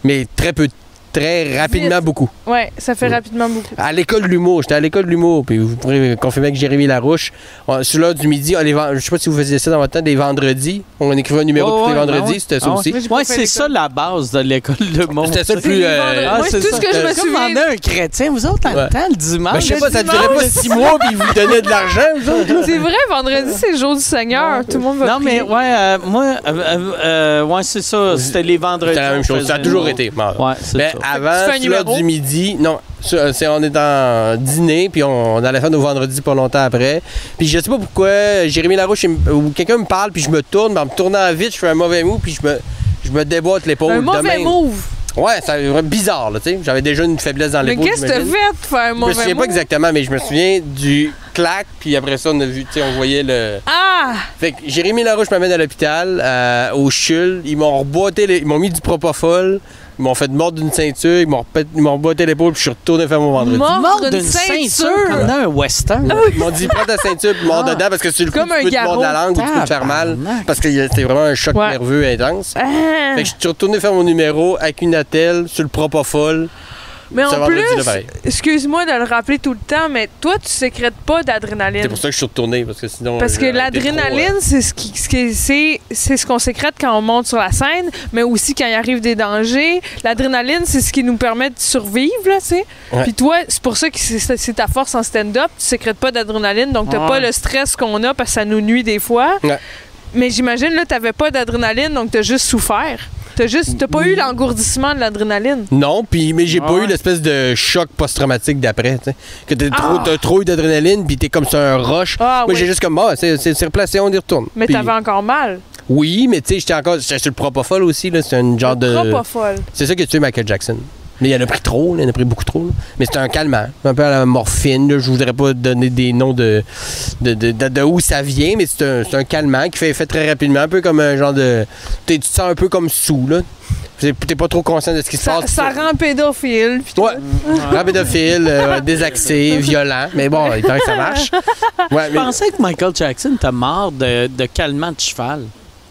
mais très peu. Très rapidement, Vite. beaucoup. Ouais, ça fait Mm. rapidement beaucoup. À l'école de l'humour, j'étais à l'école de l'humour, puis vous pourrez confirmer avec Jérémy Larouche. on- sur l'heure du midi, on les vend- je sais pas si vous faisiez ça dans votre temps, des vendredis. On écrivait un numéro Ouais, tous les ouais, vendredis, ben ouais. c'était ça Ah aussi. Moi, j'ai pas Ouais, fait c'est l'école. ça la base de l'école de monde. C'était ça le C'est les plus. euh, vendredis. Moi, c'est tout ce que je me Comme souviens- on a un chrétien, vous autres, en Ouais. temps, le dimanche. ben, je sais le pas, ça durait dimanche. pas six mois, puis ils vous donnaient de l'argent, vous autres. C'est vrai, vendredi, c'est le jour du Seigneur. Tout le monde va Non, mais prier. ouais, euh, moi, euh, euh, euh, ouais, c'est ça. C'était les vendredis. C'était la même on chose. Ça a faisait toujours ça. été. Ben, Bon. Ouais, c'est Mais ça. avant, Tu fais un sur l'heure numéro? du midi, non, sur- euh, c'est on est en dîner, puis on, on allait faire nos vendredis pas longtemps après. Puis je sais pas pourquoi, Jérémy Larouche, il me- ou quelqu'un me parle, puis je me tourne, mais en me tournant vite, je fais un mauvais mot, puis je me, je me déboîte l'épaule. Un de mauvais même. move. Ouais, ça aurait bizarre, là, tu sais. J'avais déjà une faiblesse dans Mais l'épaule. qu'est-ce que t'as j'imagine. fait de faire un Je me mauvais souviens move? pas exactement, mais je me souviens du clac, puis après ça, on a vu, tu sais, on voyait le. Ah! Fait que Jérémy Larouche m'amène à l'hôpital, euh, au CHUL. Ils m'ont reboîté, les- ils m'ont mis du propofol. Ils m'ont fait mordre d'une ceinture, ils m'ont repét- ils m'ont reboîté l'épaule, puis je suis retourné faire mon vendredi. Mort Mordre d'une d'une ceinture ceinture. comme dans un western. Ils m'ont dit, prends ta ceinture, puis mords Ah. dedans, parce que sur le coup, Comme un tu peux te mordre la garrot. langue, ou tu peux te faire mal. Tabarnak. Parce que c'était vraiment un choc Ouais. nerveux intense. Ah! Fait que je suis retourné faire mon numéro avec une attelle sur le propofol. Mais Ce en vendredi, là, plus, pareil. excuse-moi de le rappeler tout le temps, mais toi, tu sécrètes pas C'est d'adrénaline. pour ça que je suis retourné, parce que sinon. Parce que j'aurais été trop, euh, l'adrénaline, c'est ce qui, ce qui- c'est, c'est ce qu'on sécrète quand on monte sur la scène, mais aussi quand il arrive des dangers. L'adrénaline, c'est ce qui nous permet de survivre, là, tu sais. Ouais. Puis toi, c'est pour ça que c'est, c'est ta force en stand-up. Tu sécrètes pas d'adrénaline, donc t'as Ouais. pas le stress qu'on a parce que ça nous nuit des fois. Ouais. Mais j'imagine, là, t'avais pas d'adrénaline, donc t'as juste souffert. T'as juste, t'as pas Mm. eu l'engourdissement de l'adrénaline. euh, Non, puis, mais j'ai Ah pas ouais. eu l'espèce de choc post-traumatique d'après. tu sais. Que t'as trop, Ah! t'as trop eu d'adrénaline, puis t'es comme sur un roche. Ah Moi, oui. j'ai juste comme, ah, c'est c'est- c'est replacé, on y retourne. Mais Puis- t'avais encore mal. Oui, mais tu sais, j'étais encore. J'étais sur le propofol aussi, là. C'est un genre T'es de. pas folle. C'est ça qui a tué Michael Jackson. Mais il en a pris trop, là, il en a pris beaucoup trop. là. Mais c'est un calmant, un peu à la morphine. là. Je voudrais pas donner des noms de, de, de, de- de où ça vient, mais c'est un, c'est un calmant qui fait effet très rapidement, un peu comme un genre de. t'es- tu te sens un peu comme sous, là. T'es t'es pas trop conscient de ce qui se Ça, passe. ça rend pédophile. puis tout. Ouais, grand pédophile, euh, désaxé, violent. Mais bon, il paraît que ça marche. Ouais, Je mais- pensais que Michael Jackson était mort de, de calmant de cheval.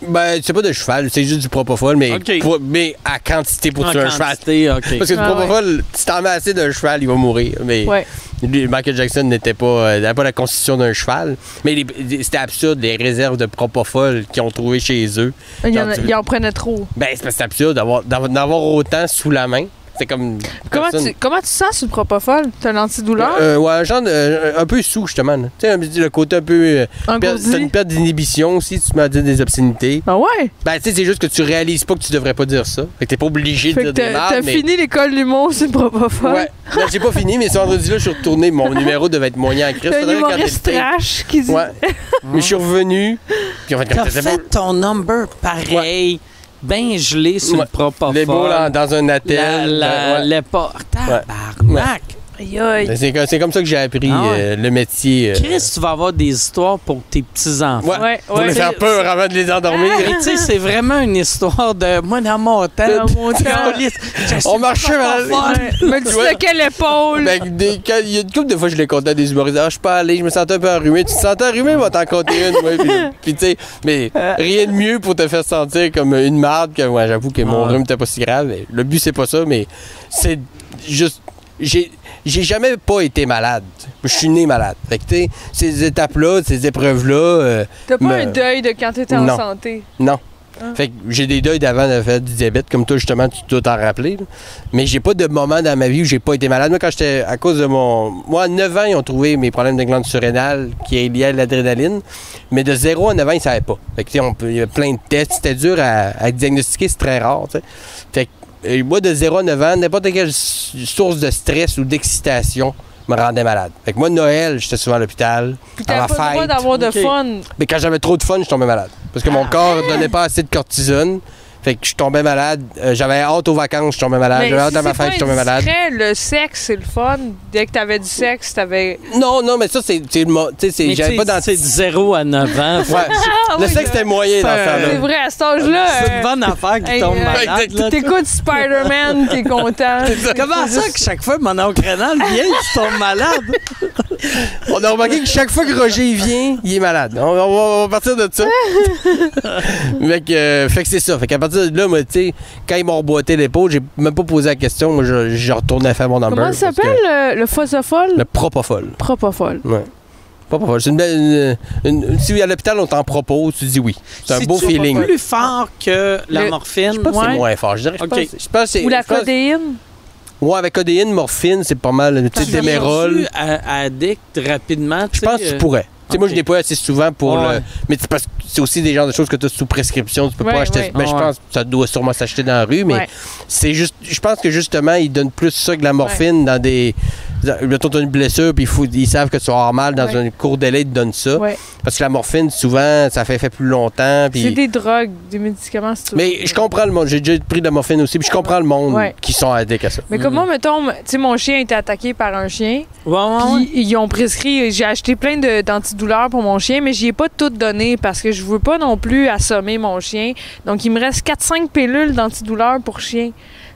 ben, c'est pas de cheval, c'est juste du propofol, mais, Ok. pour- mais à quantité pour En tuer un cheval. quantité, OK. Parce que tu Ah peux pas faire- si t'en mets assez d'un cheval, il va mourir. Mais Ouais. lui, Michael Jackson n'était pas, euh, n'avait pas la constitution d'un cheval. Mais les- les- c'était absurde, les réserves de propofol qu'ils ont trouvées chez eux. Il y en, a- Genre, tu- il en prenait trop. Ben, c'est parce que c'est absurde d'avoir, d'avoir, d'en avoir autant sous la main. C'est comme. Comment personne- tu, comment tu sens sur le propofol? T'as un antidouleur? Euh, ouais, genre, de- euh, un peu sous, justement. là. Tu sais, un petit- le côté un peu. euh, un per- gourdi? t'as une perte d'inhibition aussi, tu te mets à dire des obscénités. Ah ouais? Ben, tu sais, c'est juste que tu réalises pas que tu devrais pas dire ça. Fait que t'es pas obligé Fait de que dire des t'as mardes, t'as mais- fini l'école du mot sur le propofol. Ouais. Non, j'ai pas fini, mais ce vendredi-là, je suis retourné. Mon numéro devait être moyen en crise. T'as un Faudrait regarder le humoriste tape. trash qui dit... Ouais. mais je suis revenu. Puis en fait, T'as comme ça, fait ton number pareil, ben gelé sur Ouais. le propofol. les beaux là, dans un la, attel. la, Ouais. Ben, l'époque. Tabarnak! Aïe aïe. C'est comme- C'est comme ça que j'ai appris Ah ouais. euh, le métier. euh, Chris, tu vas avoir des histoires pour tes petits-enfants. Ouais. Ouais, Ah, Pour les ouais. faire peur avant de les endormir. Et tu sais, c'est vraiment une histoire de moi dans mon temps. Dans mon temps. Câlisse, je suis On marchait vers la- propofol. Ouais. Me dis Ouais. de quelle épaule? Ben, des- quand- Il y a une couple de fois, je les comptais à des humoristes. Ah, je suis pas allé, je me sentais un peu enrhumé. Tu te sentais enrhumé, va t'en compter une. moi. Puis- Puis, tu sais, mais rien de mieux pour te faire sentir comme une marde que moi, j'avoue que mon Ouais. rhume était pas si grave. Le but, c'est pas ça, mais c'est juste. J'ai j'ai jamais pas été malade. Je suis né malade. Fait que, tu sais, ces étapes-là, ces épreuves-là, euh, T'as pas me- un deuil de quand t'étais Non. en santé. non. Ah. Fait que j'ai des deuils d'avant de faire du diabète, comme toi justement, tu dois t'en rappeler. là. Mais j'ai pas de moment dans ma vie où j'ai pas été malade. Moi, quand j'étais à cause de mon. Moi, à 9 ans, ils ont trouvé mes problèmes de glandes surrénales qui est lié à l'adrénaline. Mais de 0 à 9 ans, ils savaient pas. Fait que, tu sais, on peut- il y a plein de tests. C'était dur à, à diagnostiquer, c'est très rare. tu sais. Fait que, euh, moi, de 0 à 9 ans, n'importe quelle s- source de stress ou d'excitation me rendait malade. Fait que moi, Noël, j'étais souvent à l'hôpital. Puis À t'as la pas le droit fête. d'avoir de Ok. fun. Mais quand j'avais trop de fun, je tombais malade. Parce que mon Ah, corps donnait pas assez de cortisone. Fait que je tombais malade. Euh, j'avais hâte aux vacances, Ben, je tombais malade. Mais J'avais hâte si à ma c'est pas fête, je tombais malade. indiscret, le sexe, c'est le fun. Dès que t'avais du sexe, t'avais... Non, non, mais ça, c'est. c'est le mo- Tu sais, c'est- Mais j'avais tu sais, pas C'est de d'anti. 0 à 9 ans. Ouais. Ah le oui, sexe, là. c'était moyen dans ce C'est temps-là. vrai, à cet âge-là... C'est euh, une bonne affaire qui hey, tombe euh, malade. là. T'écoutes Spider-Man, t'es content. Comment ça que chaque fois mon oncle Rénal vient, tu tombes malade? On a remarqué que chaque fois que Roger vient, il est malade. On, on va, on va partir de ça. fait que, euh, fait que c'est ça. Fait qu'à partir de là, moi, tu sais, quand ils m'ont reboîté l'épaule, j'ai même pas posé la question. Moi, je, je retournais faire mon number. Comment ça parce que- s'appelle euh, le fosofol? Le propofol. Propofol. Ouais. Pas pas C'est une belle. une- une- si à l'hôpital, on t'en propose, tu dis oui. C'est un beau C'est-tu feeling. plus fort que la Le- morphine. Je pense que Ouais. c'est moins fort. Je dirais, je Ok. pense- je pense que c'est. Ou la je pense- codéine. Ouais, avec codéine, morphine, c'est pas mal. Une petite T'as jamais démérole. rendu à- addict rapidement. Je pense que tu euh, pourrais. Tu sais, moi, ok. je n'ai pas assez souvent pour Ouais. le. Mais c'est parce que c'est aussi des genres de choses que tu as sous prescription. Tu peux Ouais, pas acheter. ouais. Mais je Ouais. pense que ça doit sûrement s'acheter dans la rue. Mais Ouais. c'est juste. Je pense que justement, ils donnent plus ça que la morphine dans des. dans- Mettons, t'as une blessure, puis il faut- ils savent que tu vas avoir mal dans Ouais. un court délai, ils te donnent ça. Ouais. Parce que la morphine, souvent, ça fait, fait plus longtemps. Puis... C'est des drogues, des médicaments, c'est tout. Mais je comprends le monde. J'ai déjà pris de la morphine aussi. Puis je comprends le monde Ouais. qui sont addicts à ça. Mais comment, mettons, tu sais, mon chien a été attaqué par un chien, euh, Ouais, ouais, Ah ouais. puis ils ont prescrit, j'ai acheté plein de- d'antidouleurs pour mon chien, mais j'y ai pas tout donné parce que je veux pas non plus assommer mon chien. Donc, il me reste 4-5 pilules d'antidouleurs pour chien.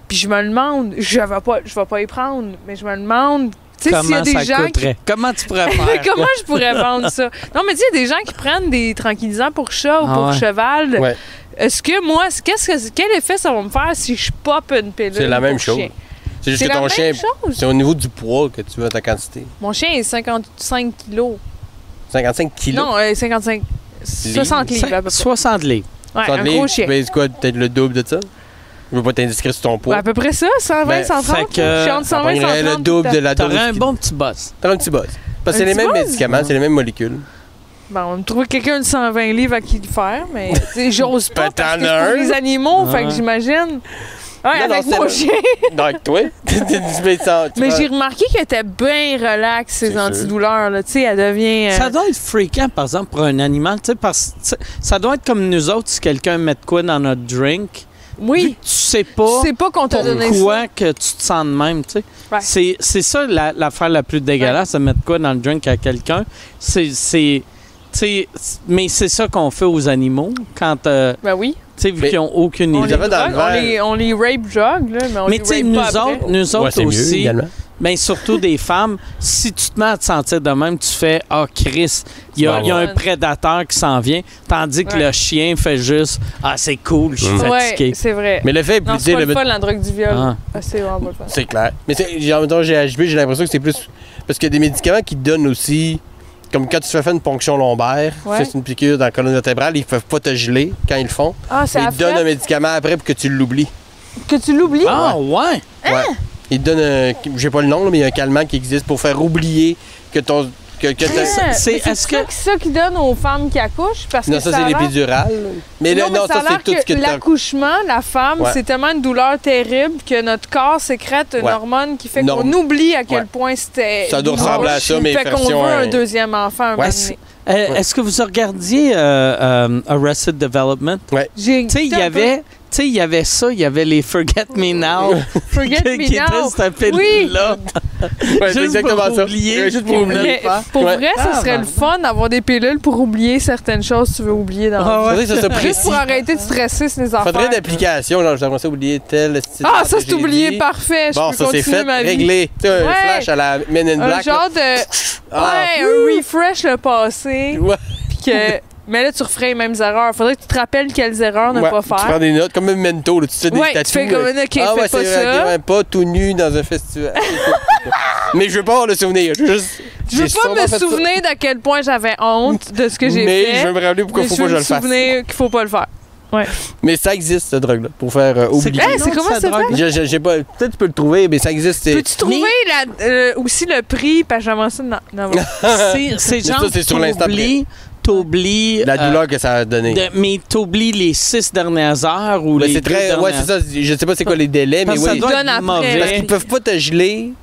Puis je me demande, je vais pas, je vais pas y prendre, mais je me demande, tu sais, s'il y a Comment des ça gens qui coûterait? Comment tu pourrais Mais faire? comment je pourrais vendre ça? Non, mais tu sais, il y a des gens qui prennent des tranquillisants pour chat ou Ah pour ouais. cheval. Ouais. Est-ce que moi, c- qu'est-ce que, quel effet ça va me faire si je pop une pilule? C'est la pour même chose. chien? C'est juste C'est que la ton même chien, chose. c'est au niveau du poids que tu as ta quantité. Mon chien est 55 kilos. 55 kilos. Non, euh, 55... 60 livres, à peu près. 60 livres. Ouais, Tu un gros chien. Tu pèses ben, quoi, peut-être le double de ça? Je veux pas t'indiscret sur ton Ouais, poids. à peu près ça, 120, Ben, 130. fait que- je suis entre Ça 120 prendrait 130. le double de la dose. T'aurais un qui- bon petit boss. T'aurais un petit buzz. Parce que c'est Un les petit mêmes buzz? médicaments, c'est les mêmes molécules. Bon, Ben, on va me trouver quelqu'un de 120 livres à qui le faire, mais tu sais, j'ose pas Ben, parce t'en que as c'est pour un. Ah les animaux, fait que Ouais. j'imagine. Ouais, Non, non, avec c'est mon le- chien. Donc, toi, tu fais ça, tu Mais prends- j'ai remarqué qu'elle était bien relaxe, C'est ses sûr. antidouleurs. Là. Tu sais, elle devient... euh, Ça doit être fréquent, par exemple, pour un animal. tu sais, Parce, tu sais, ça doit être comme nous autres si quelqu'un met de quoi dans notre drink. Vu Oui, que tu sais tu pas sais pas qu'on t'a donné ça. pourquoi que tu te sens de même. tu sais. Ouais. C'est c'est ça la- l'affaire la, plus dégueulasse, de mettre quoi dans le drink à quelqu'un. C'est- C'est. tu sais, c'est- Mais c'est ça qu'on fait aux animaux quand. euh, Ben oui. tu sais, vu Mais- qu'ils n'ont aucune On les idée. les, avait dans le drogue, on, verre. les, on les rape drug, là, mais on Mais les tu sais, rape nous pas après. autres, nous Ouais, autres c'est mieux, aussi, également. mais Ben, surtout des femmes, si tu te mets à te sentir de même, tu fais Ah, Chris, il y a, Tu il y a vas un avoir. prédateur qui s'en vient, tandis que Ouais. le chien fait juste Ah, c'est cool, je suis Mm. fatigué. Ouais, c'est vrai. Mais le fait, non, tu c'est sais, pas le le- fun, la drogue du viol. Ah. Ah, c'est vraiment pas le fun. c'est clair. Mais c'est- j'ai- en même temps, j'ai HB, j'ai l'impression que c'est plus. Parce qu'il y a des médicaments qui te donnent aussi. Comme quand tu te fais faire une ponction lombaire, Ouais. tu fais une piqûre dans la colonne vertébrale, ils peuvent pas te geler quand ils le font. Ah, c'est Mais ils te donnent un affreux médicament après pour que tu l'oublies. que tu l'oublies. Ah, ouais! Hein? Ouais. Ils te donnent un. J'ai pas le nom, là, mais il y a un calmant qui existe pour faire oublier que ton. Que, que ta- Hein? c'est- Mais est-ce ça que- ça qui donne aux femmes qui accouchent parce Non, que ça, ça c'est a l'air- l'épidurale. Mais là, non, mais non, ça ça, a l'air c'est tout ce que que t'as. l'accouchement, la femme, Ouais. c'est tellement une douleur terrible que notre corps sécrète une Ouais. hormone qui fait Norme. qu'on oublie à quel Ouais. point c'était Ça doit douloureux. ressembler à ça, mais fait qu'on veut version, un hein. deuxième enfant un Ouais. moment donné. Euh, Ouais. Est-ce que vous regardiez euh, euh, Arrested Development? J'ai Tu sais, il y écouté un peu avait. Tu sais, il y avait ça, il y avait les Forget Me Now Forget qui Me était Now. cette là Ouais, Juste c'est exactement pour ça. oublier. Ouais, Juste pour oublier. Mais pour Ouais. vrai, Ah, ça serait le fun d'avoir des pilules pour oublier certaines choses que tu veux oublier dans la Ah, vie. ouais. Faudrait que ça soit Juste précis. pour arrêter de stresser sur les affaires. Faudrait d'application, là, j'aimerais ça oublier tel style. Ah, ça, c'est j'ai oublié, dit. parfait. Je Bon, peux ça c'est continuer fait, ma vie. réglé. Tu sais, un Ouais. flash à la Men in Un Black. là. genre de... Ah, Ouais, un refresh le passé. ouais. Puis que... Mais là, tu referais les mêmes erreurs. Faudrait que tu te rappelles quelles erreurs ne Ouais, pas Tu faire. prends des notes, comme un mento, là, tu sais, des Ouais, tu statues. fais comme, là. ok, fais ah, ouais, pas c'est vrai, ça. ok, ouais, pas tout nu dans un festival. Mais je veux pas avoir le souvenir. Je veux juste. Je veux j'ai pas sûrement fait me ça. souvenir d'à quel point j'avais honte de ce que j'ai Mais fait. je veux me rappeler pourquoi mais faut je pas que je veux me le fasse. souvenir qu'il faut pas le faire. Mais ça existe, cette drogue-là, pour faire euh, oublier. Hey, Eh, c'est comment ça drogue? Je- je- j'ai pas. Peut-être tu peux le trouver, mais ça existe. c'est- Peux-tu trouver la- euh, aussi le prix? Parce que j'avais ça dans... dans mon- C'est- C'est Mais ça, genre, c'est sur l'instant t'oublies, t'oublies... La euh, douleur que ça a donné. De- mais t'oublies les six dernières heures ou Mais les Ben, c'est deux très. dernières Ouais, c'est ça. Je sais pas c'est quoi les délais, mais Parce que ça oui. doit Donne être après. mauvais. Parce qu'ils peuvent pas te geler.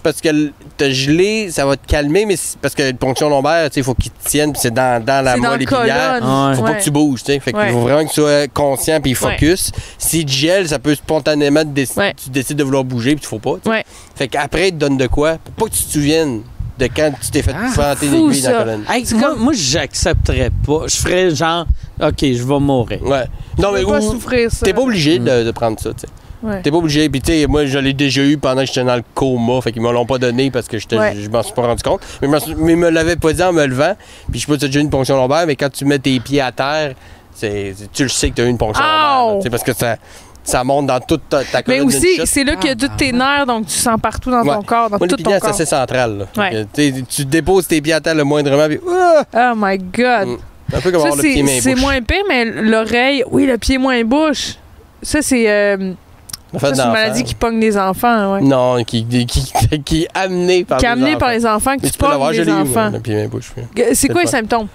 Parce que l- te geler, ça va te calmer, mais c'est- parce que une ponction lombaire, tu sais, il faut qu'il te tienne, puis c'est dans, dans la C'est dans moelle le épinière. colonne. Ah ouais. Faut pas Ouais. que tu bouges, tu sais. Fait qu'il Ouais. faut vraiment que tu sois conscient puis Ouais. focus. Si tu gèles, ça peut spontanément te déc- Ouais. tu décides de vouloir bouger puis tu faut pas. tu sais. Ouais. Fait qu'après, ils te donnent de quoi pour pas que tu te souviennes de quand tu t'es fait Ah, planter une fou, aiguille dans la ça. colonne. Hey, moi, moi, j'accepterais pas. Je ferais genre, OK, je vais mourir. Ouais. Non, mais Je veux pas ou- souffrir ça. T'es pas obligé de, de prendre ça, tu sais. Ouais. T'es pas obligé. Puis, tu sais, moi, je l'ai déjà eu pendant que j'étais dans le coma. Fait qu'ils me l'ont pas donné parce que j'étais- Ouais. je m'en suis pas rendu compte. Mais, je m'en suis- mais ils me l'avaient pas dit en me levant. Puis, je sais pas si t'as déjà eu une ponction lombaire, mais quand tu mets tes pieds à terre, c'est- c'est- tu le sais que t'as eu une ponction lombaire. là, Ow! tu sais, parce que ça, ça monte dans toute ta, ta Mais colonne d'une aussi, shot. c'est là qu'il y a tous tes nerfs, donc tu sens partout dans ton Ouais. corps, dans Moi, tout ton l'épinière, c'est corps. assez central. là. Ouais. Fait que, tu sais, tu déposes tes pieds à terre le moindrement, puis ah! Oh my God! Mm. un peu comme Ça, avoir le pied main c'est c'est bouche. moins pire, mais l'oreille, oui, le pied moins bouche. Ça, c'est euh, En fait, ça, c'est d'enfant. une maladie qui pogne les enfants, ouais. Non, qui, qui, qui, qui est amenée par qui est les amenée par enfants. les enfants, que Mais tu pognes je les l'ai eu, moi, enfants. le pied main bouche. oui. Que- C'est quoi les C'est le symptômes?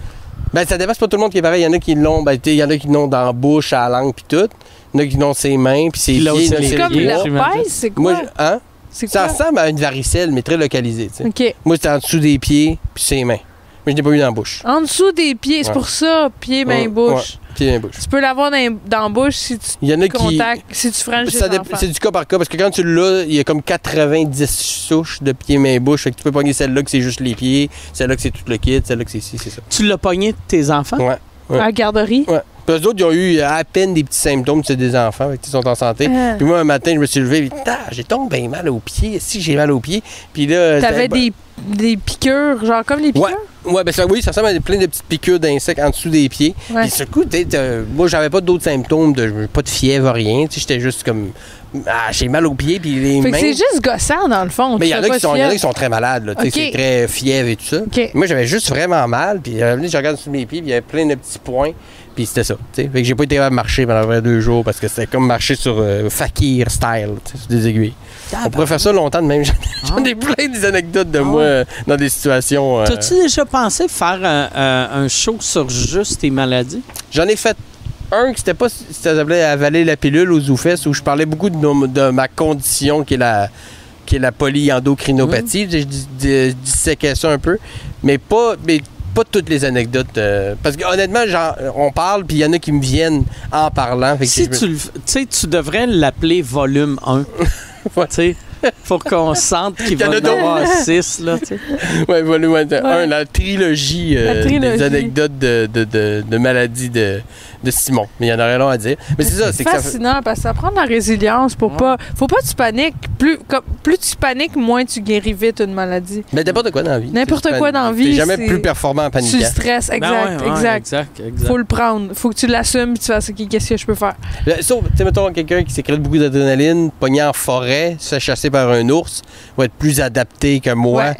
Ben, ça dépasse pas tout le monde qui est pareil. Il y en a qui l'ont, ben, tu sais, il y en a qui l'ont dans la bouche, à la langue, puis tout. Il y en a qui l'ont ses mains, puis ses Puis pieds. l'autre, il y en c'est a qui les C'est l'ont comme ses pieds. doigts. Tu l'herpès, imagines? c'est Moi, quoi? je- hein? C'est Ça quoi? ressemble à une varicelle, mais très localisée, tu sais. OK. Moi, c'était en dessous des pieds, puis ses mains. Mais je l'ai pas eu dans la bouche. En dessous des pieds, c'est Ouais. pour ça, pied, main, Ouais, bouche. Pieds dans la bouche. Tu peux l'avoir dans, dans la bouche si tu Il y en a qui. contacts, si tu franges Ça les dé- enfants. C'est du cas par cas, parce que quand tu l'as, il y a comme 90 souches de pieds, mains, bouche. Fait que tu peux pogner celle-là que c'est juste les pieds, celle-là que c'est tout le kit, celle-là que c'est ci, c'est ça. Tu l'as pogné de tes enfants? Ouais. À la garderie. Ouais. Puis eux autres, ils ont eu à peine des petits symptômes, c'est des enfants, fait que ils sont en santé. Ah. Puis moi, un matin, je me suis levé, puis, Ah, j'ai tombé mal aux pieds. Si j'ai mal aux pieds. Puis là, T'avais j'étais- des des piqûres, genre comme les piqûres. Ouais. Ouais, ben ça, oui, ça ressemble à des- plein de petites piqûres d'insectes en dessous des pieds. Ouais. Puis sur le coup, t'sais, t'as- moi, j'avais pas d'autres symptômes, de, pas de fièvre, rien. T'sais, J'étais juste comme. Ah, j'ai mal aux pieds, puis les Fait que mains. c'est juste gossant dans le fond. Mais il y Tu en fais a pas qui sont, il y en a fièvre. qui sont très malades, là, tu sais, Ok. c'est très fièvre et tout ça. Ok. Moi, j'avais juste vraiment mal, puis euh, je regarde sous mes pieds, puis il y avait plein de petits points, puis c'était ça. tu sais. Fait que j'ai pas été capable de marcher pendant vrai deux jours parce que c'était comme marcher sur euh, fakir style, tu sais, sur des aiguilles. On pourrait faire ça longtemps de même. J'en j'en ai plein des anecdotes de Ah moi ouais. euh, dans des situations. euh, T'as-tu déjà pensé faire euh, euh, un show sur juste tes maladies? J'en ai fait un qui c'était pas ça s'appelait avaler la pilule aux oufesses où je parlais beaucoup de, nos- de ma condition qui est la qui est la polyendocrinopathie, Mm-hmm. je, dis- dis- je disséquais ça un peu, mais pas mais pas toutes les anecdotes euh, parce que honnêtement j'en- on parle puis il y en a qui me viennent en parlant fait que Si je me- tu le f- tu sais, tu devrais l'appeler volume 1. Ouais. Tu sais, pour qu'on sente qu'il Il y en va a en avoir 6, là, tu sais. ouais, volume un, la trilogie, euh, La trilogie. des anecdotes de, de, de- de maladies de, de Simon, mais il y en aurait long à dire. Mais c'est ça, c'est C'est que ça fait- fascinant parce que ça prend de la résilience pour Ouais. pas. Faut pas que tu paniques. Plus, comme- plus tu paniques, moins tu guéris vite une maladie. mais n'importe quoi dans la vie. N'importe Tu sais, quoi tu dans la t'es vie, jamais c'est- plus performant en Tu le paniquant. stresses, Ben exact, ouais, ouais, exact. exact, exact. Faut le prendre. Faut que tu l'assumes puis tu fasses OK, qu'est-ce que je peux faire? Euh, Sauf, tu sais, mettons, quelqu'un qui sécrète beaucoup d'adrénaline, pogné en forêt, se fait chasser par un ours, va être plus adapté que moi, Ouais.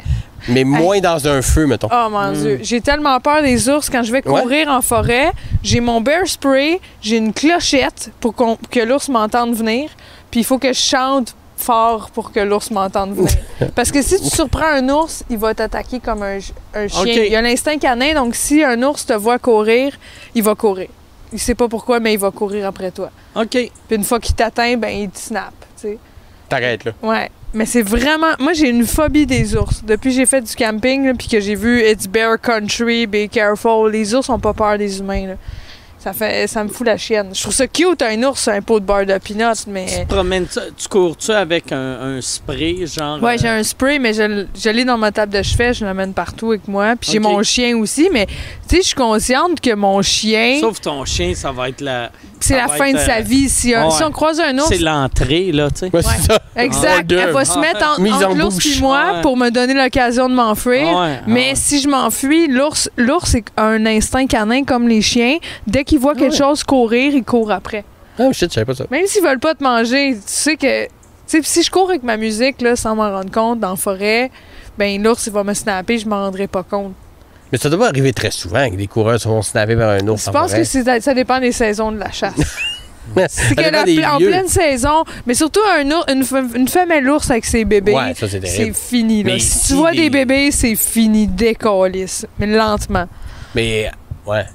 mais moins dans un feu, mettons. Oh mon Mm. Dieu. J'ai tellement peur des ours quand je vais Ouais. courir en forêt. J'ai mon bear spray, j'ai une clochette pour qu'on- que l'ours m'entende venir. Puis il faut que je chante fort pour que l'ours m'entende venir. Parce que si tu surprends un ours, il va t'attaquer comme un, ch- un chien. Ok. Il a l'instinct canin, donc si un ours te voit courir, il va courir. Il sait pas pourquoi, mais il va courir après toi. OK. Puis une fois qu'il t'atteint, ben il te snap. tu sais. T'arrêtes, là. Ouais. Mais c'est vraiment. Moi, j'ai une phobie des ours. Depuis que j'ai fait du camping, là, puis que j'ai vu It's Bear Country, Be Careful, les ours ont pas peur des humains. là. Ça, fait... ça me fout la chienne. Je trouve ça cute, un ours, sur un pot de beurre de peanuts, Tu mais. te promènes, tu, tu cours-tu avec un, un spray, genre. Ouais, euh, j'ai un spray, mais je, l- je l'ai dans ma table de chevet, je l'amène partout avec moi. Puis j'ai Ok. mon chien aussi, mais tu sais, je suis consciente que mon chien, Sauf ton chien, ça va être la. c'est ça la va fin être, de sa euh, vie. Si, un- ouais. si on croise un ours, C'est l'entrée, là, tu sais. Ouais, c'est ça. exact, Hors elle d'œuvre. va se mettre en, Mise en entre l'ours bouche. et moi Ouais. pour me donner l'occasion de m'enfuir. Ah ouais, ah Mais ouais. si je m'enfuis, l'ours, l'ours est un instinct canin comme les chiens. Dès qu'il voit quelque Ah Ouais. chose courir, il court après. Ah, shit, je savais pas ça. Même s'ils veulent pas te manger, tu sais que, tu sais, pis si je cours avec ma musique là, sans m'en rendre compte, dans la forêt, ben l'ours il va me snapper, je m'en rendrai pas compte. Mais ça doit pas arriver très souvent que des coureurs se font snapper par un ours. Je pense que c'est- ça dépend des saisons de la chasse. c'est C'est que la pla- en pleine saison, mais surtout un ours- une, fe- une femelle ours avec ses bébés. Ouais, ça, c'est c'est terrible. fini. Là. Mais Si si tu vois des- des bébés, c'est fini. Décalisse. Mais lentement. Mais, euh, ouais.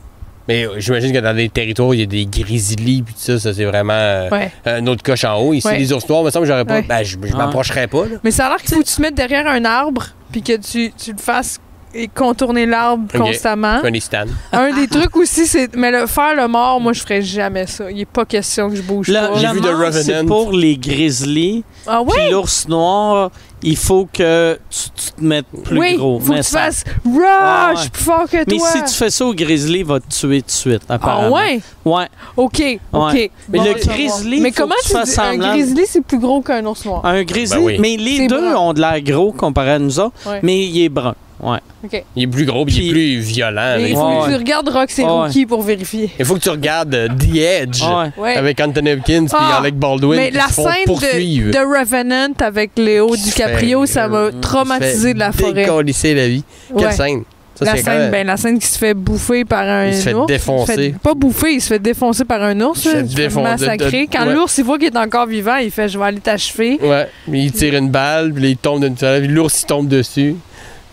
Mais euh, j'imagine que dans des territoires, il y a des grizzlies, puis tout ça, ça, c'est vraiment euh, Ouais. un autre coche en haut. Ici, Ouais. les ours noirs, me semble, j'aurais pas. Ouais. Ben, je, je Ah. m'approcherais pas, là. Mais ça a l'air qu'il faut que tu te mettes derrière un arbre puis que tu, tu le fasses et contourner l'arbre Ok. constamment. Un stand. Un des trucs aussi, c'est. Mais le faire le mort, moi, je ferais jamais ça. Il est pas question que je bouge Le, pas. J'ai le vu The mort, c'est Revenant. pour les grizzlies. Ah oui? Puis l'ours noir, il faut que tu, tu te mettes plus oui, gros. faut que mais tu ça- fasses. Rush, ouais. je suis plus fort que Mais toi. si tu fais ça au grizzly, il va te tuer tout de suite, Ah apparemment. ouais? Ouais. OK, OK. Ouais. Mais Bon, le on va savoir. grizzly, Mais faut comment que tu tu fasses dis- un semblant de- grizzly, c'est plus gros qu'un ours noir. Un grizzly, Ben oui. mais les C'est deux brun. ont de l'air gros comparé à nous autres, Ouais. Ah. mais il est brun. Ouais. OK. Il est plus gros, puis il est Puis- plus violent. Mais là. il faut euh, Ouais. que tu regardes Roxy Ouais. Rookie pour vérifier. Il faut que tu regardes euh, The Edge Ouais. Ouais. avec Anthony Hopkins puis Ah, Alec Baldwin Mais qui la se font scène de, poursuivre. de Revenant avec Léo Qui se DiCaprio, fait- ça m'a qui se traumatisé de la forêt. Décalisser la vie. Ouais. Quelle scène. Ça, la c'est quand scène, même... ben, la scène qui se fait bouffer par un Il se fait ours. défoncer. Il se fait pas bouffer, il se fait défoncer par un ours. Il se là, fait Il se fait défoncer. massacrer. Quand Ouais. l'ours, il voit qu'il est encore vivant, il fait « Je vais aller t'achever Ouais, mais il tire une balle, puis là, il tombe d'une puis l'ours il tombe dessus.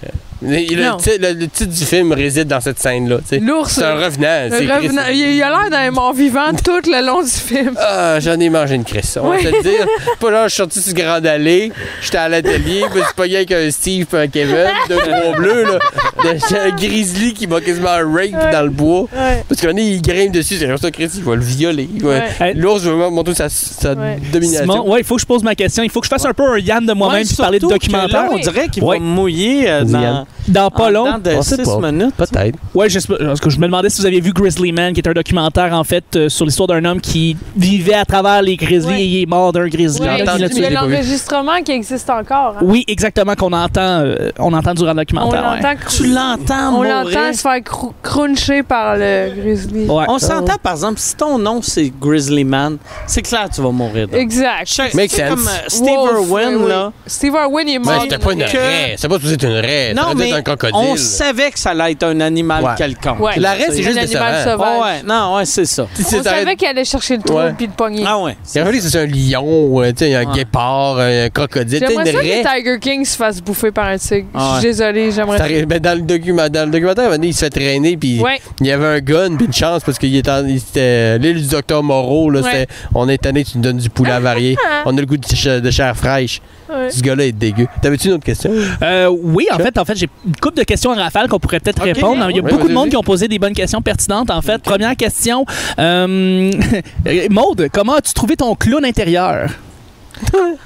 Euh, mais il- Non. Le, titre, le- le titre du film réside dans cette scène-là. tu ». sais. L'ours, C'est un revenant. le c'est Chris. revenant, il il a l'air d'un mort vivant tout le long du film. Ah, j'en ai mangé une crisse. On va Ouais. te le dire. Pas là, je suis sorti sur Grande Allée, j'étais à l'atelier, puis je suis pogné avec un Steve et un Kevin, deux gros bleus, là. De- J'ai un grizzly qui m'a quasiment rape dans le bois. Ouais. Parce qu'on est, il grimpe dessus, c'est comme ça, Chris, il va le violer. il va- Ouais. Euh, Hey, L'ours veut montrer sa, sa Ouais. domination. Simon, ouais, il faut que je pose ma question. Il faut que je fasse un peu un Yann de moi-même Ouais, puis parler de surtout que là, documentaire. on dirait qu'il Ouais. va mouiller euh, dans, Yann. Dans pas en long. dedans de On sait 6 pas. minutes. Peut-être. Ouais, je, sais pas, parce que je me demandais si vous aviez vu Grizzly Man, qui est un documentaire en fait euh, sur l'histoire d'un homme qui vivait à travers les grizzlies Ouais. et il est mort d'un grizzly. Ouais, Il a entendu, tué. là-dessus, je mais l'ai pas vu. l'enregistrement qui existe encore. hein. Oui, exactement qu'on entend, euh, on entend durant le on documentaire. ouais. l'entend cr- Tu l'entends, on mourir. l'entend se faire crou- cruncher par le grizzly. Ouais. On s'entend, par exemple, si ton nom c'est Grizzly Man, c'est clair que tu vas mourir. dedans. Exact. Chaque- Makes c'est sense. comme euh, Steve Wolf, Irwin, oui, oui. là. Steve Irwin, il est Mais mort. Ben, c'était pas une Que- raie. C'est pas supposé être une raie. Ça Non, aurait dû mais être un crocodile. on savait que ça allait être un animal Ouais. quelconque. Ouais. La raie, c'est juste un animal décevant. Ah sauvage. ouais, non, ouais, c'est ça. Si On c'est- ça aurait- savait qu'il allait chercher le trou Ouais. puis le pogner. Ah ouais. C'est vrai que c'est un lion, ou, euh, tu sais, un Ouais. guépard, un crocodile, tu sais, J'aimerais une ça raie. que Tiger King se fasse bouffer par un tigre. Ah Je suis désolée, j'aimerais Ça arrive- ben, dans, le document- dans le documentaire, à un moment donné, il se fait traîner, puis Ouais. il y avait un gun, puis une chance, parce qu'il était, en- il était- l'île du docteur Moreau. Là, Ouais. c'était- on est tanné, tu nous donnes du poulet avarié. on a le goût de, ch- de chair fraîche. Ouais. Ce gars-là est dégueu. T'avais-tu une autre question? Euh, oui, en fait, en fait, j'ai une couple de questions à rafale qu'on pourrait peut-être Ok. répondre. Il y a Oui, beaucoup de vas-y, monde vas-y. qui ont posé des bonnes questions pertinentes. En fait, première question, euh, Maude, comment as-tu trouvé ton clown intérieur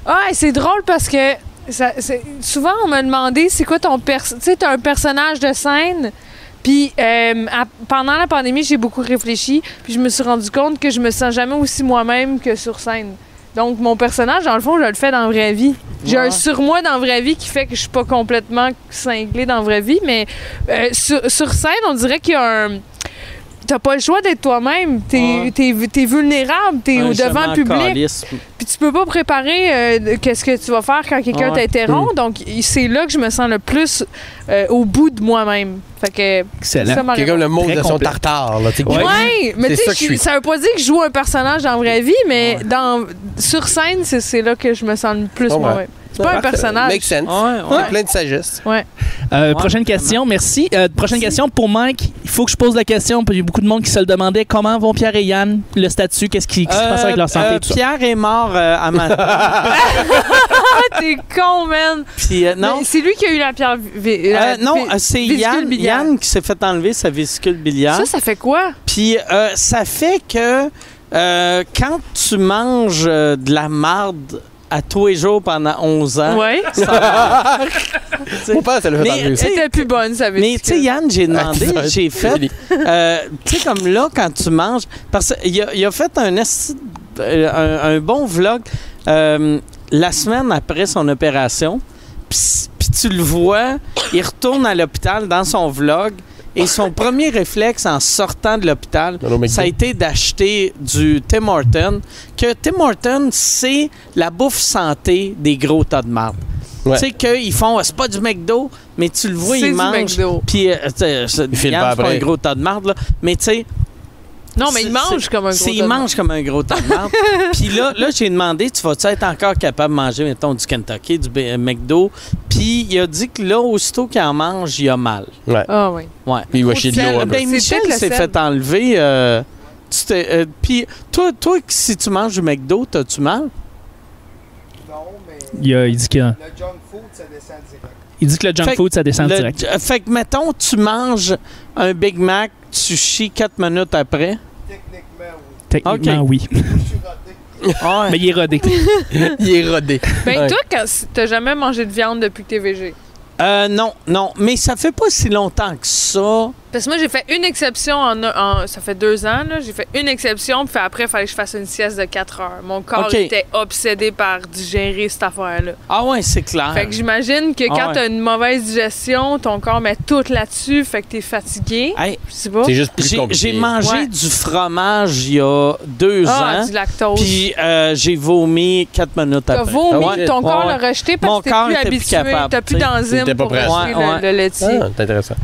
Ah, et c'est drôle parce que ça- c'est- souvent on m'a demandé c'est quoi ton perso- tu sais t'as un personnage de scène. Puis euh, à- pendant la pandémie, j'ai beaucoup réfléchi, puis je me suis rendu compte que je me sens jamais aussi moi-même que sur scène. Donc mon personnage dans le fond, je le fais dans la vraie vie. J'ai Ouais. un surmoi dans la vraie vie qui fait que je suis pas complètement cinglée dans la vraie vie, mais euh, sur, sur scène, on dirait qu'il y a un T'as pas le choix d'être toi-même. T'es Ouais. t'es- t'es vulnérable, t'es Un au devant chemin le public. calice. Puis tu peux pas préparer euh, de- qu'est-ce que tu vas faire quand quelqu'un Ouais. t'interrompt. Donc, i- c'est là que je me sens le plus euh, au bout de moi-même. Fait que Excellent. ça m'a C'est comme le mot Très de son complet. tartare. Là, tu sais, qui- Ouais. Ouais, mais C'est tu ça sais, que je je- suis. ça veut pas dire que je joue un personnage dans la vraie vie, mais dans, sur scène, c'est- c'est là que je me sens le plus Ouais. moi-même. C'est pas un Parfait. personnage. Euh, Make sense. Ouais, ouais. C'est Plein de sagesse. Euh, Ouais, prochaine question, merci. Euh, prochaine question pour Mike. Il faut que je pose la question. Il y a beaucoup de monde qui se le demandait. Comment vont Pierre et Yann Le statut, qu'est-ce qui, qui se passe avec leur santé Euh, euh, tout ça? Pierre est mort euh, à matin. Ah, t'es con, man! Puis, euh, non, Mais C'est lui qui a eu la pierre... vi- la Euh, non, vi- euh, c'est vésicule Yann, biliaire. Yann qui s'est fait enlever sa vésicule biliaire. Ça, ça fait quoi? Puis euh, ça fait que euh, quand tu manges euh, de la marde à tous les jours pendant 11 ans, Ouais. sais. Mon père, ça le fait Mais- enlever ça. Tu sais, C'était plus bonne, ça veut mais tu sais, Yann, j'ai demandé, Ah, j'ai fait, Fini. euh, tu sais, comme là, quand tu manges, parce qu'il a, il a fait un, esti- euh, un, un bon vlog euh, la semaine après son opération, puis puis tu le vois, il retourne à l'hôpital dans son vlog, et son premier réflexe en sortant de l'hôpital, Non, non, mais- ça a été d'acheter du Tim Horton, que Tim Horton, c'est la bouffe santé des gros tas de marde. Ouais. Tu sais qu'ils font, c'est pas du McDo, mais tu le vois, C'est ils du mangent. McDo. Puis, euh, tu sais, c'est Ils filent Yann, pas c'est pas après. un gros tas de marde, là. Mais tu sais, Non, mais il c'est- mange c'est- comme un gros c'est- il tas de mange comme un gros tas de marde. Puis là, là j'ai demandé, tu vas-tu être encore capable de manger, mettons, du Kentucky, du B- euh, McDo? Puis il a dit que là, aussitôt qu'il en mange, il a mal. Ah, ouais. Ouais. Puis il va chier de l'eau un peu. Ben, Michel peut-être le s'est sel. fait enlever. euh, tu t'es- euh, Puis toi, toi, si tu manges du McDo, t'as-tu mal? Non, mais Il, euh, il dit que, le junk food, ça descend direct. il dit que le junk Fait- food, ça descend Le- direct. euh, fait que, mettons, tu manges un Big Mac, tu chies quatre minutes après. Techniquement, oui. Techniquement, ok. oui. Je suis rodé. Ouais. Mais il est rodé. Il est rodé. Ben, Ouais. toi, quand- si t'as jamais mangé de viande depuis que t'es végé. Euh, non, non. Mais ça fait pas si longtemps que ça. Parce que moi, j'ai fait une exception en, un- en- Ça fait deux ans, là. J'ai fait une exception, puis après, il fallait que je fasse une sieste de 4 heures. Mon corps Ok. était obsédé par digérer cette affaire-là. Ah ouais, c'est clair. Fait que j'imagine que Ah quand ouais. t'as une mauvaise digestion, ton corps met tout là-dessus, fait que t'es fatigué. Hey, Je sais pas. C'est juste plus j'ai- compliqué. Ah, j'ai mangé Ouais. du fromage il y a deux Ah, ans, du lactose. puis euh, j'ai vomi quatre minutes T'as après. Ah vomi, Ouais, ton ouais, corps ouais. l'a rejeté Mon parce que corps t'es plus était plus habitué. capable, T'as plus tu sais. d'enzymes T'étais pas pour prêt à bouger ça. Ouais, le, le Ah, laitier. c'est intéressant.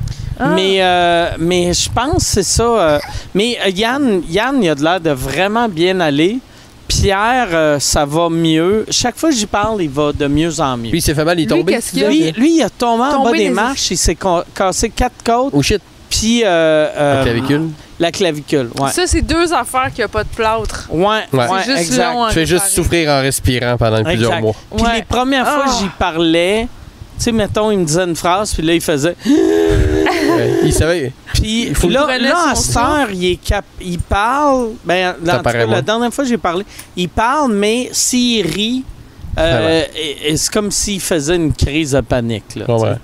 Ah. Mais, euh, mais je pense que c'est ça. euh, mais euh, Yann, Yann, il a de l'air de vraiment bien aller. Pierre, euh, ça va mieux. Chaque fois que j'y parle, il va de mieux en mieux. Puis il s'est fait mal, il est Lui, tombé. qu'est-ce qu'il a? lui, lui, il a tombé, en euh, Tombé bas des des- marches, il s'est con- cassé quatre côtes, Oh shit, puis euh, euh, la clavicule. la clavicule, ouais. Ah. Ça, c'est deux affaires qu'il n'y a pas de plâtre. Ouais, Ouais. ouais, C'est juste exact. long à Tu fais juste réparer. souffrir en respirant pendant plusieurs Exact. mois. Puis Ouais. les premières fois que Ah. j'y parlais, tu sais, mettons, il me disait une phrase, puis là, il faisait. Ouais, il savait. Puis Il faut- là, Il prenait là, à son cette heure, il, est cap- il parle. Ben, dans- Ça en tout cas, paraît moins. la dernière fois que j'ai parlé, il parle, mais s'il rit, Ah euh, et- et c'est comme s'il faisait une crise de panique. Là, Ah Ouais, ouais. tu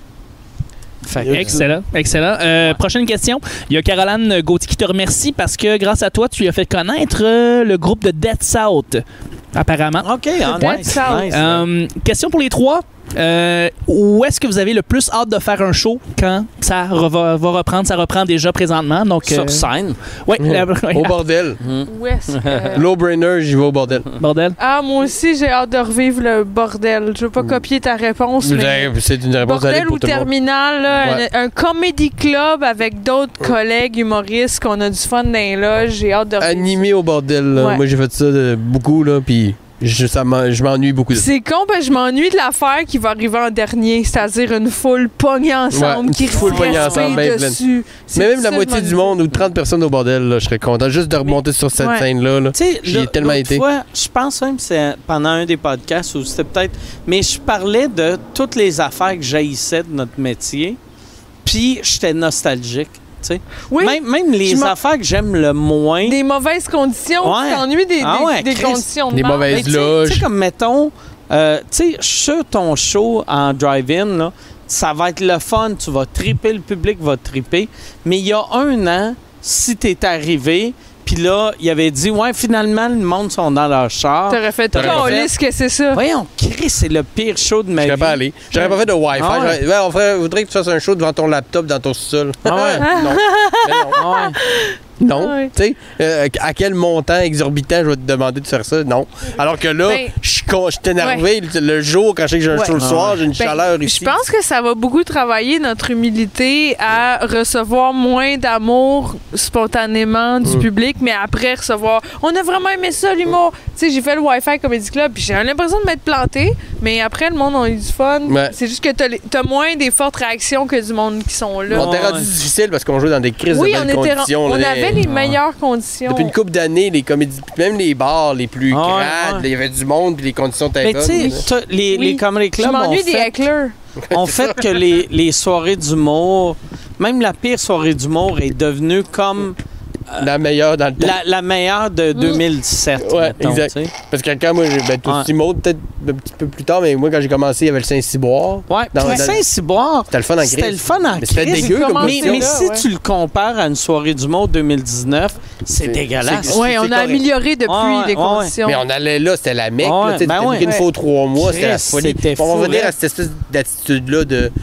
Fait que- Il y a- Excellent, excellent. Euh, Prochaine question. Il y a Caroline Gauthier qui te remercie parce que grâce à toi, tu as fait connaître euh, le groupe de Dead South, apparemment. OK, ah, Peut-être nice, ça. nice. Um, Euh, question pour les trois. Euh, où est-ce que vous avez le plus hâte de faire un show quand ça re- va, va reprendre? Ça reprend déjà présentement. Donc, euh, Sur scène. Mhm. ouais, la- ouais, Au bordel. Où est-ce que- Low brainer, j'y vais au bordel. bordel. Ah, moi aussi, j'ai hâte de revivre le bordel. Je veux pas copier ta réponse, mais... C'est une réponse valide Bordel pour ou tout le monde. terminal, là, Ouais. un, un comedy club avec d'autres collègues humoristes qu'on a du fun dans les loges. J'ai hâte de revivre ça. Animé au bordel. là. Ouais. Moi, j'ai fait ça euh, beaucoup, là, puis je, ça m'en- je m'ennuie beaucoup. de ça. C'est con, parce que je m'ennuie de l'affaire qui va arriver en dernier, c'est-à-dire une foule pognée ensemble Ouais, qui une foule foule pognée ensemble, ben pleine. dessus. C'est Mais même la ça, moitié je du m'ennuie. monde ou 30 personnes au bordel, là, je serais content juste de remonter sur cette Ouais. scène-là. là. Tu sais, J'y ai l'autre- tellement l'autre été. fois, je pense même que c'est pendant un des podcasts ou c'était peut-être. Mais je parlais de toutes les affaires que jaillissaient de notre métier, puis j'étais nostalgique. tu sais. Oui, Même, même les je m'en- affaires que j'aime le moins. des mauvaises conditions. Ouais. Tu t'ennuies des, Ah des- ouais, des Christ. conditions de Des merde. Mais mauvaises tu sais- tu sais, loges. comme mettons, euh, tu sais, sur ton show en drive-in, là, ça va être le fun, tu vas triper, le public va triper. Mais il y a un an, si t'es arrivé, puis là, il avait dit, ouais, finalement, le monde sont dans leur char. T'aurais fait T'aurais tout fait- ce que c'est ça. Voyons, Chris, c'est le pire show de Je ma vie. serais pas allé. J'aurais pas fait de Wi-Fi. Ah ouais. J'aurais- ouais, on ferait- voudrait que tu fasses un show devant ton laptop dans ton sol. Ah ouais. non. Ah Mais non. Ah ouais. Non. Tu sais, euh, à quel montant exorbitant je vais te demander de faire ça? Non. Alors que là, Ben- je suis con- je suis énervé le, le jour quand je sais que j'ai un Ouais. show le Ah soir, j'ai une Ben, chaleur ici. Je pense que ça va beaucoup travailler notre humilité à recevoir moins d'amour spontanément Mm. du public, mais après recevoir. On a vraiment aimé ça, l'humour. Mm. Tu sais, j'ai fait le Wi-Fi Comedy Club, puis j'ai l'impression de m'être planté, mais après, le monde a eu du fun. Ouais. C'est juste que t'as les- t'as moins des fortes réactions que du monde qui sont là. On Ouais, était rendu ouais. difficile parce qu'on jouait dans des crises oui, de on, belles était, conditions. on là. avait Ah. les meilleures conditions. Depuis une couple d'années, les comédies, puis même les bars les plus Ah Ouais, crades, ouais. il y avait du monde, puis les conditions étaient ouais. Mais bonnes. tu sais, là. t'as- les, Oui. les comedy je clubs ont m'ennuie des fait, hecklers. Ah, ont fait que les, les soirées d'humour, même la pire soirée d'humour est devenue comme la meilleure dans le temps. la, la meilleure de Mm. 2017. Ouais, mettons, exact. tu sais. Parce que quand moi, j'ai- ben, tout Ouais. Simon, peut-être un petit peu plus tard, mais moi, quand j'ai commencé, il y avait le Saint-Cyboire. Ouais, Dans- puis dans- Saint-Cyboire, C'était le fun en c'était le crise. fun en Mais c'était crise. dégueu comme Mais, Commencé mais là, si ouais. tu le compares à une soirée d'humour 2019, c'est C'est- dégueulasse. c'est- Oui, on a correct. amélioré depuis Ouais, ouais, ouais. les conditions. Mais on allait là, c'était la mecque. Ouais, là, tu sais, ben t'étais ouais. booké une fois aux trois mois, c'était la Christ, folie. c'était On fou, va revenir hein. à cette espèce d'attitude-là de. Tu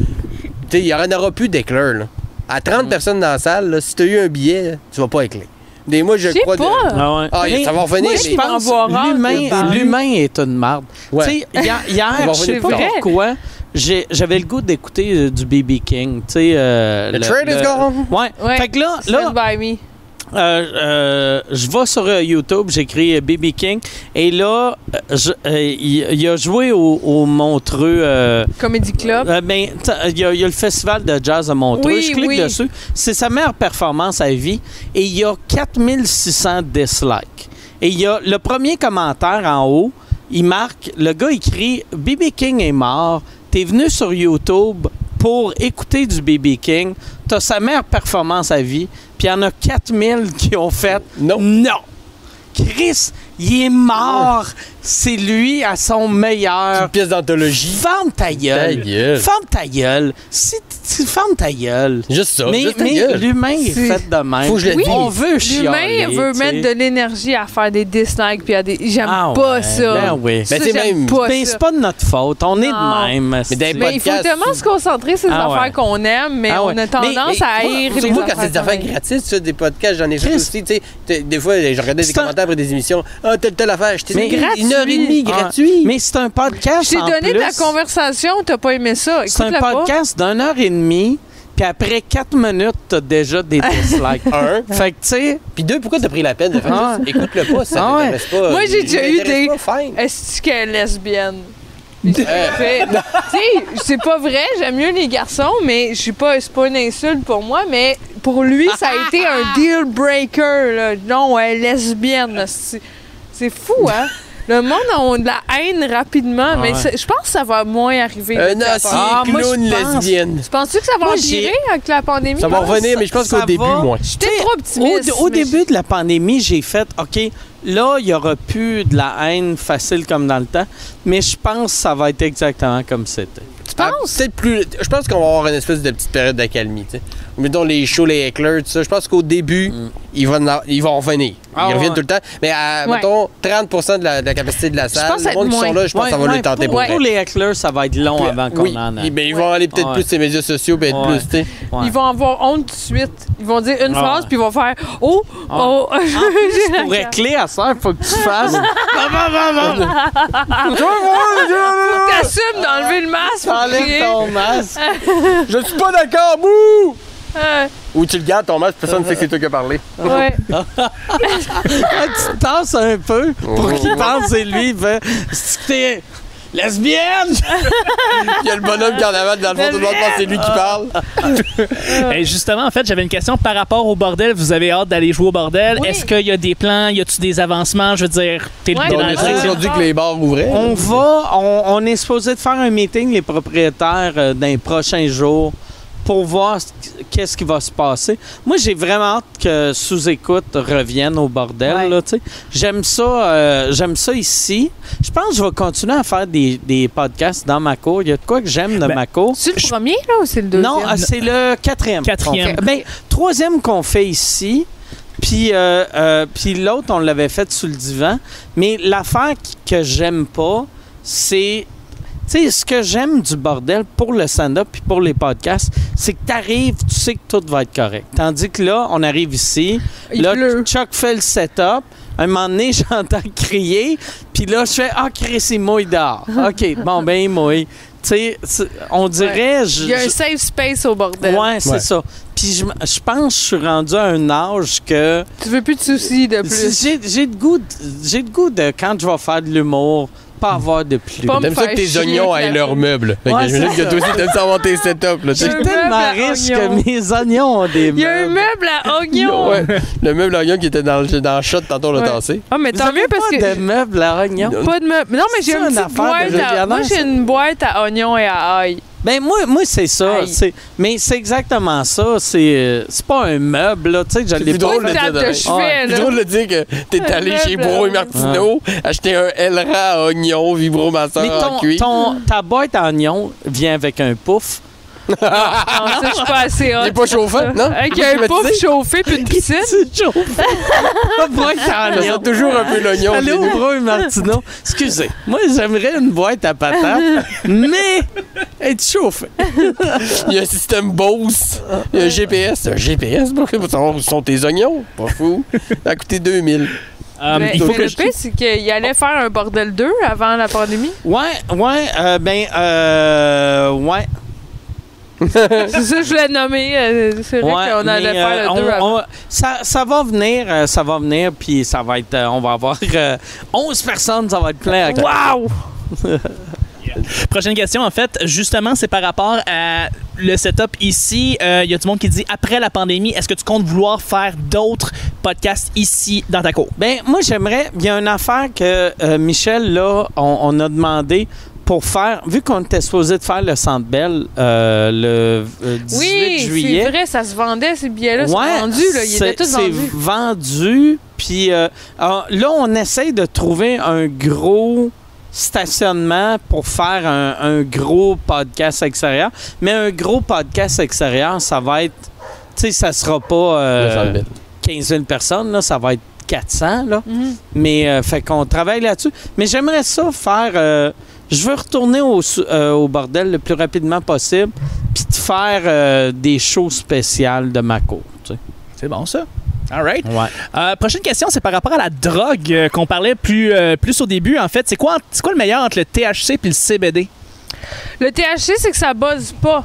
sais, il n'y en aura plus d'éclairs, là. À Mm. 30 personnes dans la salle, là, si t'as eu un billet, tu vas pas éclairer. Des moi, je Je sais crois. de- pas. Ah ouais. Ah, Mais ça va revenir. moi, mais- je Ils vont pense avoir hâte de l'humain, parler. l'humain est une marde. Ouais. Tu sais, hier, hier, Ils vont je sais revenir pas plus tard. pourquoi, j'ai- j'avais le goût d'écouter euh, du B.B. King. Tu sais, euh, The train is gone. Ouais. Ouais. Fait que là, Ah. là Stand by me. euh, euh, je vais sur euh, YouTube, j'écris euh, B.B. King, et là, euh, je- euh, il il a joué au, au Montreux. euh, Comedy Club. euh, ben, t'as- il y, a il y a le festival de jazz à Montreux. Oui, je clique oui. dessus. C'est sa meilleure performance à vie. Et il y a 4600 dislikes. Et il y a le premier commentaire en haut. Il marque, le gars écrit « B.B. King est mort. T'es venu sur YouTube pour écouter du B.B. King. T'as sa meilleure performance à vie. Puis il y en a 4000 qui ont fait « Non. Non! » Chris, il est mort. C'est lui à son meilleur. Une pièce d'anthologie. Ferme ta Ta gueule. gueule. Ferme ta gueule. Si t- tu fermes ta gueule. Juste ça. mais juste ta mais gueule. l'humain est C'est- fait de même. Faut que je le Oui. dise. On veut chialer. L'humain veut tu sais. mettre de l'énergie à faire des dislikes puis à des. J'aime Ah pas ouais, ça. ben oui. Ça, Mais c'est j'aime même- pas Ben, ça. c'est pas de notre faute. On est Non. de même. Mais d'un c'est- pas Mais il faut podcast, tellement c'est- se concentrer sur les Ah ouais. affaires qu'on aime, mais Ah on ouais. a Mais- tendance mais- à haïr C'est les moi, quand c'est des affaires pareilles. gratuites, ça, des podcasts, j'en ai fait Chris. aussi. tu sais. T'es- Des fois, je regardais des C'est un- commentaires après des émissions. Ah, telle, telle affaire. J'étais Mais une heure et demie gratuit. gratuit. Mais c'est un podcast. Je t'ai en donné de la plus. conversation, t'as pas aimé ça. C'est un Écoute-la pas. podcast d'une heure et demie. Puis après quatre minutes, t'as déjà des dislikes. Un. fait que, tu sais, Puis deux, pourquoi t'as pris la peine de faire Ah. ça? Écoute-le pas, ça Ah ouais. t'intéresse pas. Moi, j'ai Il déjà eu t'intéresse des- pas, fine. Euh, Est-ce qu'elle est lesbienne? Puis Euh, je me fais- Tu sais, c'est pas vrai, j'aime mieux les garçons, mais je suis pas, c'est pas une insulte pour moi, mais pour lui, ça a été un deal breaker. là. Non, elle est lesbienne. là. C'est c'est fou, hein? Le monde a de la haine rapidement, mais Ouais. c'est- je pense que ça va moins arriver. Un depuis la acier pandémie. Ah, moi, je clown pense- lesbienne. Tu penses-tu que ça va Moi, empirer avec la pandémie? Ça va pense revenir, mais je que pense ça qu'au début, va. moins. J'étais trop optimiste. Au, au mais début de la pandémie, j'ai fait OK, là, il n'y aura plus de la haine facile comme dans le temps, mais je pense que ça va être exactement comme c'était. je- Tu penses? Ah, Peut-être plus. Je pense qu'on va avoir une espèce de petite période d'accalmie. tu sais. Mettons les shows, les hecklers, tout ça. Je pense qu'au début, Mm. ils, vont, en- ils vont revenir. Ah, ils ouais. reviennent tout le temps. Mais à, Ouais. mettons, 30 de la, de la capacité de la Je salle, pense le être monde qui sont moins. là, je pense que ça va Ouais, le tenter pour, pour, pour vrai. les hecklers, ça va être long avant qu'on Oui, en ait. mais ils vont aller peut-être Ouais. plus sur les médias sociaux, peut-être Ouais. plus, tu sais. Ouais. Ils vont avoir honte tout de suite. Ils vont dire une Ah ouais. phrase, Ah. puis ils vont faire Oh, oh, En plus, j'ai la pour carte. régler à ça, il faut que tu fasses. Va, va, va, va. T'assumes d'enlever le masque pour T'enlèves crier. ton masque. Je suis pas d'accord, mou! Euh, Ou tu le gardes ton masque, personne ne sait que c'est toi qui as parlé. ouais. Ah, tu te tasses un peu pour qu'il pense c'est lui. il fait, C'est que t'es lesbienne. Il y a le bonhomme carnaval dans le fond, tout le monde pense que c'est lui qui parle. Ah. Eh, justement, en fait, j'avais une question par rapport au bordel. Vous avez hâte d'aller jouer au bordel. Oui. Est-ce qu'il y a des plans? Y a-tu des avancements? Je veux dire, t'es Ouais, t'es On dans a la euh, su direction. aujourd'hui que les bars ouvraient. On va, on, on est supposé de faire un meeting, les propriétaires, euh, dans les prochains jours pour voir ce qui- qu'est-ce qui va se passer. Moi, j'ai vraiment hâte que Sous-Écoute revienne au bordel. Ouais. là, tu sais. J'aime ça, euh, j'aime ça ici. Je pense que je vais continuer à faire des, des podcasts dans ma cour. Il y a de quoi que j'aime de Ben, ma cour. C'est le premier, là, ou c'est le deuxième? Non, ah, c'est le quatrième. Quatrième. qu'on fait. Ben, troisième qu'on fait ici. Puis, euh, euh, puis l'autre, on l'avait fait sous le divan. Mais l'affaire qui- que j'aime pas, c'est. Tu sais, ce que j'aime du bordel pour le stand-up puis pour les podcasts, c'est que tu arrives, tu sais que tout va être correct. Tandis que là, on arrive ici, Il là, pleut. Chuck fait le setup. Un moment donné, j'entends crier, puis là, je fais Ah, Chris, il mouille dehors. OK, bon, ben, il mouille. Tu sais, c'est- on dirait. je- Il y a je- un safe space au bordel. Ouais, c'est Ouais. ça. Puis je, m- je pense que je suis rendu à un âge que Tu veux plus de soucis de plus. j'ai j'ai le goût de, j'ai le goût de quand je vais faire de l'humour pas avoir de plus. Pas me T'aimes ça que faire tes chier oignons avec la- aient leurs meubles. Fait Ouais, que j'imagine c'est que toi aussi, t'aimes ça avoir tes setups, là, tu sais. J'ai un tellement meuble à riche oignons. que mes oignons ont des Il y a un meubles. meuble à oignons! Ouais. Le meuble oignon qui était dans le, dans le shot, tantôt on l'a Ouais. tassé. Ah, mais Vous tant avez mieux parce pas que. de meubles à oignons. Pas de meuble. Non, mais C'est j'ai ça, une une petite affaire de boîte à... Juliana, Moi, j'ai ça? une boîte à oignons et à ail. Ben moi, moi c'est ça. Aïe. c'est- mais c'est exactement ça. C'est euh, c'est pas un meuble là. Tu sais, je C'est l'ai plus pas. drôle, Une le table dire de de chevet, C'est là. drôle de dire que t'es Un allé meuble chez Bro et à Martineau acheter un Elra à oignon, vibromasseur Mais en ton, cuir. ton- ta boîte à oignons vient avec un pouf. Non, Ah, ça, je suis pas assez Il hot. est pas chauffant, non? Avec un pouf chauffé puis une piscine. C'est chaud. Ta boîte à Ça oignons. sent toujours un peu l'oignon. Allez au Brun Martineau. Excusez, moi j'aimerais une boîte à patates, mais être chauffé. Il y a un système Bose. Il y a un GPS. Un GPS pour pour savoir où sont tes oignons. Pas fou. Ça a coûté 2000. Ah, Euh, Mais, il faut mais que le je- pire, c'est qu'il allait faire un bordel 2 avant la pandémie. Ouais, ouais, euh, ben, euh, ouais. C'est ça, je l'ai nommé. euh, C'est vrai ouais, qu'on allait mais, euh, faire le on- 2 avant. on- ça, ça va venir, euh, ça va venir, puis ça va être, euh, on va avoir euh, 11 personnes, ça va être plein. à- Wow! Prochaine question, en fait, justement, c'est par rapport à le setup ici. Euh, Il y a du monde qui dit après la pandémie, est-ce que tu comptes vouloir faire d'autres podcasts ici dans ta cour? Ben, moi, j'aimerais. Il y a une affaire que euh, Michel, là, on, on a demandé pour faire. Vu qu'on était supposé de faire le Centre Belle euh, le euh, 18 Oui, juillet. c'est vrai, ça se vendait, ces billets-là. c'est Ouais, vendu, là. Ils étaient c'est- tous vendus. C'est vendu. Puis euh, alors, là, on essaye de trouver un gros stationnement pour faire un, un gros podcast extérieur. Mais un gros podcast extérieur, ça va être. Tu sais, ça sera pas euh, 15 000 personnes, là, ça va être 400. Là. Mhm. Mais euh, fait qu'on travaille là-dessus. Mais j'aimerais ça faire. euh, je veux retourner au, sou- euh, au bordel le plus rapidement possible, puis de faire euh, des shows spéciales de ma cour. tu sais. C'est bon, ça? All right. Euh, prochaine question, c'est par rapport à la drogue euh, qu'on parlait plus, euh, plus au début. En fait, c'est quoi, c'est quoi le meilleur entre le THC puis le CBD? Le THC, c'est que ça buzz pas.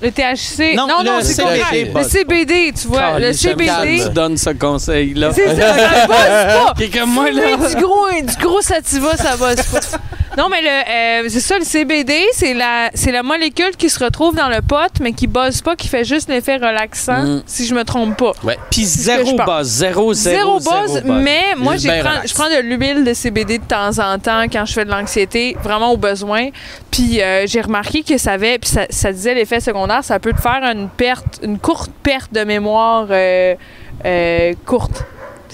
Le THC. Non, Non, non, le c'est CBD contraire. Le buzz. CBD, tu vois. Le Caliste, CBD. Tu donnes ce conseil-là. C'est ça, ça bosse pas. Qui est comme moi, là. Fumer Du gros, du gros sativa, ça bosse pas. Non, mais le, euh, c'est ça, le CBD, c'est la, c'est la molécule qui se retrouve dans le pot, mais qui bosse pas, qui fait juste l'effet relaxant, Mm. si je me trompe pas. Puis ce que zéro je pense. buzz, zéro, Zéro, zéro, buzz, mais moi, j'ai Ben prends- relax. je prends de l'huile de CBD de temps en temps quand je fais de l'anxiété, vraiment au besoin. Puis euh, j'ai remarqué que ça avait, puis ça, ça disait l'effet secondaire, ça peut te faire une perte, une courte perte de mémoire euh, euh, courte.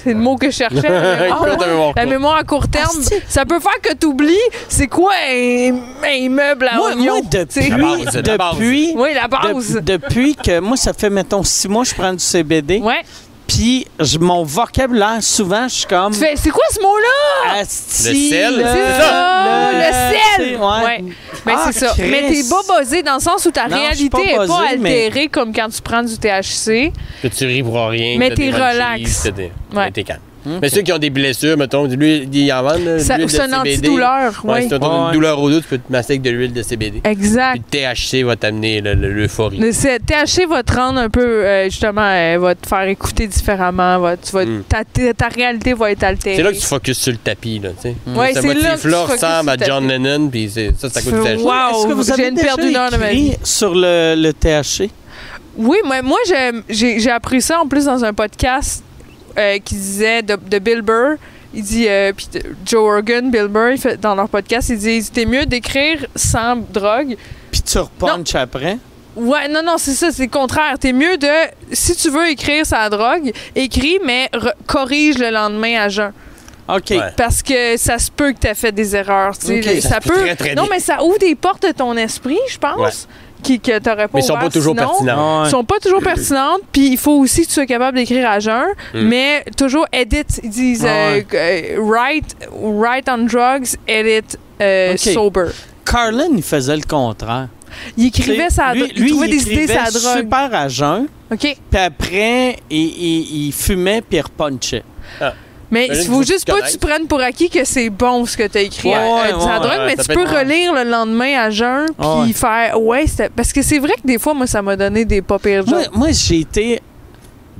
C'est le mot que je cherchais. la mémoire. Écoute, un bon La coup. mémoire à court terme, Asti. ça peut faire que t'oublies c'est quoi un, un immeuble à Moi, oignons, moi, tu depuis, sais. La base, Ah, la base. depuis, Oui, la base. de- depuis que moi, ça fait, mettons, six mois que je prends du CBD, Ouais. puis je- mon vocabulaire, souvent, je suis comme... Ah, Tu fais, c'est quoi ce mot-là? Asti, Le sel, le- C'est ça! Oh, Le sel! Ouais. Ouais. Ben, Ah, c'est ça. Christ. Mais t'es pas buzzé dans le sens où Non, ta je suis réalité pas n'est pas, buzzé, mais- altérée comme quand tu prends du THC. que tu ris pour rien. Mais que t'as t'es des munchies, relax. t'as des- Ouais. mais T'es calme. Mais ceux qui ont des blessures, mettons, de l'huile, ils en vendent. là, de Ça- Euh, l'huile de C'est un CBD. antidouleur, Ouais, oui. si t'as Ouais. une douleur au dos, tu peux te masser avec de l'huile de CBD. Puis Exact. le THC va t'amener le- le- l'euphorie. Le C- THC va te rendre un peu, euh, justement, euh, va te faire écouter différemment. Va, tu vas, Mm. ta, ta- ta réalité va être altérée. C'est là que tu focuses sur le tapis, là, tu sais. Ouais, Ce c'est là que tu motif-là focuses ressemble sur à le John Lennon, puis c'est- ça, ça Tu coûte fais, cher. wow. Est-ce que vous je avez viens de perdre une déjà heure de ma écrit sur le, le THC? Oui, moi, moi j'ai- j'ai j'ai appris ça en plus dans un podcast euh, qui disait de, de Bill Burr. Il dit, euh, puis de- Joe Rogan, Bill Burr, il fait- dans leur podcast, ils disent c'était mieux d'écrire sans drogue. Puis tu repunches après? Ouais, non, non, c'est ça, c'est le contraire. T'es mieux de, si tu veux écrire sans drogue, écris, mais re- corrige le lendemain à jeun. OK. Ouais. Parce que ça se peut que t'as fait des erreurs. tu sais. Ok, Le- ça ça se peut peut. très, très non, bien. mais ça ouvre des portes de ton esprit, je pense, qui, que t'aurais pas Mais ils sont pas ouvert toujours sinon. pertinents. Ouais. Ils sont pas toujours pertinentes, puis il faut aussi que tu sois capable d'écrire à jeun, Mm. mais toujours edit. Ils disent Ouais. euh, euh, write, write on drugs, edit euh, Ok. sober. Carlin, il faisait le contraire. Il écrivait Tu sais, sa lui- drogue, il lui, trouvait il des idées écrivait sa drogue. super à jeun, OK. puis après, il, il- il fumait puis il repunchait. Mais Ben là, il il faut faut juste te pas que connaître. tu prennes pour acquis que c'est bon ce que tu as écrit Ouais, à- à ouais, sa ouais, drogue, ouais, mais ça tu peut peux être- relire le lendemain à jeun puis Ah ouais. faire ouais, c'était- parce que c'est vrai que des fois moi ça m'a donné des pas pires Moi, jokes. moi, j'ai été...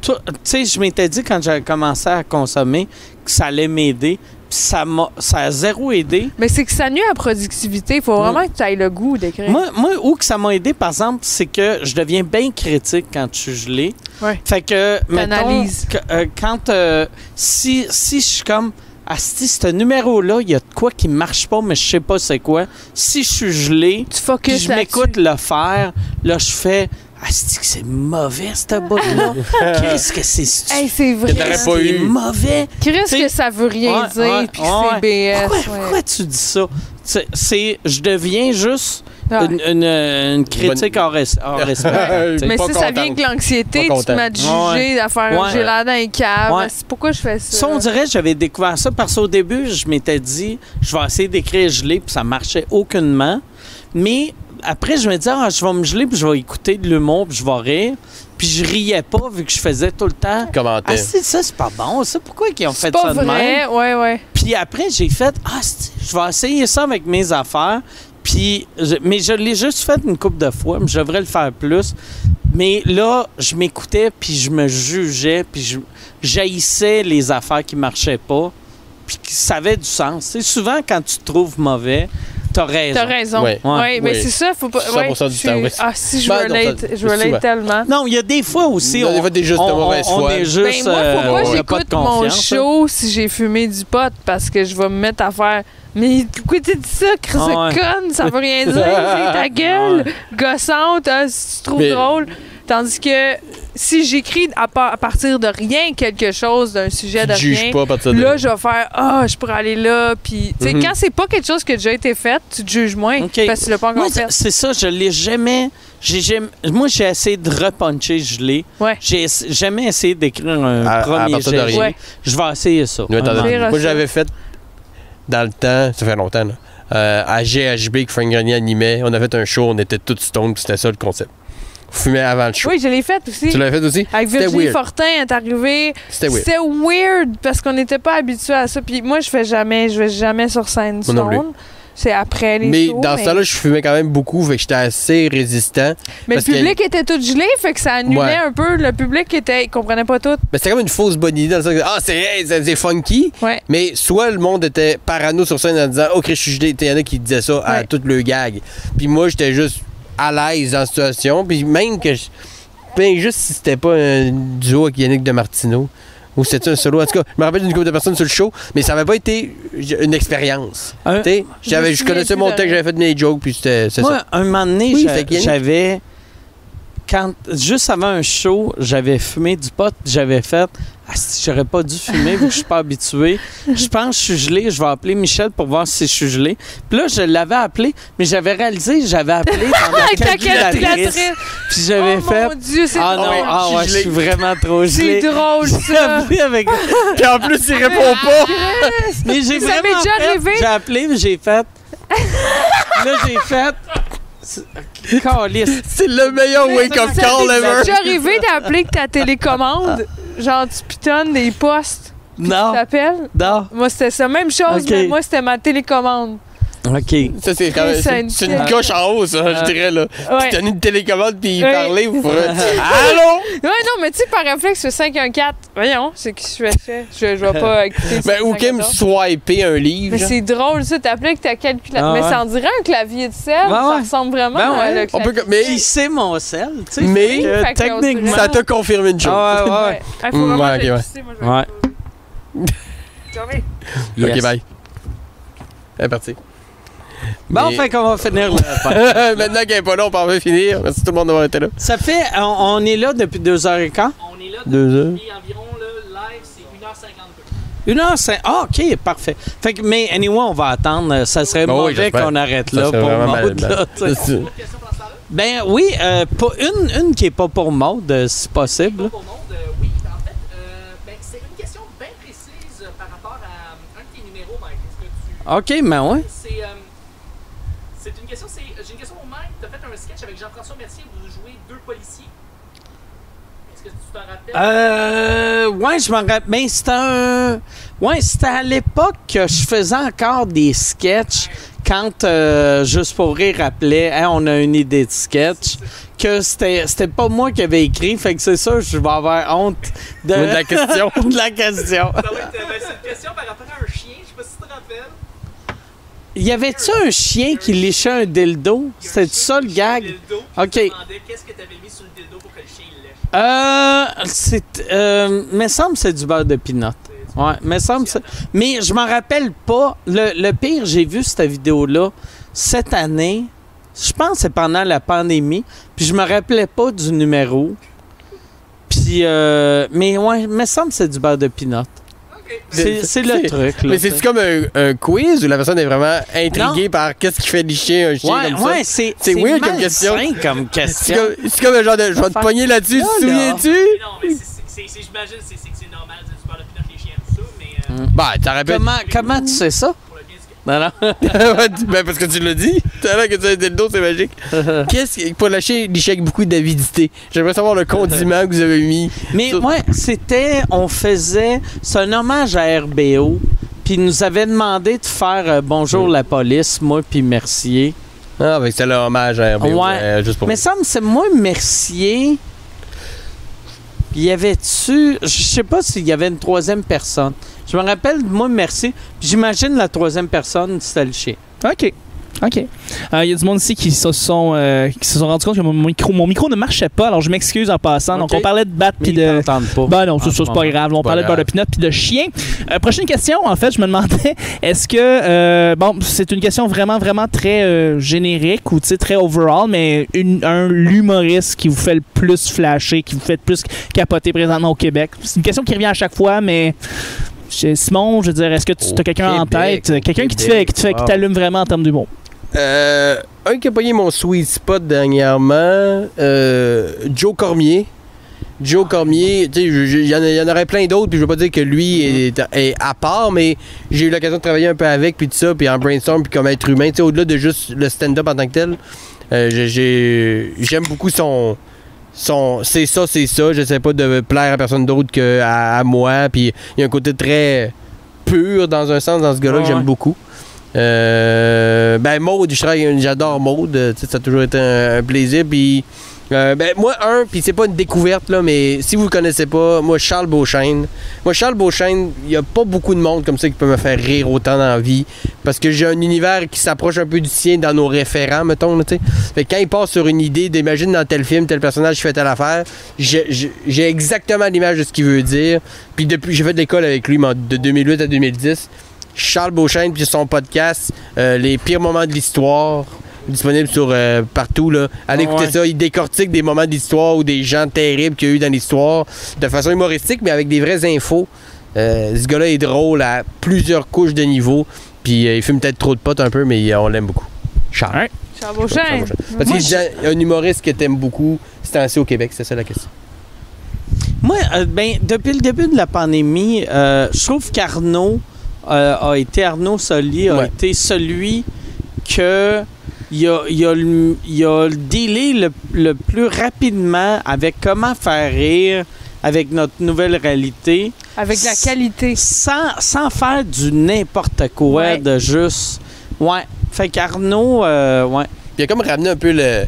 Tu tu sais, je m'étais dit quand j'avais commencé à consommer que ça allait m'aider, puis ça m'a ça a zéro aidé. Mais c'est que ça nuit à la productivité, il faut vraiment que tu ailles le goût d'écrire. Moi, moi, où que ça m'a aidé, par exemple, c'est que je deviens bien critique quand je suis gelé. Ouais. Fait que, mettons, T'analyses. que, euh, quand... euh, si, si je suis comme... Asti, ce numéro-là, il y a de quoi qui marche pas, mais je sais pas c'est quoi. Si je suis gelé, tu puis focuses je m'écoute le faire, là, je fais... Asti, que c'est mauvais, ce bout-là. Qu'est-ce que c'est Hey, stupide. c'est vrai. Que t'aurais pas c'est eu. mauvais. Chris, T'sais- que ça veut rien Ouais, ouais, dire, puis que ouais. c'est BS. Pourquoi, ouais. pourquoi tu dis ça? C'est- C'est... Je deviens juste Ah. une, une- une critique Bonne- en, res- en respect. Ouais. t'sais. Mais pas ça, ça contente. vient que l'anxiété, Pas tu te contente. mets à te Ouais. juger, à faire Ouais. j'ai l'air d'un cave. Ouais. C'est pourquoi je fais ça. Ça, on dirait que j'avais découvert ça parce qu'au début, je m'étais dit, je vais essayer d'écrire gelé, puis ça marchait aucunement. Mais après, je me disais, ah, je vais me geler, puis je vais écouter de l'humour, puis je vais rire. Puis je riais pas, vu que je faisais tout le temps. Ah, Commentaire. si, ça, c'est pas bon, ça. Pourquoi ils ont Ben, c'est fait pas ça de même? vrai, ouais, ouais. Puis après, j'ai fait, ah, si, je vais essayer ça avec mes affaires. Puis, je- mais je l'ai juste fait une couple de fois, mais je devrais le faire plus. Mais là, je m'écoutais, puis je me jugeais, puis je jaillissais les affaires qui marchaient pas, puis qui ça avait du sens. C'est souvent quand tu te trouves mauvais, t'as raison. T'as raison. Ouais. Ouais, Ouais. mais Oui. c'est ça, faut pas. ouais, 100% du je suis- temps, oui. Ah, si, je Ben, non, relate, ça- je relate souvent. tellement. Non, il y a des fois aussi. Il y a des on- fois, t'es juste de on- mauvaise on- on foi. est juste, Ben, moi, euh, pourquoi on a pas j'écoute de mon confiance, hein. show si j'ai fumé du pot? Parce que je vais me mettre à faire. Mais pourquoi tu dis ça, Chris de Ah ouais. conne? Ça veut rien dire, c'est ta gueule! Gossante, hein, si tu trouves Mais- drôle. Tandis que si j'écris à, par- à partir de rien quelque chose, d'un sujet de Tu juges rien, pas à partir de là, je vais faire Ah, je pourrais aller là. Puis, tu sais, Mhm. quand c'est pas quelque chose qui a déjà été fait, tu te juges moins Ok. parce que tu l'as pas encore Moi, fait. c'est ça, je l'ai jamais. J'ai jamais- moi, j'ai essayé de repuncher gelé. Ouais. J'ai ess- jamais essayé d'écrire un À- à premier partir de jet. rien. Ouais. Je vais essayer ça. Mais attendez, Un moment. Lire moi ça. j'avais fait dans le temps, ça fait longtemps, là, euh, à GHB que Frank Grenier animait, on avait fait un show, on était tous stoned, puis c'était ça le concept. On fumait avant le show. Oui, je l'ai fait aussi. Tu l'avais fait aussi? Avec C'était Virginie weird. Fortin est arrivée. C'était weird. C'était weird parce qu'on n'était pas habitué à ça. Puis moi, je fais jamais, je vais jamais sur scène Moi non plus. stone. C'est après les Mais shows, dans ce temps-là, je fumais quand même beaucoup, fait que j'étais assez résistant. mais le parce que- public était tout gelé, fait que ça annulait Ouais. un peu. Le public était, il comprenait pas tout. Mais c'était comme une fausse bonne idée dans le sens que, ah, c'est hey, c'est- c'est funky. Ouais. Mais soit le monde était parano sur scène en disant, oh, Chris, je suis gelé. Il y en a qui disaient ça à Ouais. tout le gag. Puis moi, j'étais juste à l'aise dans la situation. Puis même que je. Ben, juste si c'était pas un duo avec Yannick de Martineau ou c'était un solo. En tout cas, je me rappelle d'une couple de personnes sur le show, mais ça n'avait pas été une expérience. Un- Tu sais, j'avais- je souviens connaissais plus mon de texte, rien. j'avais fait mes jokes, puis c'était. c'est moi, ça. un moment donné, Oui, j'a- fait qu'il y a- j'avais. Quand, juste avant un show, j'avais fumé du pot, puis j'avais fait Asti, j'aurais pas dû fumer vu que je suis pas habitué. Je pense que je suis gelé, je vais appeler Michel pour voir si je suis gelé. Puis là, je l'avais appelé, mais j'avais réalisé que j'avais appelé dans ma Avec la calculatrice. calculatrice. Puis j'avais oh fait mon Dieu, c'est Ah non, drôle. ah ouais, je suis vraiment trop c'est gelé. drôle, J'ai ça. appelé avec Puis en plus, il répond pas. Mais j'ai Ça vraiment m'est déjà fait- arrivé. J'ai appelé, mais j'ai fait. là, j'ai fait. C'est- Caliste. C'est le meilleur wake-up Ça call t'est ever. déjà arrivé d'appeler que ta télécommande, genre tu pitonnes des postes, Ah. Non, t'appelles? non. Moi, c'était ça. Même chose, Ok. mais moi, c'était ma télécommande. OK. Ça, c'est quand même- c'est- c'est une coche en haut, ça, je dirais, là. Ouais. Tu donnes une télécommande, puis il Ouais. parlait, vous Ah, ferez- Allô? Ouais, non, mais tu sais, par réflexe, le 514. Voyons, c'est qui je fais. Je, je vais pas écouter. le Ben, ou qu'il me 514. swiper un livre. Mais genre. c'est drôle, ça. T'appelais que ta calculatrice. Ah mais ouais. ça en dirait un clavier de sel. Ben ça ouais. ressemble vraiment Ben à ouais. le On peut, clavier. que- mais Qui sait mon sel, tu sais. fait Mais- que Fait que on techniquement. ça t'a confirmé une chose. Ah ouais, ouais, ouais. Ouais. Ah, faut vraiment Mm, ouais, que je ok, le pisse, moi, je vais Ouais. Fermez. Yes. Ok, bye. C'est parti. Bon, Mais- fait qu'on va finir là. Maintenant qu'elle est pas là, on peut finir. Merci tout le monde d'avoir été là. Ça fait. On, on est là depuis deux heures et quart. On est là Deux heures. depuis environ le live, c'est 1h52. Une heure, c'est. Ah, OK, parfait. Fait que, mais anyway, on va attendre. Euh, Ça serait Ben oui, mauvais j'espère. qu'on arrête Ça là serait pour vraiment Maud. mal- là, tu sais. Autre question pendant ce temps-là? Ben oui, euh, pas une, une qui est pas pour Maud, euh, si possible. Pas pour monde, euh, oui. En fait, euh, ben, c'est une question bien précise euh, par rapport à euh, un de tes numéros, Mike. Est-ce que tu OK, ben ouais. C'est euh, c'est une question, c'est j'ai une question pour Mike. T'as fait un sketch avec Jean-François Mercier où vous jouez deux policiers. Est-ce que tu t'en rappelles? Euh, ouais, je m'en rappelle. Mais c'était un. Ouais, c'était à l'époque que je faisais encore des sketchs quand euh, Juste pour rire rappelait Hein, on a une idée de sketch. Que c'était c'était pas moi qui avais écrit, fait que c'est sûr, je vais avoir honte de, De la question. de la question. Ça va être, euh, ben, c'est une question par rapport à un chien, je sais pas si tu te rappelles. Y avait-tu un chien qui léchait un dildo? Il y a un C'était chien ça le qui lèche gag? le dildo, puis Ok. Je me demandais qu'est-ce que t'avais mis sur le dildo pour que le chien il lèche. Euh, c'est, euh, me semble que c'est du beurre de pinot. Ouais, me semble que c'est- Mais je m'en rappelle pas. Le, le pire, j'ai vu cette vidéo-là cette année. Je pense que c'est pendant la pandémie. Puis je me rappelais pas du numéro. Puis, euh, mais ouais, me semble que c'est du beurre de pinot. Ok. C'est, c'est le truc. Là, Mais c'est-tu comme un, un quiz où la personne est vraiment intriguée par qu'est-ce qui fait licher un chien ouais, comme ouais, ça? c'est, C'est weird comme malsain question. comme C'est question. comme, c'est comme un genre de. Je vais te Faire- pogner là-dessus, tu te Voilà. souviens-tu? Non, mais c'est- c'est- c'est- c'est- j'imagine c'est c'est que c'est normal, c'est tu parles de pinot, les chiens aiment ça, mais euh, Bah, t'en rappelles. Comment, comment tu sais ça? pour le bien du Non, non. Ouais, tu- ben, parce que tu l'as dit. Tout à l'heure que tu as dit le dos, c'est magique. Qu'est-ce qui. Pour lâcher licher avec beaucoup d'avidité. J'aimerais savoir le condiment que vous avez mis. Mais Ça- ouais, c'était, on faisait, c'est un hommage à RBO, puis ils nous avaient demandé de faire euh, Bonjour Mm. la police, moi puis Mercier. Ah, avec c'est leur hommage à RBO. Ouais. euh, juste pour Mais ça me c'est moi Mercier. Il y avait-tu, je sais pas s'il y avait une troisième personne. Je me rappelle moi Mercier, puis j'imagine la troisième personne c'était le chien. OK. OK. Euh, Il y a du monde ici qui se sont, euh, qui se sont rendus compte que mon micro, mon micro ne marchait pas, alors je m'excuse en passant. Donc, OK. on parlait de battre Mais puis ils de. t'entendent pas. Ben non, c'est en ça, ce c'est pas moment. grave. On Bah Pas parlait de beurre de grave. pinot puis de chien. Euh, prochaine question, en fait, je me demandais, est-ce que. euh, bon, c'est une question vraiment, vraiment très euh, générique ou tu sais, très overall, mais une, un l'humoriste qui vous fait le plus flasher, qui vous fait le plus capoter présentement au Québec. C'est une question qui revient à chaque fois, mais. je- Simon, je veux dire, est-ce que tu Au as quelqu'un en Québec, tête, au quelqu'un qui te fait, Québec, qui te fait, qui wow. t'allume vraiment en termes d'humour? Euh, un qui a pogné mon sweet spot dernièrement, euh, Joe Cormier. Joe Cormier, tu sais, je- je- il y, en a- il y en aurait plein d'autres, puis je veux pas dire que lui est, est à part, mais j'ai eu l'occasion de travailler un peu avec, puis tout ça, puis en brainstorm, puis comme être humain, tu sais, au-delà de juste le stand-up en tant que tel, euh, j'ai- j'ai- j'aime beaucoup son. son c'est ça, c'est ça, j'essaie pas de plaire à personne d'autre que à, à moi, puis il y a un côté très pur dans un sens dans ce gars-là Ouais, que j'aime ouais. beaucoup. Euh, ben Maude, je travaille, j'adore Maude, euh, tu sais, ça a toujours été un, un plaisir. Puis euh, ben moi un, puis c'est pas une découverte là, mais si vous le connaissez pas, moi Charles Beauchesne. Moi Charles Beauchesne, il y a pas beaucoup de monde comme ça qui peut me faire rire autant dans la vie, parce que j'ai un univers qui s'approche un peu du sien dans nos référents, mettons là, tu sais. Fait que quand il passe sur une idée, d'imagine dans tel film, tel personnage fait telle affaire, j'ai- j'ai j'ai exactement l'image de ce qu'il veut dire. Puis depuis, j'ai fait de l'école avec lui mais en- de 2008 à 2010. Charles Beauchesne puis son podcast euh, Les pires moments de l'histoire. disponible sur euh, partout. Là. Allez Ah, écouter ouais. ça. Il décortique des moments d'histoire ou des gens terribles qu'il y a eu dans l'histoire de façon humoristique, mais avec des vraies infos. Euh, ce gars-là est drôle à plusieurs couches de niveau. Puis euh, il fume peut-être trop de potes un peu, mais euh, on l'aime beaucoup. Charles. Ouais. Charles Charles Beauchamp. Beauchamp. Parce Moi, qu'il y a un humoriste que t'aimes beaucoup, c'est ainsi au Québec, c'est ça la question. Moi, euh, ben, depuis le début de la pandémie, euh, je trouve qu'Arnaud euh, a été, Arnaud Soli a Ouais. été celui que il a, il a, le- il a le dealé le, le plus rapidement avec comment faire rire avec notre nouvelle réalité Avec de la qualité. sans, sans faire du n'importe quoi Ouais. de juste. Ouais. Fait qu'Arnaud, euh, ouais. Puis il a comme ramené un peu le,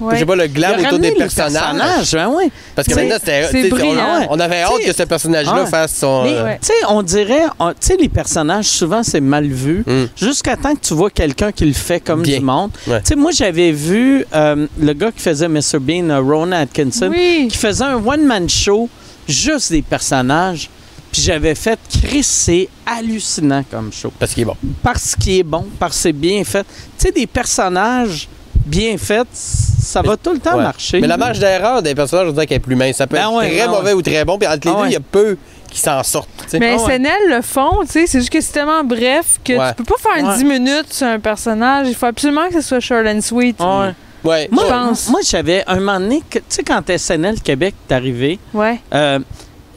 je Ouais. sais pas, le Il a glam autour ramené des le personnages. personnage, ben ouais. Parce que C'est- maintenant, c'était- c'est euh, tu sais, brillant. ah, On, on avait hâte T'sais- que ce personnage-là Ouais. fasse son. Mais, euh, Ouais. tu sais, on dirait, on- tu sais, les personnages, souvent, c'est mal vu. Mm. Jusqu'à temps que tu vois quelqu'un qui le fait comme Bien. du monde. Ouais. Tu sais, moi, j'avais vu euh, le gars qui faisait Mr. Bean, euh, Ron Atkinson, Oui. qui faisait un one-man show, juste des personnages. Puis j'avais fait Chris, c'est hallucinant comme show. Parce qu'il est bon. Parce qu'il est bon, parce que c'est bien fait. Tu sais, des personnages bien faits, ça va tout le temps Ouais. marcher. Mais la marge d'erreur des personnages, on dirait qu'elle est plus mince. Ça peut Ben être ouais, très ben mauvais ouais. ou très bon. Puis entre les Ah deux, il ouais. y a peu qui s'en sortent. tu sais. Mais Ah ouais. SNL le font, tu sais, c'est juste que c'est tellement bref que Ouais. tu peux pas faire Ouais. 10 minutes sur un personnage. Il faut absolument que ce soit short and sweet. Ouais. Ouais. Moi, Je pense. moi, j'avais un moment donné, que- tu sais, quand SNL Québec est arrivé, Ouais. Euh,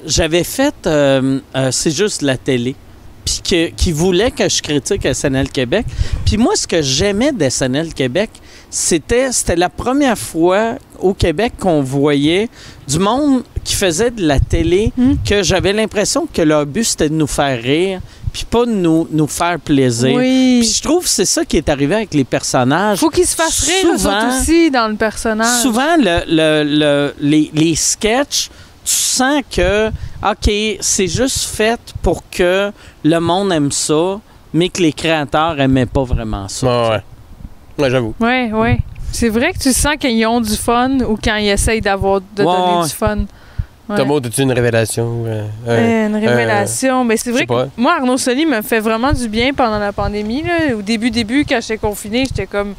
j'avais fait euh, euh, C'est juste la télé. Puis que- qui voulait que je critique SNL Québec. Puis moi, ce que j'aimais d'SNL Québec, c'était c'était la première fois au Québec qu'on voyait du monde qui faisait de la télé, Mm. que j'avais l'impression que leur but, c'était de nous faire rire, puis pas de nous, nous faire plaisir. Puis Oui. je trouve que c'est ça qui est arrivé avec les personnages. Faut qu'il se fasse rire eux Souvent- autres aussi dans le personnage. Souvent, le, le- le- les, les sketchs, tu sens que, OK, c'est juste fait pour que le monde aime ça, mais que les créateurs aimaient pas vraiment ça. Ouais, ouais. Ouais, j'avoue. Ouais, ouais. C'est vrai que tu sens qu'ils ont du fun ou quand ils essayent d'avoir de Ouais, donner ouais. du fun. Ouais. Thomas, as-tu une révélation? euh, euh, Euh, une révélation. mais c'est je vrai sais pas. que moi, Arnaud Soli me fait vraiment du bien pendant la pandémie. là. Au début, début, quand j'étais confinée, j'étais comme.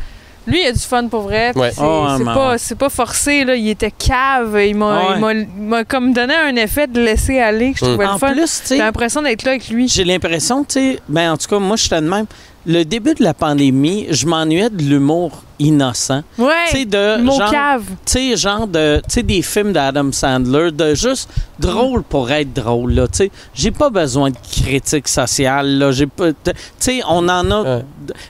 Lui, il a du fun pour vrai. puis Ouais. C'est Oh, ouais, c'est man. pas, c'est pas forcé. Là. Il était cave. Il m'a Ah ouais. il m'a- il m'a comme donné un effet de laisser aller que je Mm. trouvais En le fun. plus, tu J'ai sais, l'impression d'être là avec lui. j'ai l'impression, tu sais, ben en tout cas, moi, je suis de même. Le début de la pandémie, je m'ennuyais de l'humour innocent. Tu sais, Ouais. de Mon genre, cave. tu sais, genre de, tu sais, des films d'Adam Sandler, de juste drôle pour être drôle, là, tu sais. J'ai pas besoin de critique sociale, là, j'ai pas, tu sais, on en a, Ouais.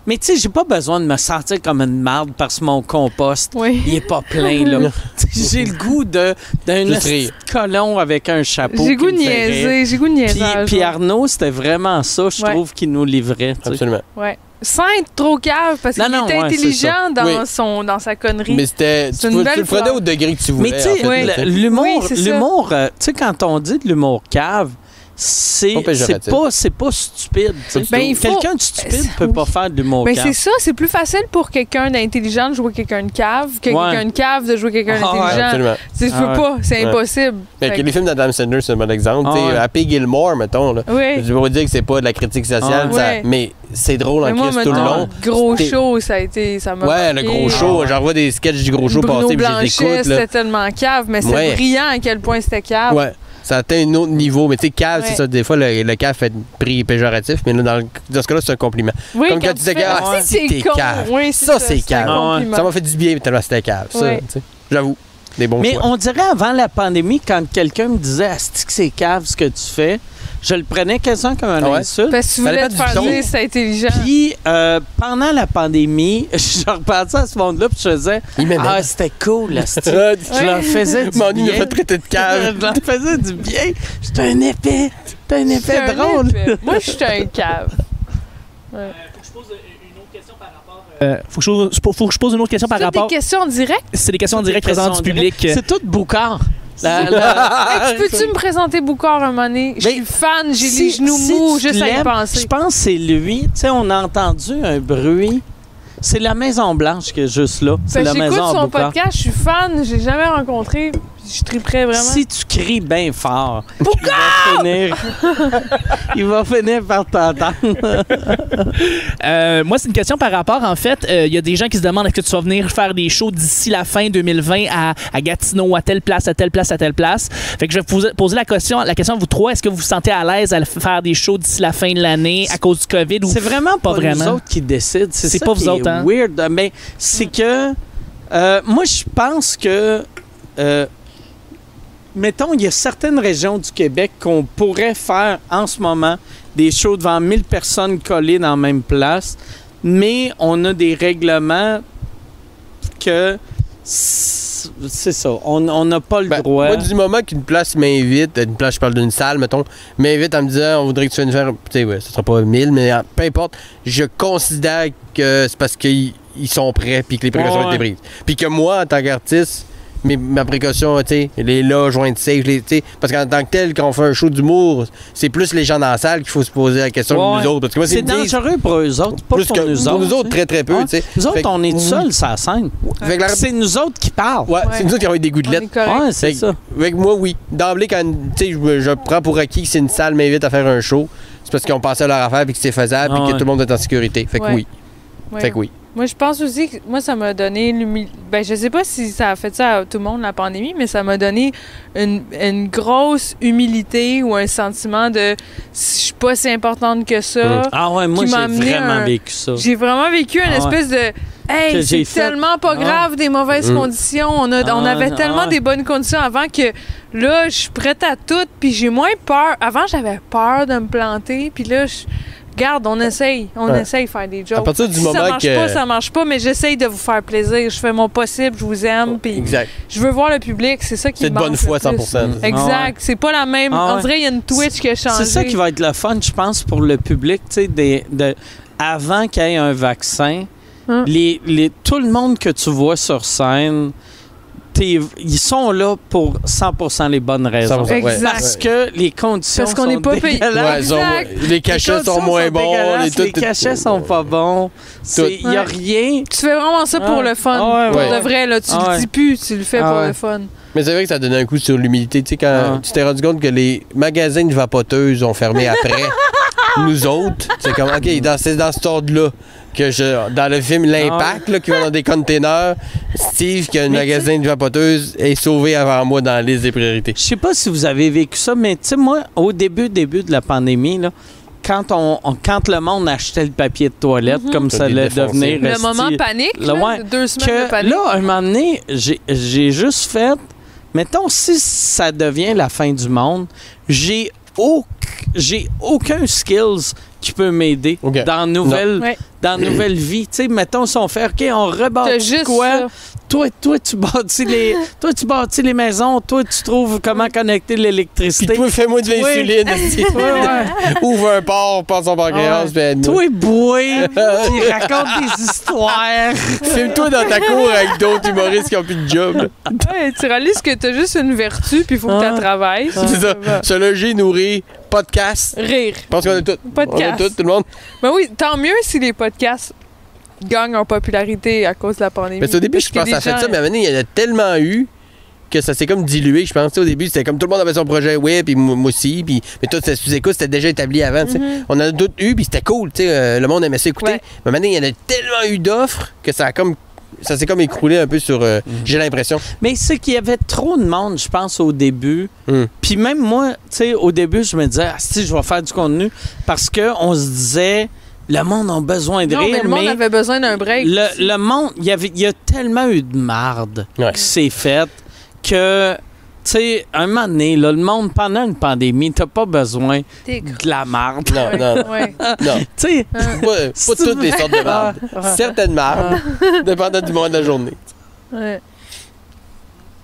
mais tu sais, j'ai pas besoin de me sentir comme une marde parce que mon compost, Oui. il est pas plein, là. Tu sais, j'ai le goût de, d'un Juste rire. colon avec un chapeau. J'ai qui goût de me fait rire. niaiser. J'ai goût de Puis, niaiser. puis Arnaud, c'était vraiment ça, je Ouais. trouve, qu'il nous livrait, tu sais. Absolument. Ouais. Sans être trop cave, parce qu'il Non, non, était ouais, c'est intelligent dans, Oui. son, dans sa connerie. Mais c'était. Tu, C'est une peux- tu belle le prenais fleur. au degré que tu voulais. Mais tu sais, en fait, le- là, tu sais. l'humour, Oui, c'est ça. l'humour, euh, tu sais, quand on dit de l'humour cave, c'est Pas péjoratif. c'est pas, c'est pas stupide. tu sais. Pas du Ben, tout. il faut- Quelqu'un de stupide peut Oui. pas faire de l'humour Ben cave. c'est ça, c'est plus facile pour quelqu'un d'intelligent de jouer quelqu'un de cave que Ouais. quelqu'un de cave de jouer quelqu'un Ah ouais. d'intelligent. Absolument. Tu sais, je Ah peux ouais. pas, c'est Ouais. impossible. Fait que les films d'Adam Sandler, c'est un bon exemple. Ah Tu sais, ouais. Happy Gilmore, mettons. Là. Je Oui. vais vous dire que c'est pas de la critique sociale, Ah ça- ouais. mais c'est drôle Mais en moi, crise tout le mettons, long. le gros C'était- show, ça a été. Ça m'a Ouais, le marqué. gros show. J'en vois des sketchs du gros show Bruno passer, puis je les Blanchet, écoute. là. c'était tellement cave, mais c'était Ouais. brillant à quel point c'était cave. Ouais. Ça atteint un autre niveau. Mais tu sais, cave, Ouais. c'est ça. Des fois, le, le cave fait pris péjoratif, mais là, dans, le- dans ce cas-là, c'est un compliment. Oui, Comme quand tu disais, fais, ah, ah, t'es si, c'est con. cave. Oui, Ça, c'est cave. Ah ouais. Ça, un compliment. Ça m'a fait du bien, tellement c'était cave. ça, Ouais. tu sais. J'avoue. Des bons Mais choix. on dirait avant la pandémie, quand quelqu'un me disait Asti que c'est cave ce que tu fais, je le prenais quasiment comme un Ah ouais? insulte. Parce que tu Ça voulais dépend te du faire ton. dire c'était intelligent. Puis euh, pendant la pandémie, je repensais à ce monde-là, puis je faisais Il m'aimait. Ah, c'était cool, Asti. Je Eh ben. Mon leur faisais du il me bien. fait traiter de cave. Je leur faisais du bien. J'étais un épais. J'étais un épais J'étais un drôle. épais. Moi, je suis un cave. faut que je pose euh, une autre question par rapport. Euh, faut, que je, pose une autre question par Toutes rapport. des questions en direct. C'est des questions en direct Des présentes du questions en direct. public. euh, C'est tout Boucard. La- la- Hey, tu Peux-tu me présenter Boucard un moment donné? Je Ah, suis Ben, fan, j'ai si- les genoux si mous tu juste à y l'aimes, penser. Je pense que c'est lui. Tu sais, on a entendu un bruit. C'est la Maison Blanche qui est juste là. C'est Fait que la Ben, J'écoute maison à son Boucard. podcast, je suis fan, j'ai jamais rencontré. je triperais vraiment. Si tu cries bien fort, il va finir, il va finir par t'entendre. Euh, moi, c'est une question par rapport, en fait, euh, il y a des gens qui se demandent est-ce que tu vas venir faire des shows d'ici la fin 2020 à, à Gatineau, à telle place, à telle place, à telle place. Fait que je vais vous poser la question, la question à vous trois, est-ce que vous vous sentez à l'aise à le- faire des shows d'ici la fin de l'année à cause du COVID ou C'est vraiment pas, pas vraiment. nous autres qui décident. C'est C'est ça pas qui vous autres, est hein? weird. euh, Mais c'est que. euh, moi, je pense que. euh, mettons, il y a certaines régions du Québec qu'on pourrait faire en ce moment des shows devant 1000 personnes collées dans la même place. Mais on a des règlements que. C'est c'est ça. On on n'a pas le Ben, droit. Moi, du moment qu'une place m'invite, une place, je parle d'une salle, mettons, m'invite à me dire, on voudrait que tu viennes faire, tu sais, ouais, ce sera pas 1000, mais euh, peu importe, je considère que c'est parce qu'ils ils sont prêts puis que les précautions Ouais, ont ouais. été prises. Puis que moi, en tant qu'artiste, mes- ma précaution, tu sais, elle est là, jointe safe, les- tu sais, parce qu'en tant que tel, quand on fait un show d'humour, c'est plus les gens dans la salle qu'il faut se poser la question Ouais, que ouais. nous autres. Parce que moi, C'est ils me disent dangereux pour eux autres, pas plus pour que nous pour autres. nous autres, tu sais. très très peu, Ouais. tu sais. Nous autres, Fait que- on est seuls sur la scène. Fait que la- C'est nous autres qui parlent. Ouais, c'est nous autres qui avons eu des goûts de On lettres. est correct. Ouais, c'est Fait que- ça. Fait que moi, oui. D'emblée, quand tu sais, je, me- je prends pour acquis que c'est une salle m'invite à faire un show, c'est parce qu'ils ont pensé à leur affaire, puis que c'est faisable, Ah puis ouais. que tout le monde est en sécurité. Fait que Ouais. oui. Ouais. Fait que oui. Moi, je pense aussi que moi, ça m'a donné l'humilité. Ben, je sais pas si ça a fait ça à tout le monde, la pandémie, mais ça m'a donné une, une grosse humilité ou un sentiment de si je suis pas si importante que ça. Ah ouais, moi Qui m'a j'ai amené vraiment un- vécu ça. J'ai vraiment vécu une Ah ouais. espèce de Que Hey, j'ai c'est fait. tellement pas Ah ouais. grave des mauvaises Mm. conditions. On, a, Ah on ouais, avait ah tellement ouais. des bonnes conditions avant que là, je suis prête à tout, puis j'ai moins peur. Avant, j'avais peur de me planter, puis là, je. Regarde, on essaye. On Ouais. essaye de faire des jokes. À partir du Si ça moment marche que- pas, ça marche pas, mais j'essaye de vous faire plaisir. Je fais mon possible, je vous aime, puis Exact. je veux voir le public. C'est ça qui C'est de manque bonne le foi, plus. 100%. Mm. Ah ouais. Exact. C'est pas la même. Ah ouais. On dirait qu'il y a une Twitch qui a changé. C'est ça qui va être le fun, je pense, pour le public, tu sais, des- de- avant qu'il y ait un vaccin, Hum. les, les- tout le monde que tu vois sur scène, t'es- ils sont là pour 100% les bonnes raisons. 100%, ouais. Exact. Parce que les conditions Parce qu'on sont est pas payé. dégueulasses. Ouais, ils ont- Exact. les cachets conditions sont moins bons. dégueulasses, tout- les tout- cachets sont pas bons. Il n'y a Ouais. rien. Tu fais vraiment ça pour Ah ouais. le fun. Ah ouais, pour ouais. de vrai, là. Tu Ah ouais. le dis plus, tu le fais Ah pour ouais. le fun. Mais c'est vrai que ça donnait un coup sur l'humilité. Tu sais, quand Ouais. tu t'es rendu compte que les magasins de vapoteuses ont fermé après nous autres, c'est comme, OK, dans, c'est dans cet ordre-là que je. Dans le film L'Impact, là, qui va dans des containers, Steve, qui a un Mais tu- magasin de vapoteuses, est sauvé avant moi dans la liste des priorités. Je sais pas si vous avez vécu ça, mais tu sais, moi, au début, début de la pandémie, là, quand, on, on- quand le monde achetait le papier de toilette, comme T'as ça des allait défoncés. devenir... Mhm. Le esti, moment panique, Ben, le- là, ouais, de deux semaines de que panique. là, un moment donné, j'ai- j'ai juste fait... Mettons, si ça devient la fin du monde, j'ai auc- j'ai aucun skills qui peut m'aider OK. dans nouvelle Ouais. dans nouvelle vie. Tu sais, mettons, si on fait, OK, on T'as rebâtit juste ah, quoi? ça. toi, toi, tu bâtis les, toi, tu bâtis les maisons, toi, tu trouves comment connecter Puis l'électricité. toi, fais-moi de Oui. l'insuline. esti. Ouais, ouais. Ouvre un port, passe en pancréas, Ouais. puis aide-moi. Toi, boué, qui raconte des histoires. Filme-toi dans ta cour avec d'autres humoristes qui ont plus de job. là. Ouais, tu réalises que t'as juste une vertu, puis il faut que Ah. tu travailles. C'est ça. Se loger, nourrir, podcast. Rire. Je pense qu'on a tout. On a Podcast. tout, tout le monde. Ben oui, tant mieux si les podcasts gagnent en popularité à cause de la pandémie. Ben, Mais au début, je Parce pense que que ça a des fait gens- euh, ça, mais à un moment donné, il y en a tellement eu que ça s'est comme dilué, je pense. Tu sais, Au début, c'était comme tout le monde avait son projet web, puis moi moi aussi, puis mais tout ça sous-écoute, c'était déjà établi avant. tu sais. On en a toutes eu, puis c'était cool, tu sais, euh, le monde aimait ça écouter. Mm-hmm. Ouais. Mais à un moment donné, il y en a tellement eu d'offres que ça a comme ça s'est comme écroulé un peu sur euh, j'ai l'impression. Mais c'est qu'il y avait trop de monde, je pense, au début. Mm. Puis même moi, tu sais, au début, je me disais, ah, si, je vais faire du contenu. Parce qu'on se disait, le monde a besoin de Non, rire, mais le monde mais avait besoin d'un break. le, le monde, il y avait- il y a tellement eu de marde. Ouais. qui s'est faite que, tu sais, un moment donné, là, le monde, pendant une pandémie, t'as pas besoin T'es con. de la marde. Non, non, Ouais. non. Tu sais, Pas, pas toutes les sortes de marde. Ah. Certaines mardes, dépendant du moment de la journée. Ouais.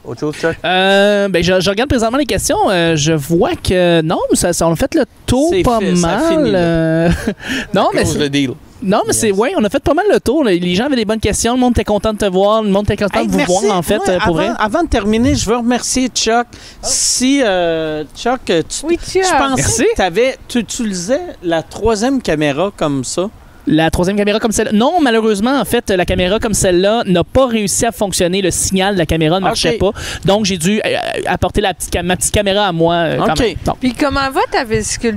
Autre chose, Chuck? Euh, ben, je, je regarde présentement les questions. euh, je vois que non, ça, ça- on a fait le tour C'est pas fait, ça mal. finit, là. euh, non, Oh, ben, mais Close c'est- le deal. non, mais c'est Yes. ouais, on a fait pas mal le tour. là. Les gens avaient des bonnes questions. Le monde était content de te voir. Le monde était content Hey, de vous merci. voir en fait Ouais, euh, avant, pour vrai. avant de terminer, je veux remercier Chuck. Si, euh, Chuck, tu, Oui, euh, tu je as. pensais Merci. que t'avais- tu utilisais la troisième caméra comme ça. La troisième caméra comme celle-là. Non, malheureusement, en fait, la caméra comme celle-là n'a pas réussi à fonctionner. Le signal de la caméra ne marchait Ok. pas. Donc, j'ai dû euh, apporter la petite, cam- ma petite caméra à moi. euh, quand Ok. même. Donc, Puis comment va ta vésicule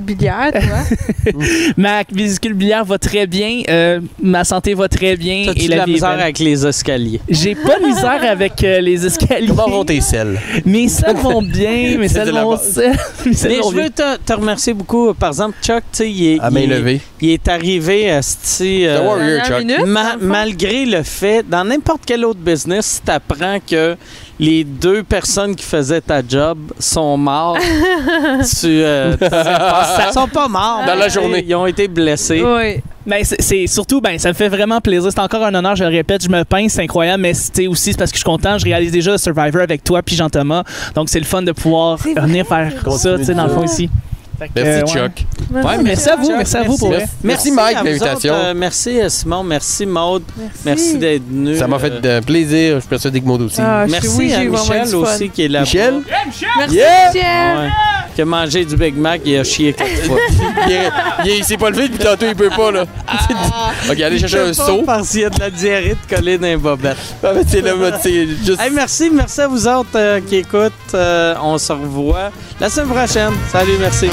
biliaire, toi? ma vésicule biliaire va très bien. euh, ma santé va très bien. T'as-tu Et de la, la vie est misère belle. avec les escaliers? J'ai pas de misère avec euh, les escaliers. Comment vont tes selles? Mes selles vont bien. Mes C'est selles de la vont base. mes selles Mais vont je veux te, te remercier beaucoup. Par exemple, Chuck, tu sais, il, est- À main il est- levée. il est arrivé à ce The Warrior, Dernière Chuck. minute, Ma- dans le fond? malgré le fait, dans n'importe quel autre business, si tu apprends que les deux personnes qui faisaient ta job sont mortes, tu, euh, tu sais Ah, pas, ils sont pas morts. Dans la mais journée. Ils ont été blessés. Oui. Ben, c'est- c'est surtout, ben, ça me fait vraiment plaisir. C'est encore un honneur, je le répète, je me pince, c'est incroyable, mais c'était aussi c'est parce que je suis content, je réalise déjà le Survivor avec toi puis Jean-Thomas. Donc c'est le fun de pouvoir C'est venir faire ça, Continue tu sais, dans le fond de- ici. Fait que, euh, ouais. Merci, Chuck. Ouais, merci à vous, Chuck, merci à vous pour merci. vrai. Merci, Mike, à vous l'invitation. autres. Euh, merci euh, Simon, merci Maude, merci d'être venu. Ça m'a Euh, fait euh, plaisir. Je suis persuadé que Maud aussi. Ah, je suis- oui, Merci j'ai à eu vraiment du Michel fun. aussi qui est là. Michel? Merci, Yeah! Michel. Ouais. Qui a mangé du Big Mac et a chié quatre fois. il, est- il est- il s'est pas levé depuis tantôt, il peut pas, là. Ah. ok, allez chercher un saut. Parce qu'il y a de la diarrhée de coller dans les bobettes. Ah, mais c'est le mode, c'est juste. Hey, merci, merci à vous autres euh, qui écoutent. Euh, on se revoit la semaine prochaine. Salut, merci.